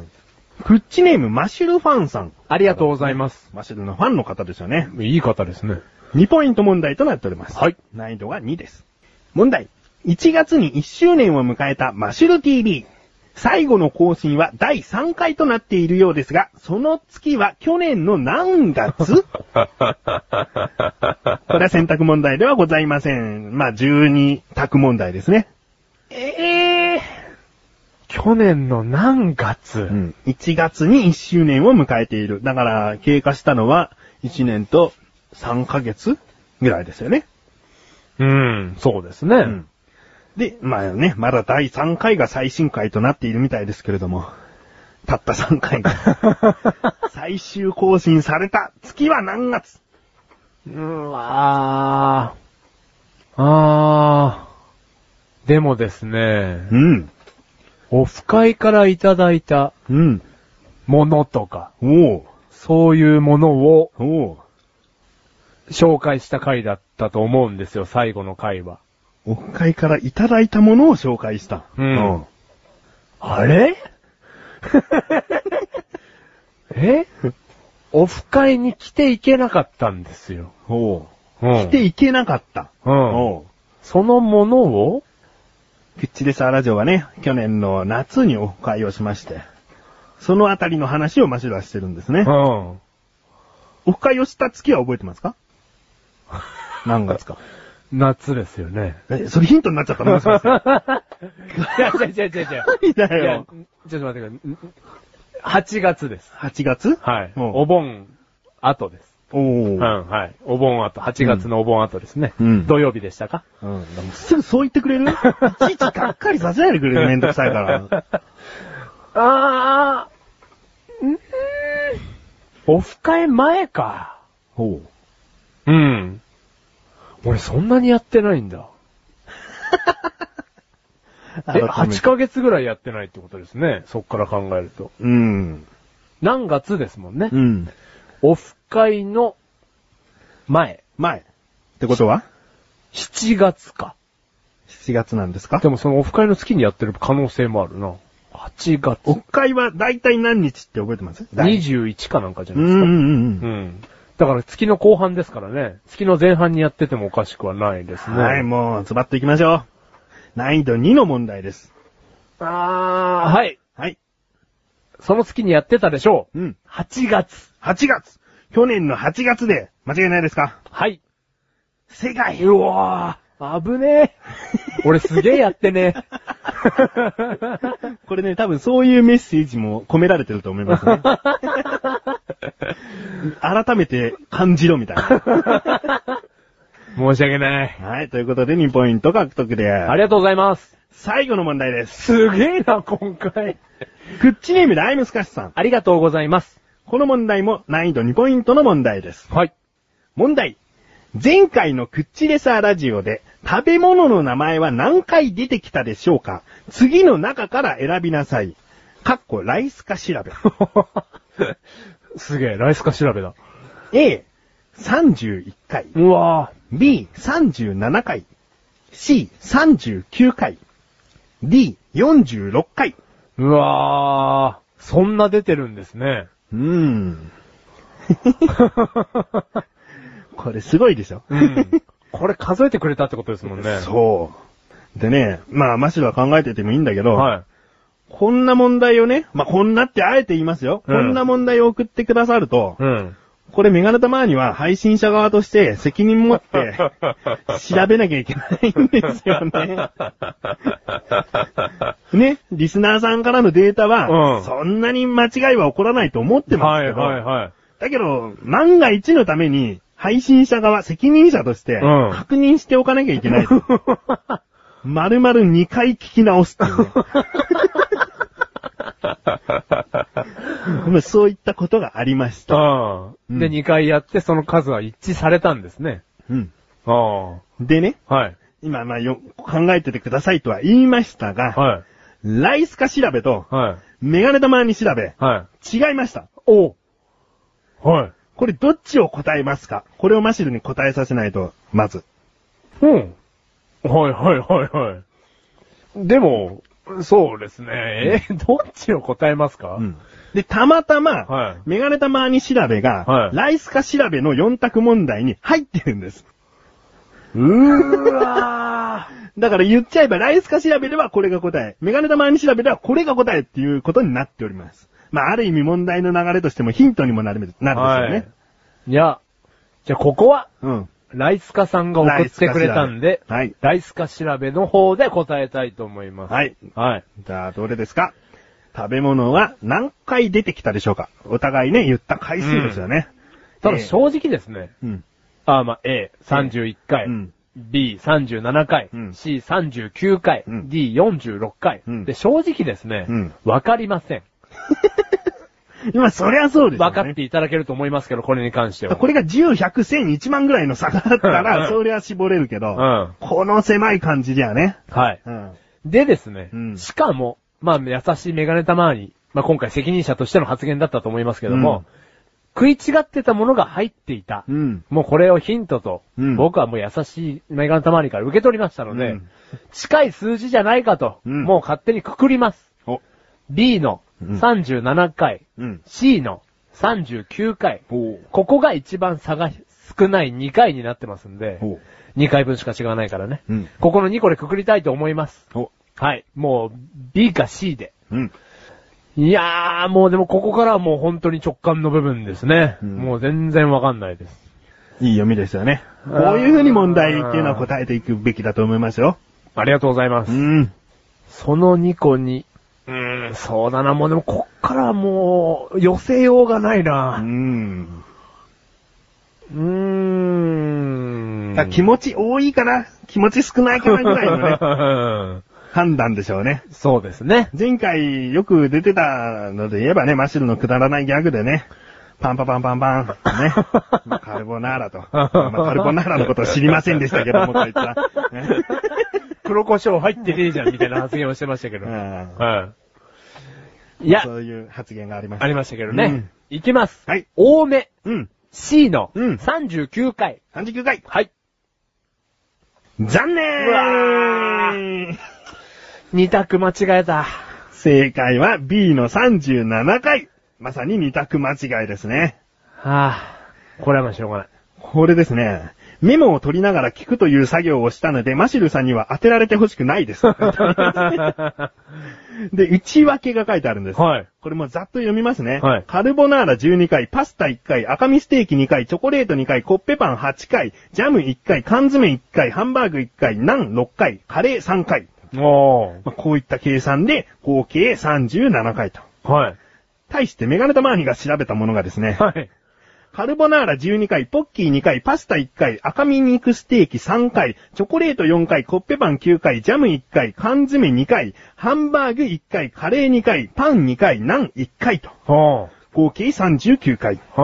B: クッチネームマシュルファンさん。
A: ありがとうございます。
B: マシュルのファンの方ですよね。
A: いい方ですね。
B: 2ポイント問題となっております。
A: はい。
B: 難易度が2です。問題。1月に1周年を迎えたマシュル TV。最後の更新は第3回となっているようですが、その月は去年の何月これは選択問題ではございません。まあ、12択問題ですね。
A: ええー。去年の何月、
B: うん。1月に1周年を迎えている。だから、経過したのは1年と3ヶ月ぐらいですよね。
A: うん、そうですね。
B: うんで、まあね、まだ第3回が最新回となっているみたいですけれども、たった3 回が。最終更新された月は何月
A: うん、わー。あー。でもですね、
B: うん。
A: オフ会からいただいた
B: うん。
A: ものとか、
B: おう。
A: そういうものを
B: おう。
A: 紹介した回だったと思うんですよ、最後の回は。
B: お会からいただいたものを紹介した。
A: うんあ れえオフ会に来ていけなかったんですよ。
B: おう。
A: 来
B: 来ていけなかった。
A: うん。
B: おう。
A: そのものを
B: ピッチレサーラジオはね、去年の夏にオフ会をしまして、そのあたりの話をマシュラはしてるんですね。
A: うん。
B: オフ会をした月は覚えてま すか何月か。
A: 夏ですよね。
B: え、それヒントになっちゃった のもしかして
A: いや、違う違う違う違う。
B: 何だ
A: いや、
B: よ
A: ち。ょっと待ってください。8月です。
B: 8月
A: はい。
B: うん
A: お盆後です。
B: おお
A: う。ん、はい。お盆後。8月のお盆後ですね。
B: うん
A: 土曜日でしたか
B: うん。でもすぐそう言ってく れるいちいちがっかりさせないでくれる。めんどくさいから。
A: あー、んオフ会前か。
B: ほ
A: う
B: う。
A: ん。俺そんなにやってないん だ。え、8ヶ月ぐらいやってないってことですね。そっから考えると。
B: うん。
A: 何月ですもんね。
B: うん。
A: オフ会の前。
B: 前。ってことは
A: 7月か。
B: 7月なんですか
A: でもそのオフ会の月にやってる可能性もあるな。8月。
B: オフ会は大体何日って覚えてます大体
A: 21かなんかじゃ
B: う
A: なんいうですか。
B: んうん
A: うん。だから月の後半ですからね。月の前半にやっててもおかしくはないです
B: う
A: ね。
B: ん。はい、もう、ズバッといきましょう。難易度2の問題です。
A: あー、はい。
B: はい。
A: その月にやってたでしょう。
B: うん。
A: 8月。
B: 8月去年の8月で、間違いないですか
A: はい。
B: 世界
A: うわー、危ねえ。 俺すげえやってねえ。
B: これね、多分そういうメッセージも込められてると思いますね。改めて感じろみたいな。
A: 申し訳ない。
B: はい、ということで2ポイント獲得です。
A: ありがとうございます。
B: 最後の問題です。
A: すげえな、今回。
B: クッチネームライムスカシさん。
A: ありがとうございます。
B: この問題も難易度2ポイントの問題です。
A: はい。
B: 問題。前回のクッチレサーラジオで食べ物の名前は何回出てきたでしょうか次の中から選びなさい。かっこライスか調べ。
A: すげえ、ライスカ調べだ。
B: A、31回。
A: うわ
B: B、37回。C、39回。D、46回。
A: ー。うわー。そんな出てるんです ね。
B: うーん。これすごいでしょ、
A: うん。これ数えてくれたってことですもんね。
B: そう。でね、まあ、マシロは考えててもいいんだけど、
A: はい。
B: こんな問題をね、まあ、こんなってあえて言いますよ。
A: うん
B: こんな問題を送ってくださると、
A: うん。
B: これメガネたまには配信者側として責任持って、 調べなきゃいけないんですよね。ね、リスナーさんからのデータは、
A: うん
B: そんなに間違いは起こらないと思ってま
A: は
B: すけ
A: い
B: ど、
A: はいはい。
B: だけど、万が一のために、配信者側、責任者として
A: うん、
B: 確認しておかなきゃいけ ない。丸々2回聞き直すって いうねまあ。そういったことがありました。
A: うん。で、
B: うん
A: 2回やって、その数は一致されたんですね。
B: うん
A: ああ。
B: でね、
A: はい。
B: 今、まあよ、考えててくださいとは言いましたが、
A: は
B: ライスか調べと
A: い。、はい。
B: メガネ玉に調べ、
A: はい。
B: 違いました。
A: おはい。
B: これどっちを答えますかこれをマシルに答えさせないと、まず。
A: うん。はいはいはいはい。でも、そうですね。え ーどっちを答えますか、
B: で、たまたま、
A: はい
B: メガネたまに調べが、
A: はい
B: ライスか調べの4択問題に入ってるんです。
A: うーわー。
B: だから言っちゃえば、ライスか調べればこれが答え、メガネたまに調べればこれが答えっていうことになっております。まあ、ある意味問題の流れとしてもヒントにもなる、なるでしょ
A: いや、じゃあここは、
B: うね。うん。
A: ライスカさんが送ってくれたんで、
B: ライスカ調べはい
A: ライスカ調べの方で答えたいと思います。
B: はい。
A: はい。
B: じゃあ、どれですか食べ物は何回出てきたでしょうかお互いね、言った回数ですよね。
A: ただ正直ですね。
B: うん。
A: あーまあ、A、31回。
B: うん
A: B、37回。
B: うん
A: C、39回。
B: うん
A: D、46回、
B: うん
A: で、正直ですね
B: うん。
A: わ、かりません。
B: 今、そりゃそうですよ
A: わ
B: ね。
A: かっていただけると思いますけど、これに関しては。
B: これが10、100、1000、1万ぐらいの差があったら、そりゃ絞れるけど、
A: ん
B: この狭い感じじゃね。
A: はい。
B: うん。
A: でですね、
B: うん
A: しかも、まあ、優しいメガネたまに、まあ、今回責任者としての発言だったと思いますけども、食い違ってたものが入っていた。
B: うん
A: もうこれをヒントと、
B: うん
A: 僕はもう優しいメガネたまにから受け取りましたので、
B: うん
A: 近い数字じゃないかと、
B: うん
A: もう勝手にくくります。
B: お。
A: B の
B: うん
A: 37回、
B: うん。
A: C の39回、
B: ほ
A: ここが一番差が少ない2回になってますんで、
B: ほ
A: 2回分しか違わないからね。
B: うん
A: ここの2個でくくりたいと思います。
B: う。お。
A: はい。もう、B か C で。
B: うん。
A: いやー、もうでもここからはもう本当に直感の部分ですね。
B: うん
A: もう全然わかんないです。
B: いい読みですよね。
A: あ
B: こ
A: ー
B: ういう風に問題っていうのは答えていくべきだと思いますよ。
A: ありがとうございます。
B: うん。
A: その2個に、うーん、そうだな、もうでもこっからはもう、寄せようがないうな。
B: ん。
A: うーん。
B: だから気
A: 持
B: 持ち多いかな気持ち少ないかなぐらいのね、
A: ね。
B: 判断でしょうね。
A: そうですね。
B: 前回よく出てたので言えばね、マシルのくだらないギャグでね、パンパパンパン パン、ね、まあカルボナーラと、まあカルボナーラのことを知りませんでしたけども、といった、ね
A: 黒胡椒入ってねえじゃん、みたいな発言をしてましたけど。
B: うん
A: はい。いや、
B: そういう発言がありました。
A: ありましたけどね。
B: うん
A: いきます。
B: はい。
A: 多め。
B: うん。
A: C の
B: うん
A: 39回。
B: 39回。
A: はい。
B: 残
A: うわ
B: 念
A: 二択間違えた。
B: 正解は B の37回。まさに二択間違いですね。
A: ああ、これはまあしょうが ない。
B: これですね。メモを取りながら聞くという作業をしたので、マシルさんには当てられてほしくないです。で、内訳が書いてあるんです。
A: はい。
B: これもざっと読みますね。
A: はい
B: カルボナーラ12回、パスタ1回、赤身ステーキ2回、チョコレート2回、コッペパン8回、ジャム1回、缶詰1回、ハンバーグ1回、ナン6回、カレー3回。
A: おー。
B: まあ、こういった計算で、合計37回と。
A: はい。
B: 対してメガネタマーニが調べたものがですね、
A: はい。
B: カルボナーラ12回、ポッキー2回、パスタ1回、赤身肉ステーキ3回、チョコレート4回、コッペパン9回、ジャム1回、缶詰2回、ハンバーグ1回、カレー2回、パン2回、ナン1回と。
A: おー。
B: 合計39回
A: あ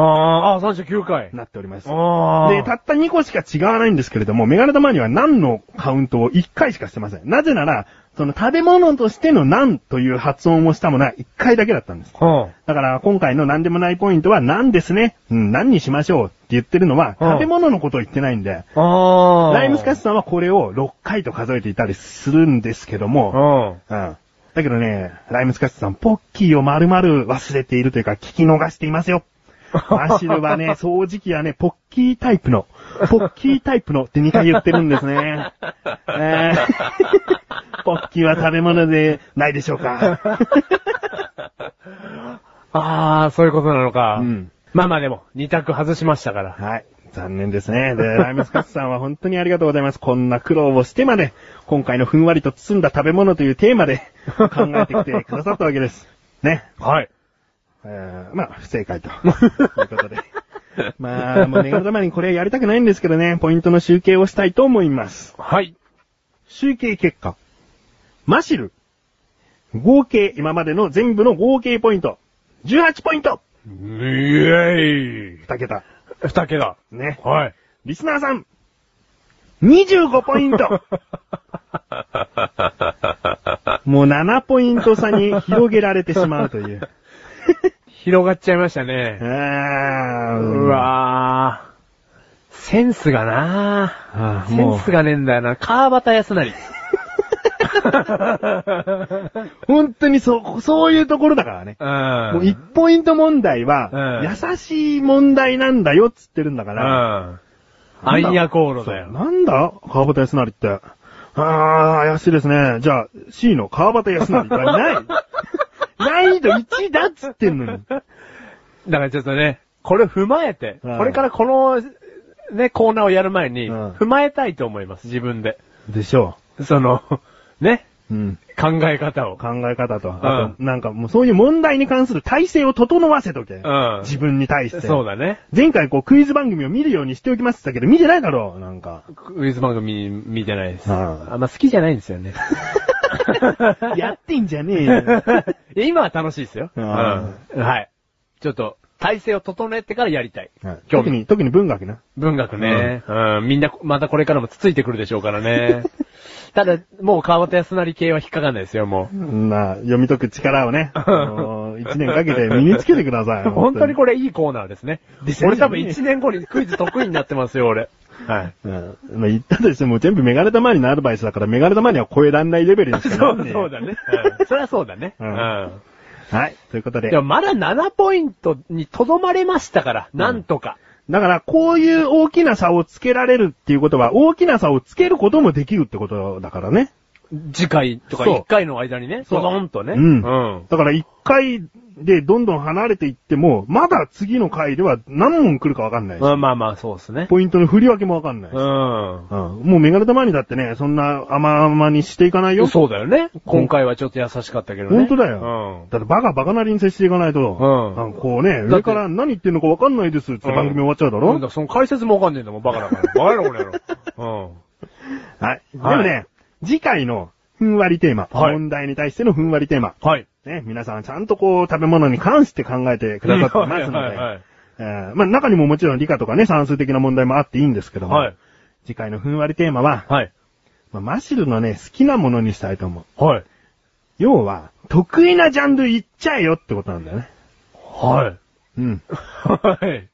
A: ー、あー、39回。
B: なっております。
A: あー。
B: で、たった2個しか違わないんですけれども、メガネ玉には何のカウントを1回しかしてません。なぜなら、その食べ物としての何という発音をしたものは1回だけだったんです。
A: うん。
B: だから今回の何でもないポイントは何ですね。うん、何にしましょうって言ってるのは
A: うん
B: 食べ物のことを言ってないんで、
A: あー。
B: ライムスカスさんはこれを6回と数えていたりするんですけど
A: う
B: も、
A: ん。
B: うん。だけどね、ライムスカスさん、ポッキーを丸々忘れているというか聞き逃しています よ。マシルはね、掃除機はね、ポッキータイプの、ポッキータイプのって2回言ってるんです ね。えー ポッキーは食べ物でないでしょうか。
A: あー、そういうことなのか。
B: うん
A: まあまあでも、二択外しましたから。
B: はい。残念ですね。で、ライムスカッツさんは本当にありがとうございます。こんな苦労をしてまで、今回のふんわりと包んだ食べ物というテーマで考えてきてくださったわけです。ね。
A: はい。
B: えー、まあ、不正解と。いうことで。まあ、もう願いのためにこれやりたくないんですけどね、ポイントの集計をしたいと思います。
A: はい。
B: 集計結果。マシル。合計、今までの全部の合計ポイント。18ポイント
A: イェーイ。
B: !2 桁。
A: 二桁。
B: ね。
A: はい。
B: リスナーさん。25ポイ ントもう7ポイント差に広げられてしまう という。
A: 広がっちゃいました
B: あ
A: ね。
B: ー
A: う。わー。センスがな
B: あ
A: ーセ
B: ーも
A: ンス
B: う、
A: がねえんだよな。川端康成。
B: 本当にそ、そういうところだからね。
A: うん。
B: もう1ポイント問題は、
A: う
B: 優しい問題なんだよっつってるんだか
A: う
B: ら。
A: ん。アイヤコーロだ
B: そう
A: よ。
B: なんだ川端康成って。あー、怪しいですね。じゃあ、C の川端康成がない。 難易度1だっつってんのに。
A: だからちょっとね、これ踏まえて、
B: うん
A: これからこの、ね、コーナーをやる前に、
B: うん
A: 踏まえたいと思います、自分で。
B: でしょ
A: その、 ね、
B: う。うん。
A: 考え方を。
B: 考え方と、あと、なんかもうそういう問題に関する体制を整わせとけ。
A: うん。
B: 自分に対して。
A: そうだね。
B: 前回こうクイズ番組を見るようにしておきますって言ったけど、見てないだろう、な んか。
A: クイズ番組見てないです。
B: うん
A: あんま好きじゃないんですよ ね。
B: やってんじ ゃねえよ。
A: いや今は楽しいですよ。
B: う
A: うんん。はい。ちょっと、体制を整えてからやりたい。興
B: 特
A: 味。
B: に、特に文学な。
A: 文学ね。うん。みんな、またこれからもつついてくるでしょうから ね。ただ、もう川端康成系は引っかかんないですよ、もう。
B: まあ、読み解く力 をね、あのー一年かけて身につけてください。
A: 本当にこれいいコーナーですね。
B: ですよね
A: 俺多分1年後にクイズ得意になってますよ、俺。はい。
B: うん。まあ、言ったとしても全部メガネ玉にのアドバイスだから、メガネ玉には超えらんないレベルにし か
A: そ、
B: ないうね
A: そうだね。うんそりゃそうだね。
B: う
A: うんん。
B: はい。ということで
A: で。もまだ7ポイントにとどまれましたから、なんとか。
B: だから、こういう大きな差をつけられるっていうことは、大きな差をつけることもできるってことだからね。
A: 次回とか
B: そう
A: 1回の間にね、
B: そう
A: ドドンとね。
B: うん
A: うん。
B: だから、一回でどんどん離れていっても、まだ次の回では何問来るかわかんないし
A: まあまあまあ、そうですね。
B: ポイントの振り分けもわかんないし。
A: うん。
B: うん。もうメガネ玉にだってね、そんな甘々にしていかないよ。
A: そうだよね。今回はちょっと優しかったけどね。
B: 本当だよ。だってバカバカなりに接していかないと、
A: うん
B: あこうね、
A: だっ
B: 上
A: て
B: から何言ってんのかわかんないですって番組終わっちゃうだ
A: うん。
B: ろ、
A: なんだ、その解説もわかんねえんだもん、バカだ から。バカやろ、これやろ。
B: はい。でもね、
A: は
B: 次回のふんわりテーマ、
A: はい
B: 問題に対してのふんわりテーマ、
A: うん。はい。
B: ね、皆さんちゃんとこう食べ物に関して考えてくださってますの
A: はいはいは
B: で
A: い、
B: えーまあ中にももちろん理科とかね、算数的な問題もあっていいんですけども、
A: はい。
B: 次回のふんわりテーマは、
A: はい。
B: まあマシルのね、好きなものにしたいと思う。
A: はい。
B: 要は、得意なジャンル言っちゃえよってことなんだよね。
A: はい。
B: うん。
A: はい。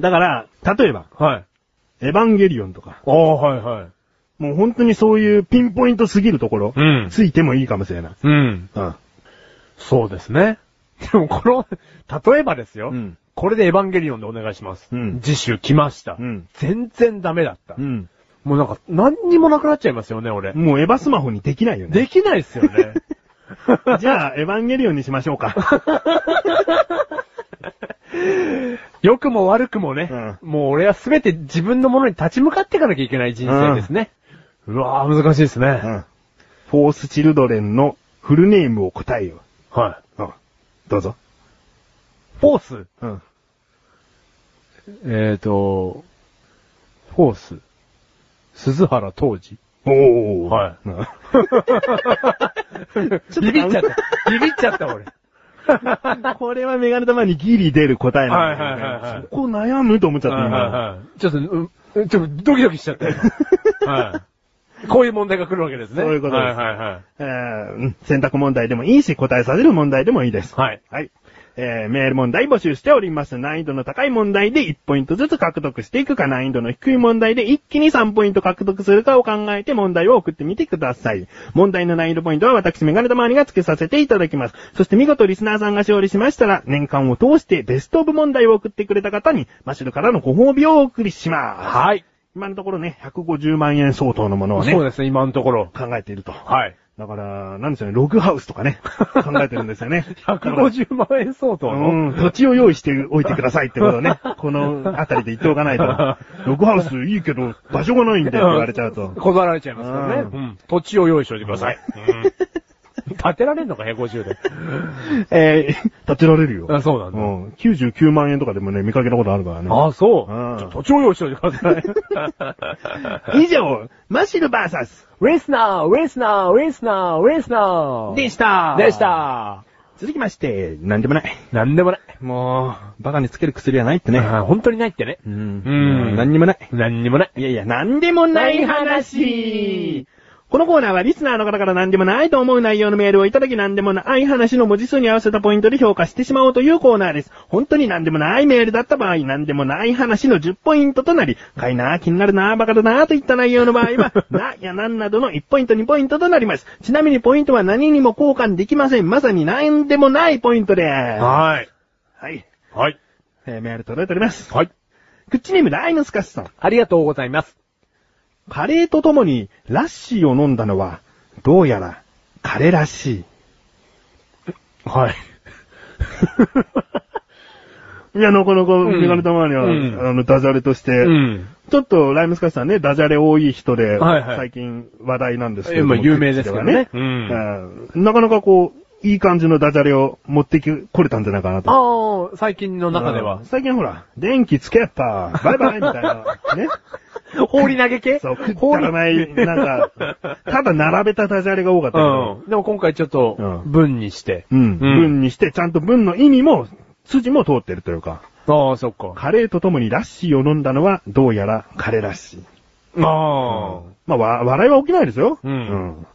B: だから、例えば、
A: はい。
B: エヴァンゲリオンとか、
A: ああ、はいはい。
B: もう本当にそういうピンポイントすぎるところ、
A: うん
B: ついてもいいかもしれない。
A: うん。
B: うん。
A: そうですね。 でもこの、例えばですよ。
B: うん
A: これでエヴァンゲリオンでお願いします。
B: うん
A: 次週来ました。
B: うん
A: 全然ダメだった。
B: うん。
A: もうなんか、何にもなくなっちゃいますよね、俺。
B: もうエヴァスマホにできないよね。
A: できないですよ ね。
B: じゃあ、エヴァンゲリオンにしましょうか。
A: 良くも悪くもね、もう俺はすべて自分のものに立ち向かっていかなきゃいけない人生ですね。うわぁ、難しいですね。
B: うん。フォースチルドレンのフルネームを答えよ
A: は
B: う。うん。どうぞ。
A: い。フォース。
B: うん。
A: えーと、フォース。鈴原当 時。
B: おー。
A: はい
B: うん。
A: ビビっちゃった。ビビっちゃった、俺。
B: これはメガネ玉にギリ出る答えなんだよね
A: はいはいはいはい
B: そこ悩むと思っちゃった、今
A: はい。ちょっと、ううんちょっとドキドキしちゃ ったよ。はい。こういう問題が来るわけですね。
B: そういうことです
A: はいはいはい。
B: えー うん選択問題でもいいし、答えさせる問題でもいいです。
A: はい。
B: はい。えー、メール問題募集しております。難易度の高い問題で1ポイントずつ獲得していくか、難易度の低い問題で一気に3ポイント獲得するかを考えて問題を送ってみてください。問題の難易度ポイントは私、メガネ玉にが付けさせていただきます。そして見事リスナーさんが勝利しましたら、年間を通してベストオブ問題を送ってくれた方に、マシュルからのご褒美をお送りします。
A: はい。
B: 今のところね、150万円相当のものをね、
A: そうですね、今のところ。
B: 考えていると。
A: はい。
B: だから、なんでしょうね、ログハウスとかね、考えてるんです よね。
A: 150万円相当の。
B: うん、土地を用意しておいてくださいってことを ね、この辺りで言っておかないと、ログハウスいいけど、場所がないんでって言われちゃうと。
A: 断られちゃいますからね。
B: う
A: うん。土地を用意しておいてください。うん。建てられんのか、150で。
B: えー、建てられるよ。
A: あそうなん
B: う
A: だ。
B: ん、99万円とかでもね、見かけたことあるからね。
A: あ、そう。
B: うん
A: ちょ土地を用意しておいてくだ さい。
B: 以上、マシルバーサス
A: ウェスナー、ウェスナー、ウェスナー、ウェスナー。
B: でした
A: でし。た。
B: 続きまして、なんでもない。
A: なんでもない。
B: もう、バカにつける薬はないってね。
A: あー本当にないってね。
B: うん。
A: うん
B: 何にもない。
A: 何にもない。
B: いやいや、なんでもない話このコーナーはリスナーの方から何でもないと思う内容のメールをいただき何でもない話の文字数に合わせたポイントで評価してしまおうというコーナーです。本当に何でもないメールだった場合、何でもない話の10ポイントとなり、かいなー気になるなーバカだなーといった内容の場合は、なやなんなどの1ポイント2ポイントとなります。ちなみにポイントは何にも交換できません。まさに何でもないポイントです。は
A: はい。
B: い。
A: はい。
B: えーメール届いております。
A: はい。
B: クッチネームライムスカスさん。
A: ありがとうございます。
B: カレーとともにラッシーを飲んだのは、どうやら、彼らし
A: はい。
B: い。いや、なかなか、
A: ん
B: メガネたまには、
A: うん
B: あの、ダジャレとして、
A: うん。
B: ちょっと、ライムスカッシュさんね、ダジャレ多い人で、
A: はいはい
B: 最近話題なんですけ
A: え、
B: ども。
A: まあ、有名ですからね
B: ク。
A: う
B: ッチで
A: ん。
B: はねうんなかなかこう、いい感じのダジャレを持ってき、来れたんじゃないかなと。
A: ああ、最近の中で
B: う
A: は
B: ん。最近ほら、電気つけやった、バイバイみたいな、 ね。
A: 放り投げ系
B: そう、く
A: 放
B: だ
A: り
B: らない、なんか、ただ並べたダジャレが多かったけど、
A: うん。でも今回ちょっと
B: う、ん
A: 文にして。
B: うん。文にして、ちゃんと文の意味も、筋も通ってるというか、
A: ああ、そっか。
B: カレーとともにラッシーを飲んだのは、どうやら彼らしい。
A: あ
B: まあ、わ、笑いは起きないですよ。
A: うん
B: ん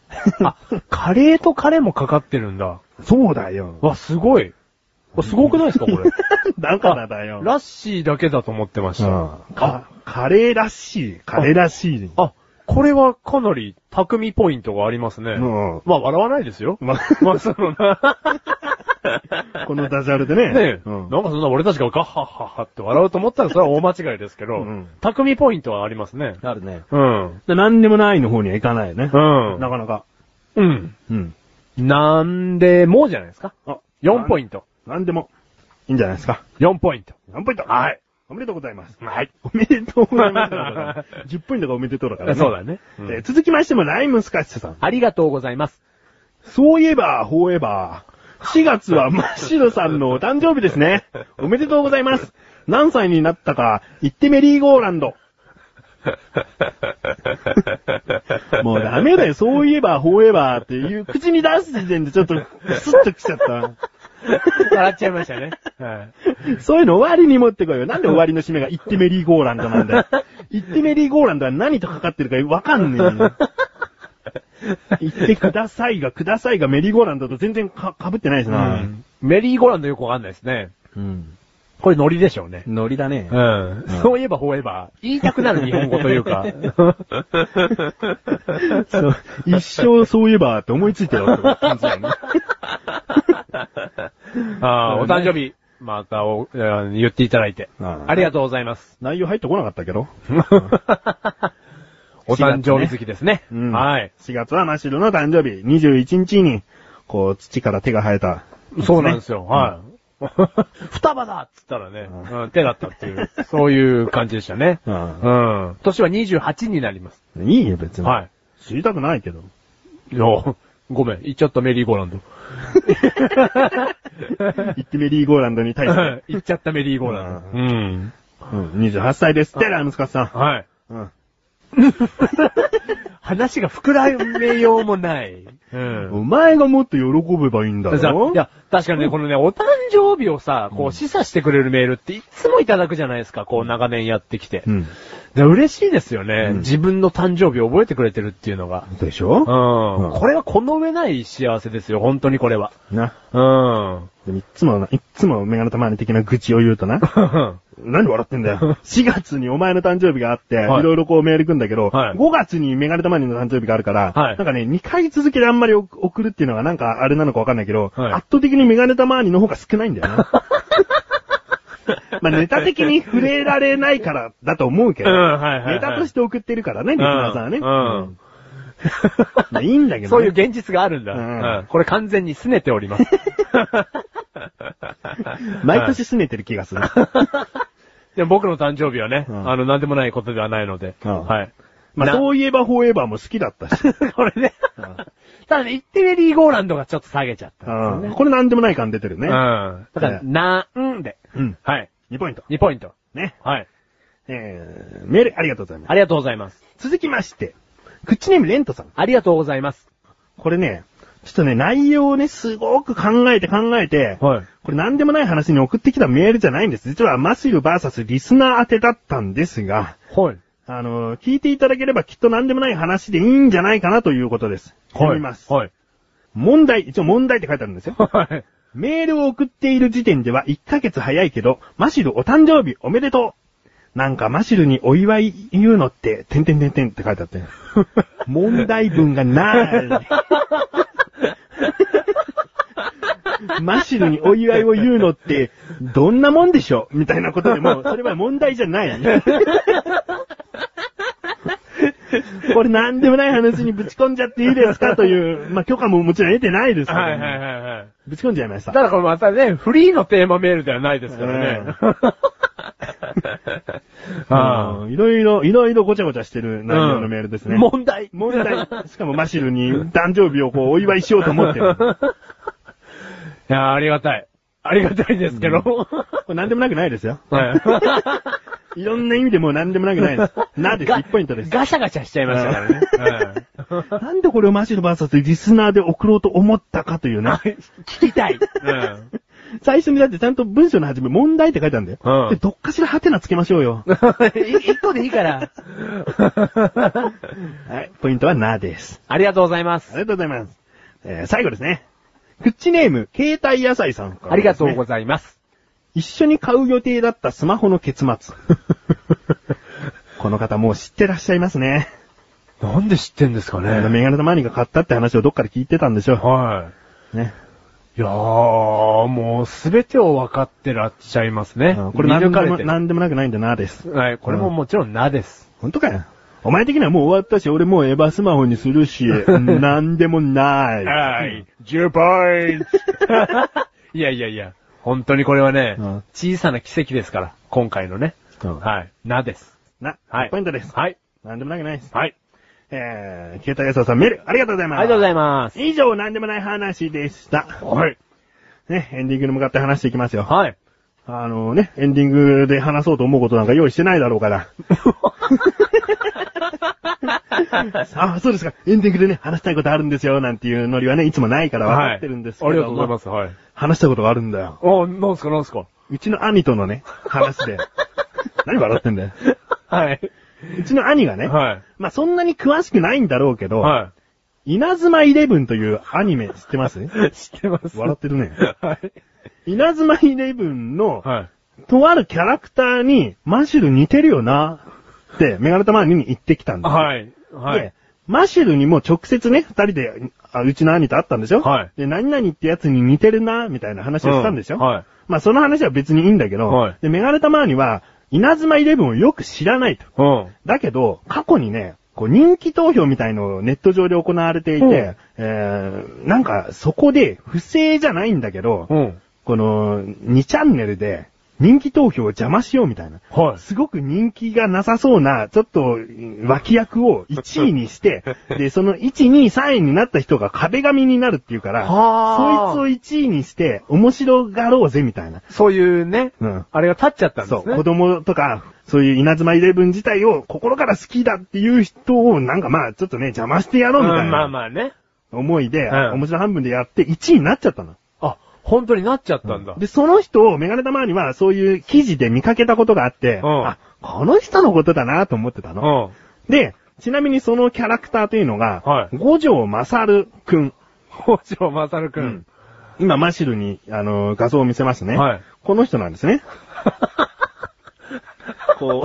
A: あ。あ、カレーとカレーもかかってるんだ。
B: そうだよ。
A: わ、すごい。わすごくないですか、これ。
B: だからだよ。
A: ラッシーだけだと思ってまし
B: う
A: た。
B: んか、カレーらしい。カレーらしい。
A: あ、これはかなり匠ポイントがありますね。
B: うん
A: まあ、笑わないですよ。
B: ま、
A: まあ、そのな、
B: このダジャレでね。
A: ねえ、
B: うん
A: なんかそんな俺たちがガッハッハッハって笑うと思ったらそれは大間違いですけど、
B: うん
A: 匠ポイントはありますね。
B: あるね。
A: うん。
B: でなんでもないの方にはいかないよね
A: う。ん。
B: なかなか。
A: うん。
B: うん。
A: なんでもじゃないですか。
B: あ、
A: 4ポイ
B: ン
A: ント。
B: ト。なんでも、いいんじゃないですか。
A: 4ポイント。
B: 4ポイント。
A: はい。
B: おめでとうございます。
A: はい。
B: おめでとうございますだから。10ポイントがおめでとうだから ね。
A: そうだね。
B: えー続きましても、ライムスカッシュさん。
A: ありがとうございます。
B: そういえば、フォーエバー。4月は真っ白さんのお誕生日です ね。おめでとうございます。何歳になったか、言ってメリーゴー ランド。もうダメだよ。そういえば、フォーエバーっていう、口に出す時点でちょっと、スッと来ちゃった。
A: 笑っちゃいました ね。はい。
B: そういうの終わりに持ってこいよ。なんで終わりの締めが、言ってメリーゴーランドな んだよ。言ってメリーゴーランドは何とかかってるかわかんねえよ。言ってくださいが、くださいがメリーゴーランドと全然か、被ってないしな。
A: メリーゴーランドよくわかんないですね。
B: うん。
A: これノリでしょうね。
C: ノリだね。
A: うん。そういえば、フォーエバー。言いたくなる日本語という か。
B: そう一生そういえばって思いついてよ って感じだよね。
A: ああ、お誕生日、またお、えー言っていただいて。
B: うん
A: ありがとうございます。
B: 内容入ってこなかったけど。
A: お誕生日好きですね。
B: うん
A: はい。
B: 4月はマシルの誕生日、21日に、こう、土から手が生えた。
A: そうなんですよ。はい。 双葉だっつったらね、うん手だったっていう、そういう感じでしたね。
B: う
A: うんん。年は28になります。
B: いいよ、別に。。
A: はい
B: 知りたくないけど。
A: い。いや、ごめん、言っちゃったメリーゴーラ ンド。
B: 行ってメリーゴーランドに対して。
A: 言っちゃったメリーゴーランド。うん。
B: うん、28歳ですって、ラムスカスさん。
A: はい。
B: うん。
A: 話が膨らめようもない。うん。
B: お前がもっと喜べばいいんだ
A: さ
B: ろ
A: いや、確かにね、このね、お誕生日をさ、こう、示唆してくれるメールっていつもいただくじゃないですか、こう、長年やってきて。
B: うん。
A: で嬉しいですよね、
B: うん
A: 自分の誕生日を覚えてくれてるっていうのが。
B: でしょ
A: うん。
B: うん
A: これはこの上ない幸せですよ、本当にこれは。
B: な。
A: うん。
B: でもいっつもな、いっつもメガネたまに的な愚痴を言うとな。何笑ってんだよ。4月にお前の誕生日があって、
A: はい
B: いろいろこうメール来んだけど、
A: はい
B: 5月にメガネたまにの誕生日があるから、
A: はい
B: なんかね、2回続けてあんまりお送るっていうのがなんかあれなのかわかんないけど、
A: はい
B: 圧倒的にメガネたまにの方が少ないんだよ な。まあネタ的に触れられないからだと思うけど、
A: うんはいはいはい
B: ネタとして送ってるからね、リスナーさんはね。
A: うん
B: うんまあいいんだ けど、ね。
A: そういう現実があるんだ、
B: うん
A: うんこれ完全に拗ねており ます。
B: 毎年拗ねてる気が する。
A: でも僕の誕生日はね、
B: うん
A: あの、なんでもないことではないので。
B: うん
A: はい。
B: まあ
A: な
B: そういえばフォーエバーも好きだった し。
A: これね。ただね、言ってメリーゴーランドがちょっと下げちゃった。
B: うんこれなんでもない感出てる
A: う
B: ね
A: ん。。だから、
B: ね
A: なんで。
B: うん。
A: はい。
B: 2ポイント。
A: 2ポイント。
B: ね。
A: はい。
B: えー、メールありがとうございます。
A: ありがとうございます。
B: 続きまして、クッチネームレントさん。
A: ありがとうございます。
B: これね、ちょっとね、内容をね、すごく考えて考えて、
A: はい
B: これ何でもない話に送ってきたメールじゃないんです。実はマシルバーサスリスナー宛てだったんですが、
A: はい。
B: あのー聞いていただければきっと何でもない話でいいんじゃないかなということです。読みます。
A: はい。
B: 問題、一応問題って書いてあるんですよ。
A: はい。
B: メールを送っている時点では1ヶ月早いけど、マシルお誕生日おめでとうなんかマシルにお祝い言うのって、てんてんてんてんって書いて あって。問題文がない。マシルにお祝いを言うのって、どんなもんでしょうみたいなことでも、それは問題じ ゃない。これ何でもない話にぶち込んじゃっていいですかという、まあ許可ももちろん得てないですけど、
A: はいはいはいはい。
B: ぶち込んじゃいました
A: た。だこれまたね、フリーのテーマメールではないですからね。 あ
B: うんいろいろ、いろいろごちゃごちゃしてる内容のメールですね。
A: 問題。
B: 問題。しかもマシルに誕生日をこうお祝いしようと 思ってる。
A: い
B: こ
A: やー、ありがたい。ありがたいですけど。
B: れ何でもなくないですよ。
A: はい
B: ろんな意味でもう何でもなくな いです。 なです。
A: が
B: 1ポイントです。
A: ガシャガシャしちゃいましたからね。うん
B: なんでこれをマシルバーサスリスナーで送ろうと思ったかというね。
A: 聞きたい。うん
B: 最初にだってちゃんと文章の始め問題って書いてあるんだよ。
A: うん
B: でどっかしらハテナつけましょうよ。
A: 一個でいいから。
B: はい。ポイントはなです。
A: ありがとうございま
B: あ
A: す。
B: りがとうございます。えー最後ですね。クッチネーム、携帯野菜さんからですね、
A: ありがとうございます。
B: 一緒に買う予定だったスマホの結 末。この方もう知ってらっしゃいますね。
A: なんで知ってんですか
B: あのメガネ玉にが買ったって話をどっかで聞いてたんでしょ
A: は
B: う。ね。
A: い。いやー、もうすべてを分かってらっしゃいますね
B: うん。こ
A: こ
B: れ
A: れ
B: 何で
A: 抜か
B: も
A: れてる
B: 何でもなくないんだな、です。
A: はい、これももちろんなです。
B: ほんとかよ。お前的にはもう終わったし、俺もうエヴァスマホにする し、うん何でもない。
A: い、10ポイント いやいやいや、本当にこれはね、
B: うん
A: 小さな奇跡ですから、今回のね。
B: うん
A: はい、なです。
B: な、
A: はい
B: 1ポイントです。
A: はい、
B: 何でもなくないです。
A: はい。
B: えー、携帯屋さんメール、ありがとうござい
A: あ
B: ま
A: りが
B: す。
A: とうござ
B: い
A: います。
B: ます。以上、何でもない話でした。
A: はい。
B: ね、エンディングに向かって話していきますよ。
A: はい。
B: あのね、エンディングで話そうと思うことなんか用意してないだろ うから。あ、そうですか。エンディングでね、話したいことあるんですよ、なんていうノリはね、いつもないから分かってるんですけど、
A: はいありがとうございます。はい。
B: 話したことがあるんだよ。
A: お、なんすかなんすか
B: うちの兄とのね、話 で。何笑ってんだよ。
A: はい。
B: うちの兄がね、
A: はい。
B: まあそんなに詳しくないんだろうけど、
A: は
B: 稲妻イレブンというアニメ知 ってます
A: い。知ってます。
B: 笑ってるね。
A: はい。
B: 稲妻イレブンの、
A: はい。
B: とあるキャラクターに、マシュル似てるよな、って、メガネタマーニに言ってきたんですよ。
A: はい。はい
B: で。、マシュルにも直接ね、二人で、あうちの兄と会ったんでしょ
A: はい
B: で、何々ってやつに似てるな、みたいな話をしたんでしょ、
A: うんはい。
B: まあ、その話は別にいいんだけど、
A: はい
B: で、メガネタマーニは、稲妻イレブンをよく知らないと。
A: うん。
B: だけど、過去にね、こう人気投票みたいのをネット上で行われていて、
A: うん
B: えー、なんかそこで不正じゃないんだけど、
A: うん。
B: この2チャンネルで人気投票を邪魔しようみたいな。
A: はい。
B: すごく人気がなさそうな、ちょっと脇役を1位に して、で、その1、2、3位になった人が壁紙になるっていうから、
A: はあ
B: そいつを1位にして面白がろうぜみたいな。
A: そういうね、
B: うん
A: あれが立っちゃったんです
B: そ
A: ね。
B: う、子供とか、そういう稲妻イレブン自体を心から好きだっていう人を、なんかまあ、ちょっとね、邪魔してやろうみた
A: ん
B: い
A: まあ
B: な
A: まあね。
B: 思いで、
A: うん
B: 面白半分でやって1位になっちゃったの。
A: あ、本当になっちゃったんだ。
B: で、その人をメガネ玉にはそういう記事で見かけたことがあって、
A: うん
B: あ、この人のことだなと思ってた
A: う
B: の。
A: ん。
B: で、ちなみにそのキャラクターというのが、
A: はい
B: 五条勝くん。
A: 北条勝く。
B: うん今、マシルに、あの、画像を見せますね。
A: はい
B: この人なんですね。こ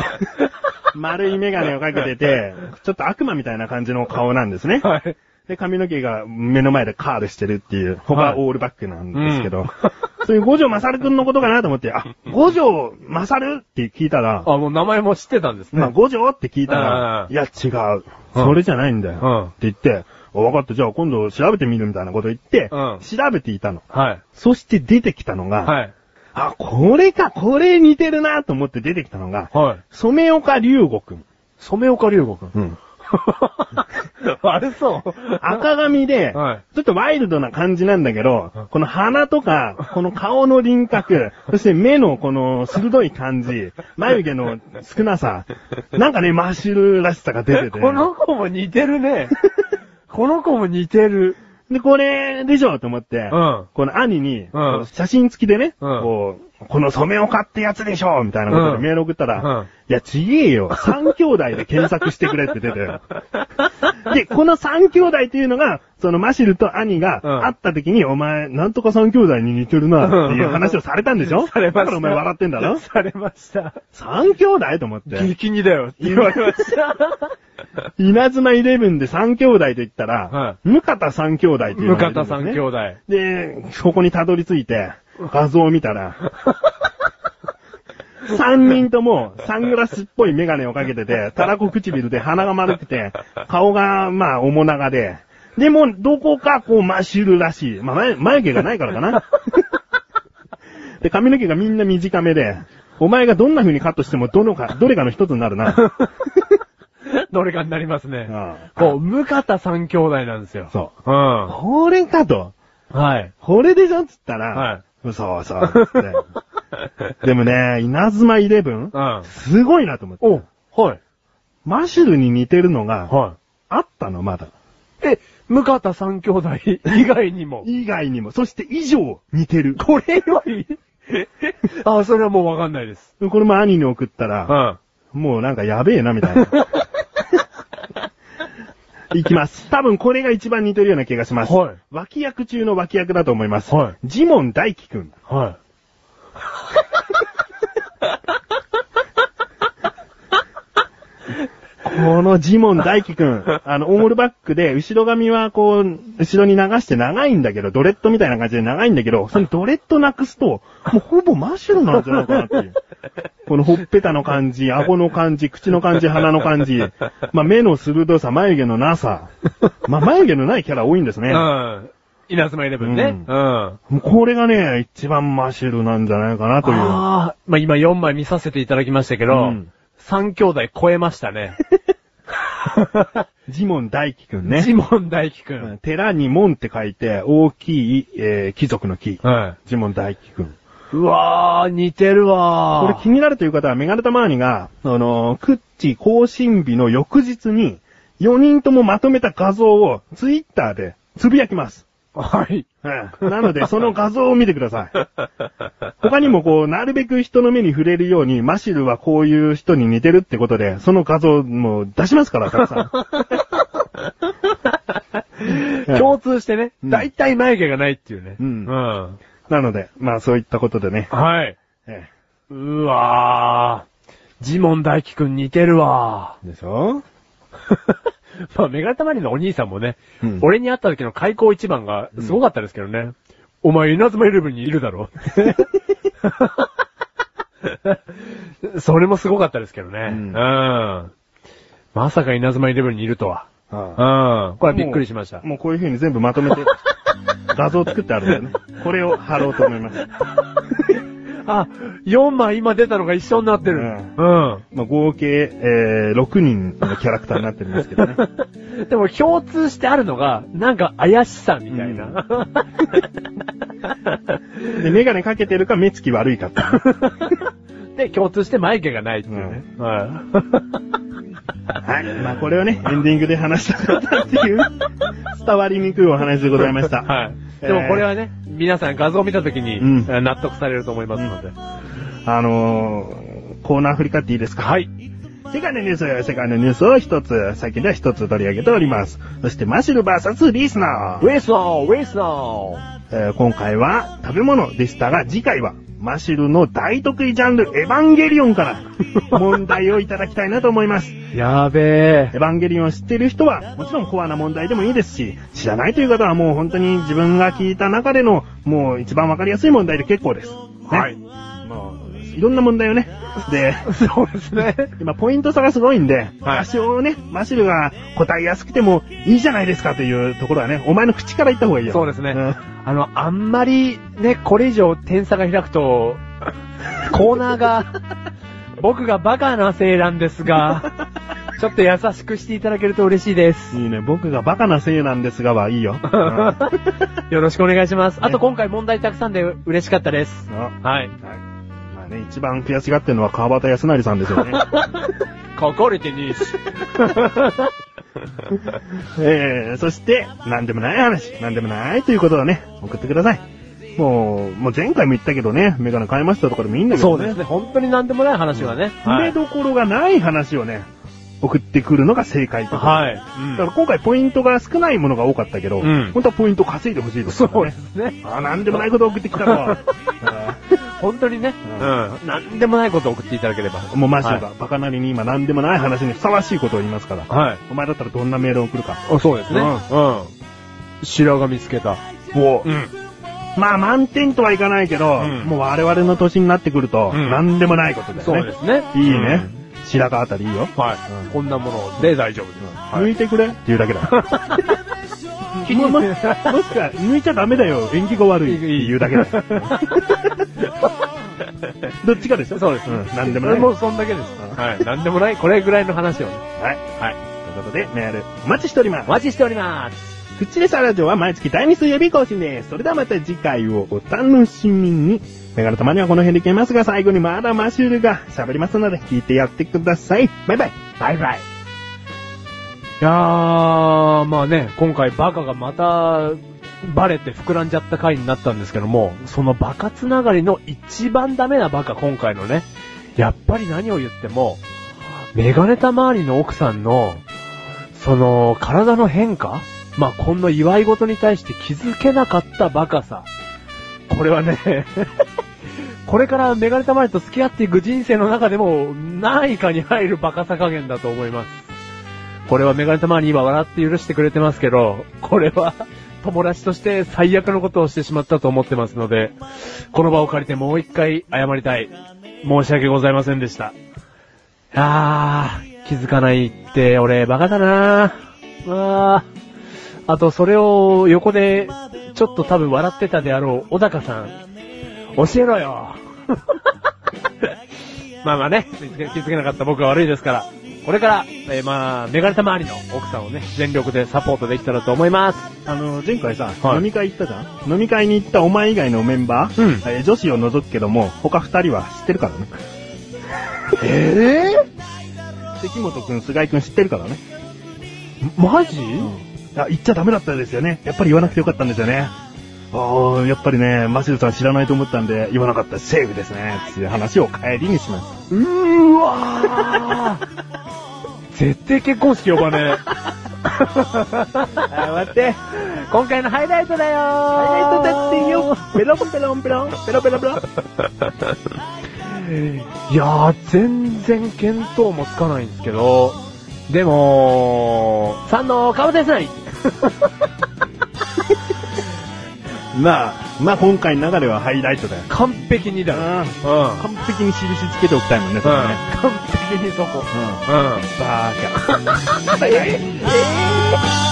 B: う、 丸いメガネをかけ てて、ちょっと悪魔みたいな感じの顔なんですね。
A: はい。
B: で、髪の毛が目の前でカールしてるっていう、ほ
A: は
B: ば
A: い
B: オールバックなんですけど、
A: うん
B: そういう五条勝くんのことかなと思って、あ、五条勝って聞いたら、
A: あ、もう名前も知ってたんですね。
B: まあ、五条って聞いた
A: うん
B: ら、いや、違う。それじゃないんだ
A: うん
B: よ。って言って、あわかった、じゃあ今度調べてみるみたいなこと言って、
A: うん
B: 調べていたの。
A: はい。
B: そして出てきたのが、
A: はい。
B: あ、これか、これ似てるなと思って出てきたのが、
A: はい。
B: 染岡龍吾くん。
A: 染岡龍 吾くん。
B: うん。
A: 悪そう。
B: 赤髪で、
A: はい
B: ちょっとワイルドな感じなんだけど、この鼻と か、この顔の輪郭、そして目のこの鋭い感じ、眉毛の少な さ、なんかね、マッシュルらしさが出てて。
A: この子も似てる ね。この子も似てる。
B: で、これでしょと思って、
A: うん
B: この兄に、
A: うん
B: こう写真付きでね、
A: うん
B: こう、この染岡ってやつでしょみたいなことで
A: うん
B: メール送ったら、
A: うん
B: いや、ちげえ よ。三兄弟で検索してくれって出てる。で、この三兄弟っていうのが、そのマシルと兄が
A: うん
B: 会った時に、お前、なんとか三兄弟に似てるなっていう話をされたんでしょ
A: されました。
B: だからお前笑ってんだろ
A: されました。
B: 三兄弟と 思って。
A: 激似だよって言われま した。
B: 稲妻イレブンで三兄弟と言ったら
A: は、
B: 向方三兄弟っていう
A: 向
B: のがいるんで
A: 方
B: す
A: さん
B: ね
A: 兄弟。
B: で、そこにたどり着いて、画像を見 たら、三人ともサングラスっぽいメガネをかけ てて、たらこ唇で鼻が丸くて、顔がまあ、おもながで、でも、どこかこう、マッシュルらしい。まあ、眉眉毛がないから かな。で、髪の毛がみんな短めで、お前がどんな風にカットしても、どのか、どれかの一つにな るな。
A: どれかになりますね。
B: うん
A: こう、向方三兄弟なんですよ。。
B: そう
A: うん。は
B: これかと。
A: い。
B: これでしょっつったら、
A: はい
B: 嘘そうそう、 って。でもね、稲妻イレブ ン
A: うん。
B: すごいなと思って。
A: お、はい。
B: マシュルに似てるのが、
A: は
B: あったの、まだ。
A: い。え、向方三兄弟以外にも。
B: 以外にも、そして以上似てる。
A: これより あ、それはもうわかんないです。
B: これも兄に送った
A: う
B: ら、
A: ん。
B: もうなんかやべえな、みた いな。いきます。多分これが一番似てるような気がします。
A: はい
B: 脇役中の脇役だと思います。
A: はい
B: ジモン大輝くん。
A: はい。
B: このジモン大輝 くん、あの、オールバックで、後ろ髪はこう、後ろに流して長いんだけど、ドレッドみたいな感じで長いんだけど、そのドレッドなくすと、もうほぼ真っ白なんじゃないかなっていう。このほっぺたの感 じ、顎の感じ、口の感じ、鼻の感じ、まあ、目の鋭さ、眉毛のなさ。まあ、眉毛のないキャラ多いんですね。
A: うん。稲妻イレブンね。
B: う
A: うんん。
B: もうこれがね、一番真っ白なんじゃないかなという。
A: ああ、まあ今4枚見させていただきましたけど、
B: うん
A: 三兄弟超えましたね。
B: ジモン大輝くんね
A: ジ。モン大輝くん。
B: 寺に門って書いて、大きい、えー貴族の木。
A: は
B: ジモン大輝くん。
A: い。うわー、似てる
B: こ
A: わ
B: れ
A: ー。
B: 気になるという方は、メガネタマーニが、あのー、クッチ更新日の翌日に、4人ともまとめた画像を、ツイッターで、つぶやきます。
A: はい。
B: うんな ので、その画像を見てください。他にもこう、なるべく人の目に触れるように、マシルはこういう人に似てるってことで、その画像もう出しますから、たくさん。
A: 共通してね、
B: うん
A: 大体眉毛がないっていうね。
B: うん
A: うん。
B: なので、まあそういったことでね、
A: はい。
B: ええ
A: うわぁ。ジモン大輝くん似てるわ
B: でしょ
A: ぁ。 まあ、メガネたまりのお兄さんもね、
B: うん
A: 俺に会った時の開口一番がすごかったですけどね。お前、稲妻イレブンにいるだ ろ。それもすごかったですけどね。うん。
B: ん
A: まさか稲妻イレブンにいるとは。
B: は
A: うん。これはびっくりしました。
B: もうこういう風に全部ま とめて、画像作ってあるんだよね。これを貼ろうと思います。
A: あ、4枚今出たのが一緒になってる。う。
B: うんまあ、合計、えー、6人のキャラクターになってるんですけどね。
A: でも共通してあるのが、なんか怪しさみたいな。
B: で、メガネかけてるか目つき悪いかっていうね
A: で、共通して眉毛がないっていうね。はい。
B: はい。まあ、これをね、エンディングで話したかったっていう、伝わりにくいお話でございました。
A: はい。でもこれはね、皆さん画像を見た時に、
B: うん
A: 納得されると思いますので。
B: あのー、コーナー振り返っていいですか
A: はい。
B: 世界のニュース、世界のニュースを一つ、最近では一つ取り上げております。そして、マシルバーサスリスナ
A: ウ
B: ー、
A: ェイスナーウェイスナー
B: えー今回は食べ物でしたが、次回は、マシルの大得意ジャンル、エヴァンゲリオンから、問題をいただきたいなと思います。
A: やべ
B: エヴァンゲリオンを知ってる人は、もちろんコアな問題でもいいですし、知らないという方はもう本当に自分が聞いた中での、もう一番わかりやすい問題で結構です。ね
A: はい
B: まあ、いろんな問題をね。で、
A: え。そうですね。
B: 今ポイント差がすごいんで、
A: はい
B: 多少ね、マシルが答えやすくてもいいじゃないですかというところはね、お前の口から言った方がいいよ。
A: そうですね。
B: ん
A: あの、あんまり、ね、これ以上点差が開く と、コーナーが、僕がバカなせいなんですが、ちょっと優しくしていただけると嬉しいです。
B: いいね、僕がバカなせいなん ですがはいいよ。うん
A: よろしくお願いします。あと今回問題たくさんで嬉しかったです。
B: あ
A: はい。
B: はいまあね、一番悔しがってるのは川端康成さんですよね。
A: 書かれてねえし。
B: えー、そして、なんでもない話、なんでもないということをね、送ってください。もう、もう前回も言ったけどね、メガネ買いましたとかでもいいんだけ
A: そ
B: ど
A: う
B: ね。
A: ですね。本当に何でもない話はね。
B: 詰めどころがない話をね、送ってくるのが正解と。
A: はい。
B: だから今回ポイントが少ないものが多かったけど、
A: うん
B: 本当はポイント稼いでほしいです
A: そ
B: よ
A: うで
B: ね。
A: すね。
B: あー、なんでもないこと送ってきた わ。あ
A: 本当にね。
B: うん
A: うん。何でもないことを送っていただければ。
B: ーもうマシュが、
A: は
B: バカなりに今なんでもない話にふさわしいことを言いますから。
A: はい。
B: お前だったらどんなメールを送るか。
A: あそうですね。
B: うん
A: ん。白髪見つけた。
B: お
A: ん。
B: まあ満点とはいかないけど、
A: うん
B: もう我々の年になってくると、
A: うん
B: 何でもないことだよね。
A: そうですね。
B: いいね。白髪あたりいいよ。
A: うん。は
B: うん
A: い。こんなもので大丈夫です。
B: 抜いてくれって言うだけだ。
A: 気に
B: もももしくは、抜いちゃダメだよ。縁起が悪いって言うだ けだ。どっちかでしょ
A: そうです
B: ん。何でも
A: そ
B: な
A: れ
B: い。
A: もそんだけです。はい。 何でもない、これぐらいの話をね。
B: はい。
A: はい。
B: ということで、メール、お待ちしておりま
A: お待ちしております。
B: す。フッチレサラジオは毎月第2水曜日更新です。それではまた次回をお楽しみに。メガネたまにはこの辺でいけますが、最後にまだマシュルが喋りますので、聞いてやってください。バイバイ。バイバイ。
A: いやー、まあね、今回バカがまた、バレて膨らんじゃった回になったんですけども、そのバカつながりの一番ダメなバカ、今回のね、やっぱり何を言っても、メガネた周りの奥さんの、その、体の変化まあ、こんな祝い事に対して気づけなかったバカさ。これはね、これからメガネた周りと付き合っていく人生の中でも、何位かに入るバカさ加減だと思います。これはメガネたまに今笑って許してくれてますけど、これは友達として最悪のことをしてしまったと思ってますので、この場を借りてもう一回謝りたい。申し訳ございませんでした。あー、気づかないって俺バカだなあー。あとそれを横でちょっと多分笑ってたであろう小高さん。教えろよ。 まあまあね、気づけ気づけなかった僕が悪いですから、これから、えーまあ、メガネた周りの奥さんをね、全力でサポートできたらと思います。
B: あの、前回さ、
A: はい
B: 飲み会行ったじゃん飲み会に行ったお前以外のメンバー、
A: うん
B: えー女子を除くけども、他二人は知ってるからね。
A: え
B: 関本くん、菅井くん知ってるからね。
A: ぇ、マジ、
B: あ、言っちゃダメだったですよね。やっぱり言わなくてよかったんですよね。あーやっぱりね、マシルさん知らないと思ったんで、言わなかったセーフですね。っていう話を帰りにしまし
A: うーわー 絶対結婚式呼ばねえ。
B: た。あ、待って。
A: 今回のハイライトだよハ
B: ペロンペロンペロン、ペロペロペロン、ペロペロペロン。
A: いやー、全然見当もつかないんですけど、でも、三の顔ですない
B: まあ、まあ今回の中ではハイライトだよ。
A: 完璧にだよ。
B: う
A: うん。うん。
B: ん。完璧に印つけておきたいもんね、それね。
A: 完璧にそこ。
B: うん。
A: うん。
B: バーカ。バイバイ。
C: えー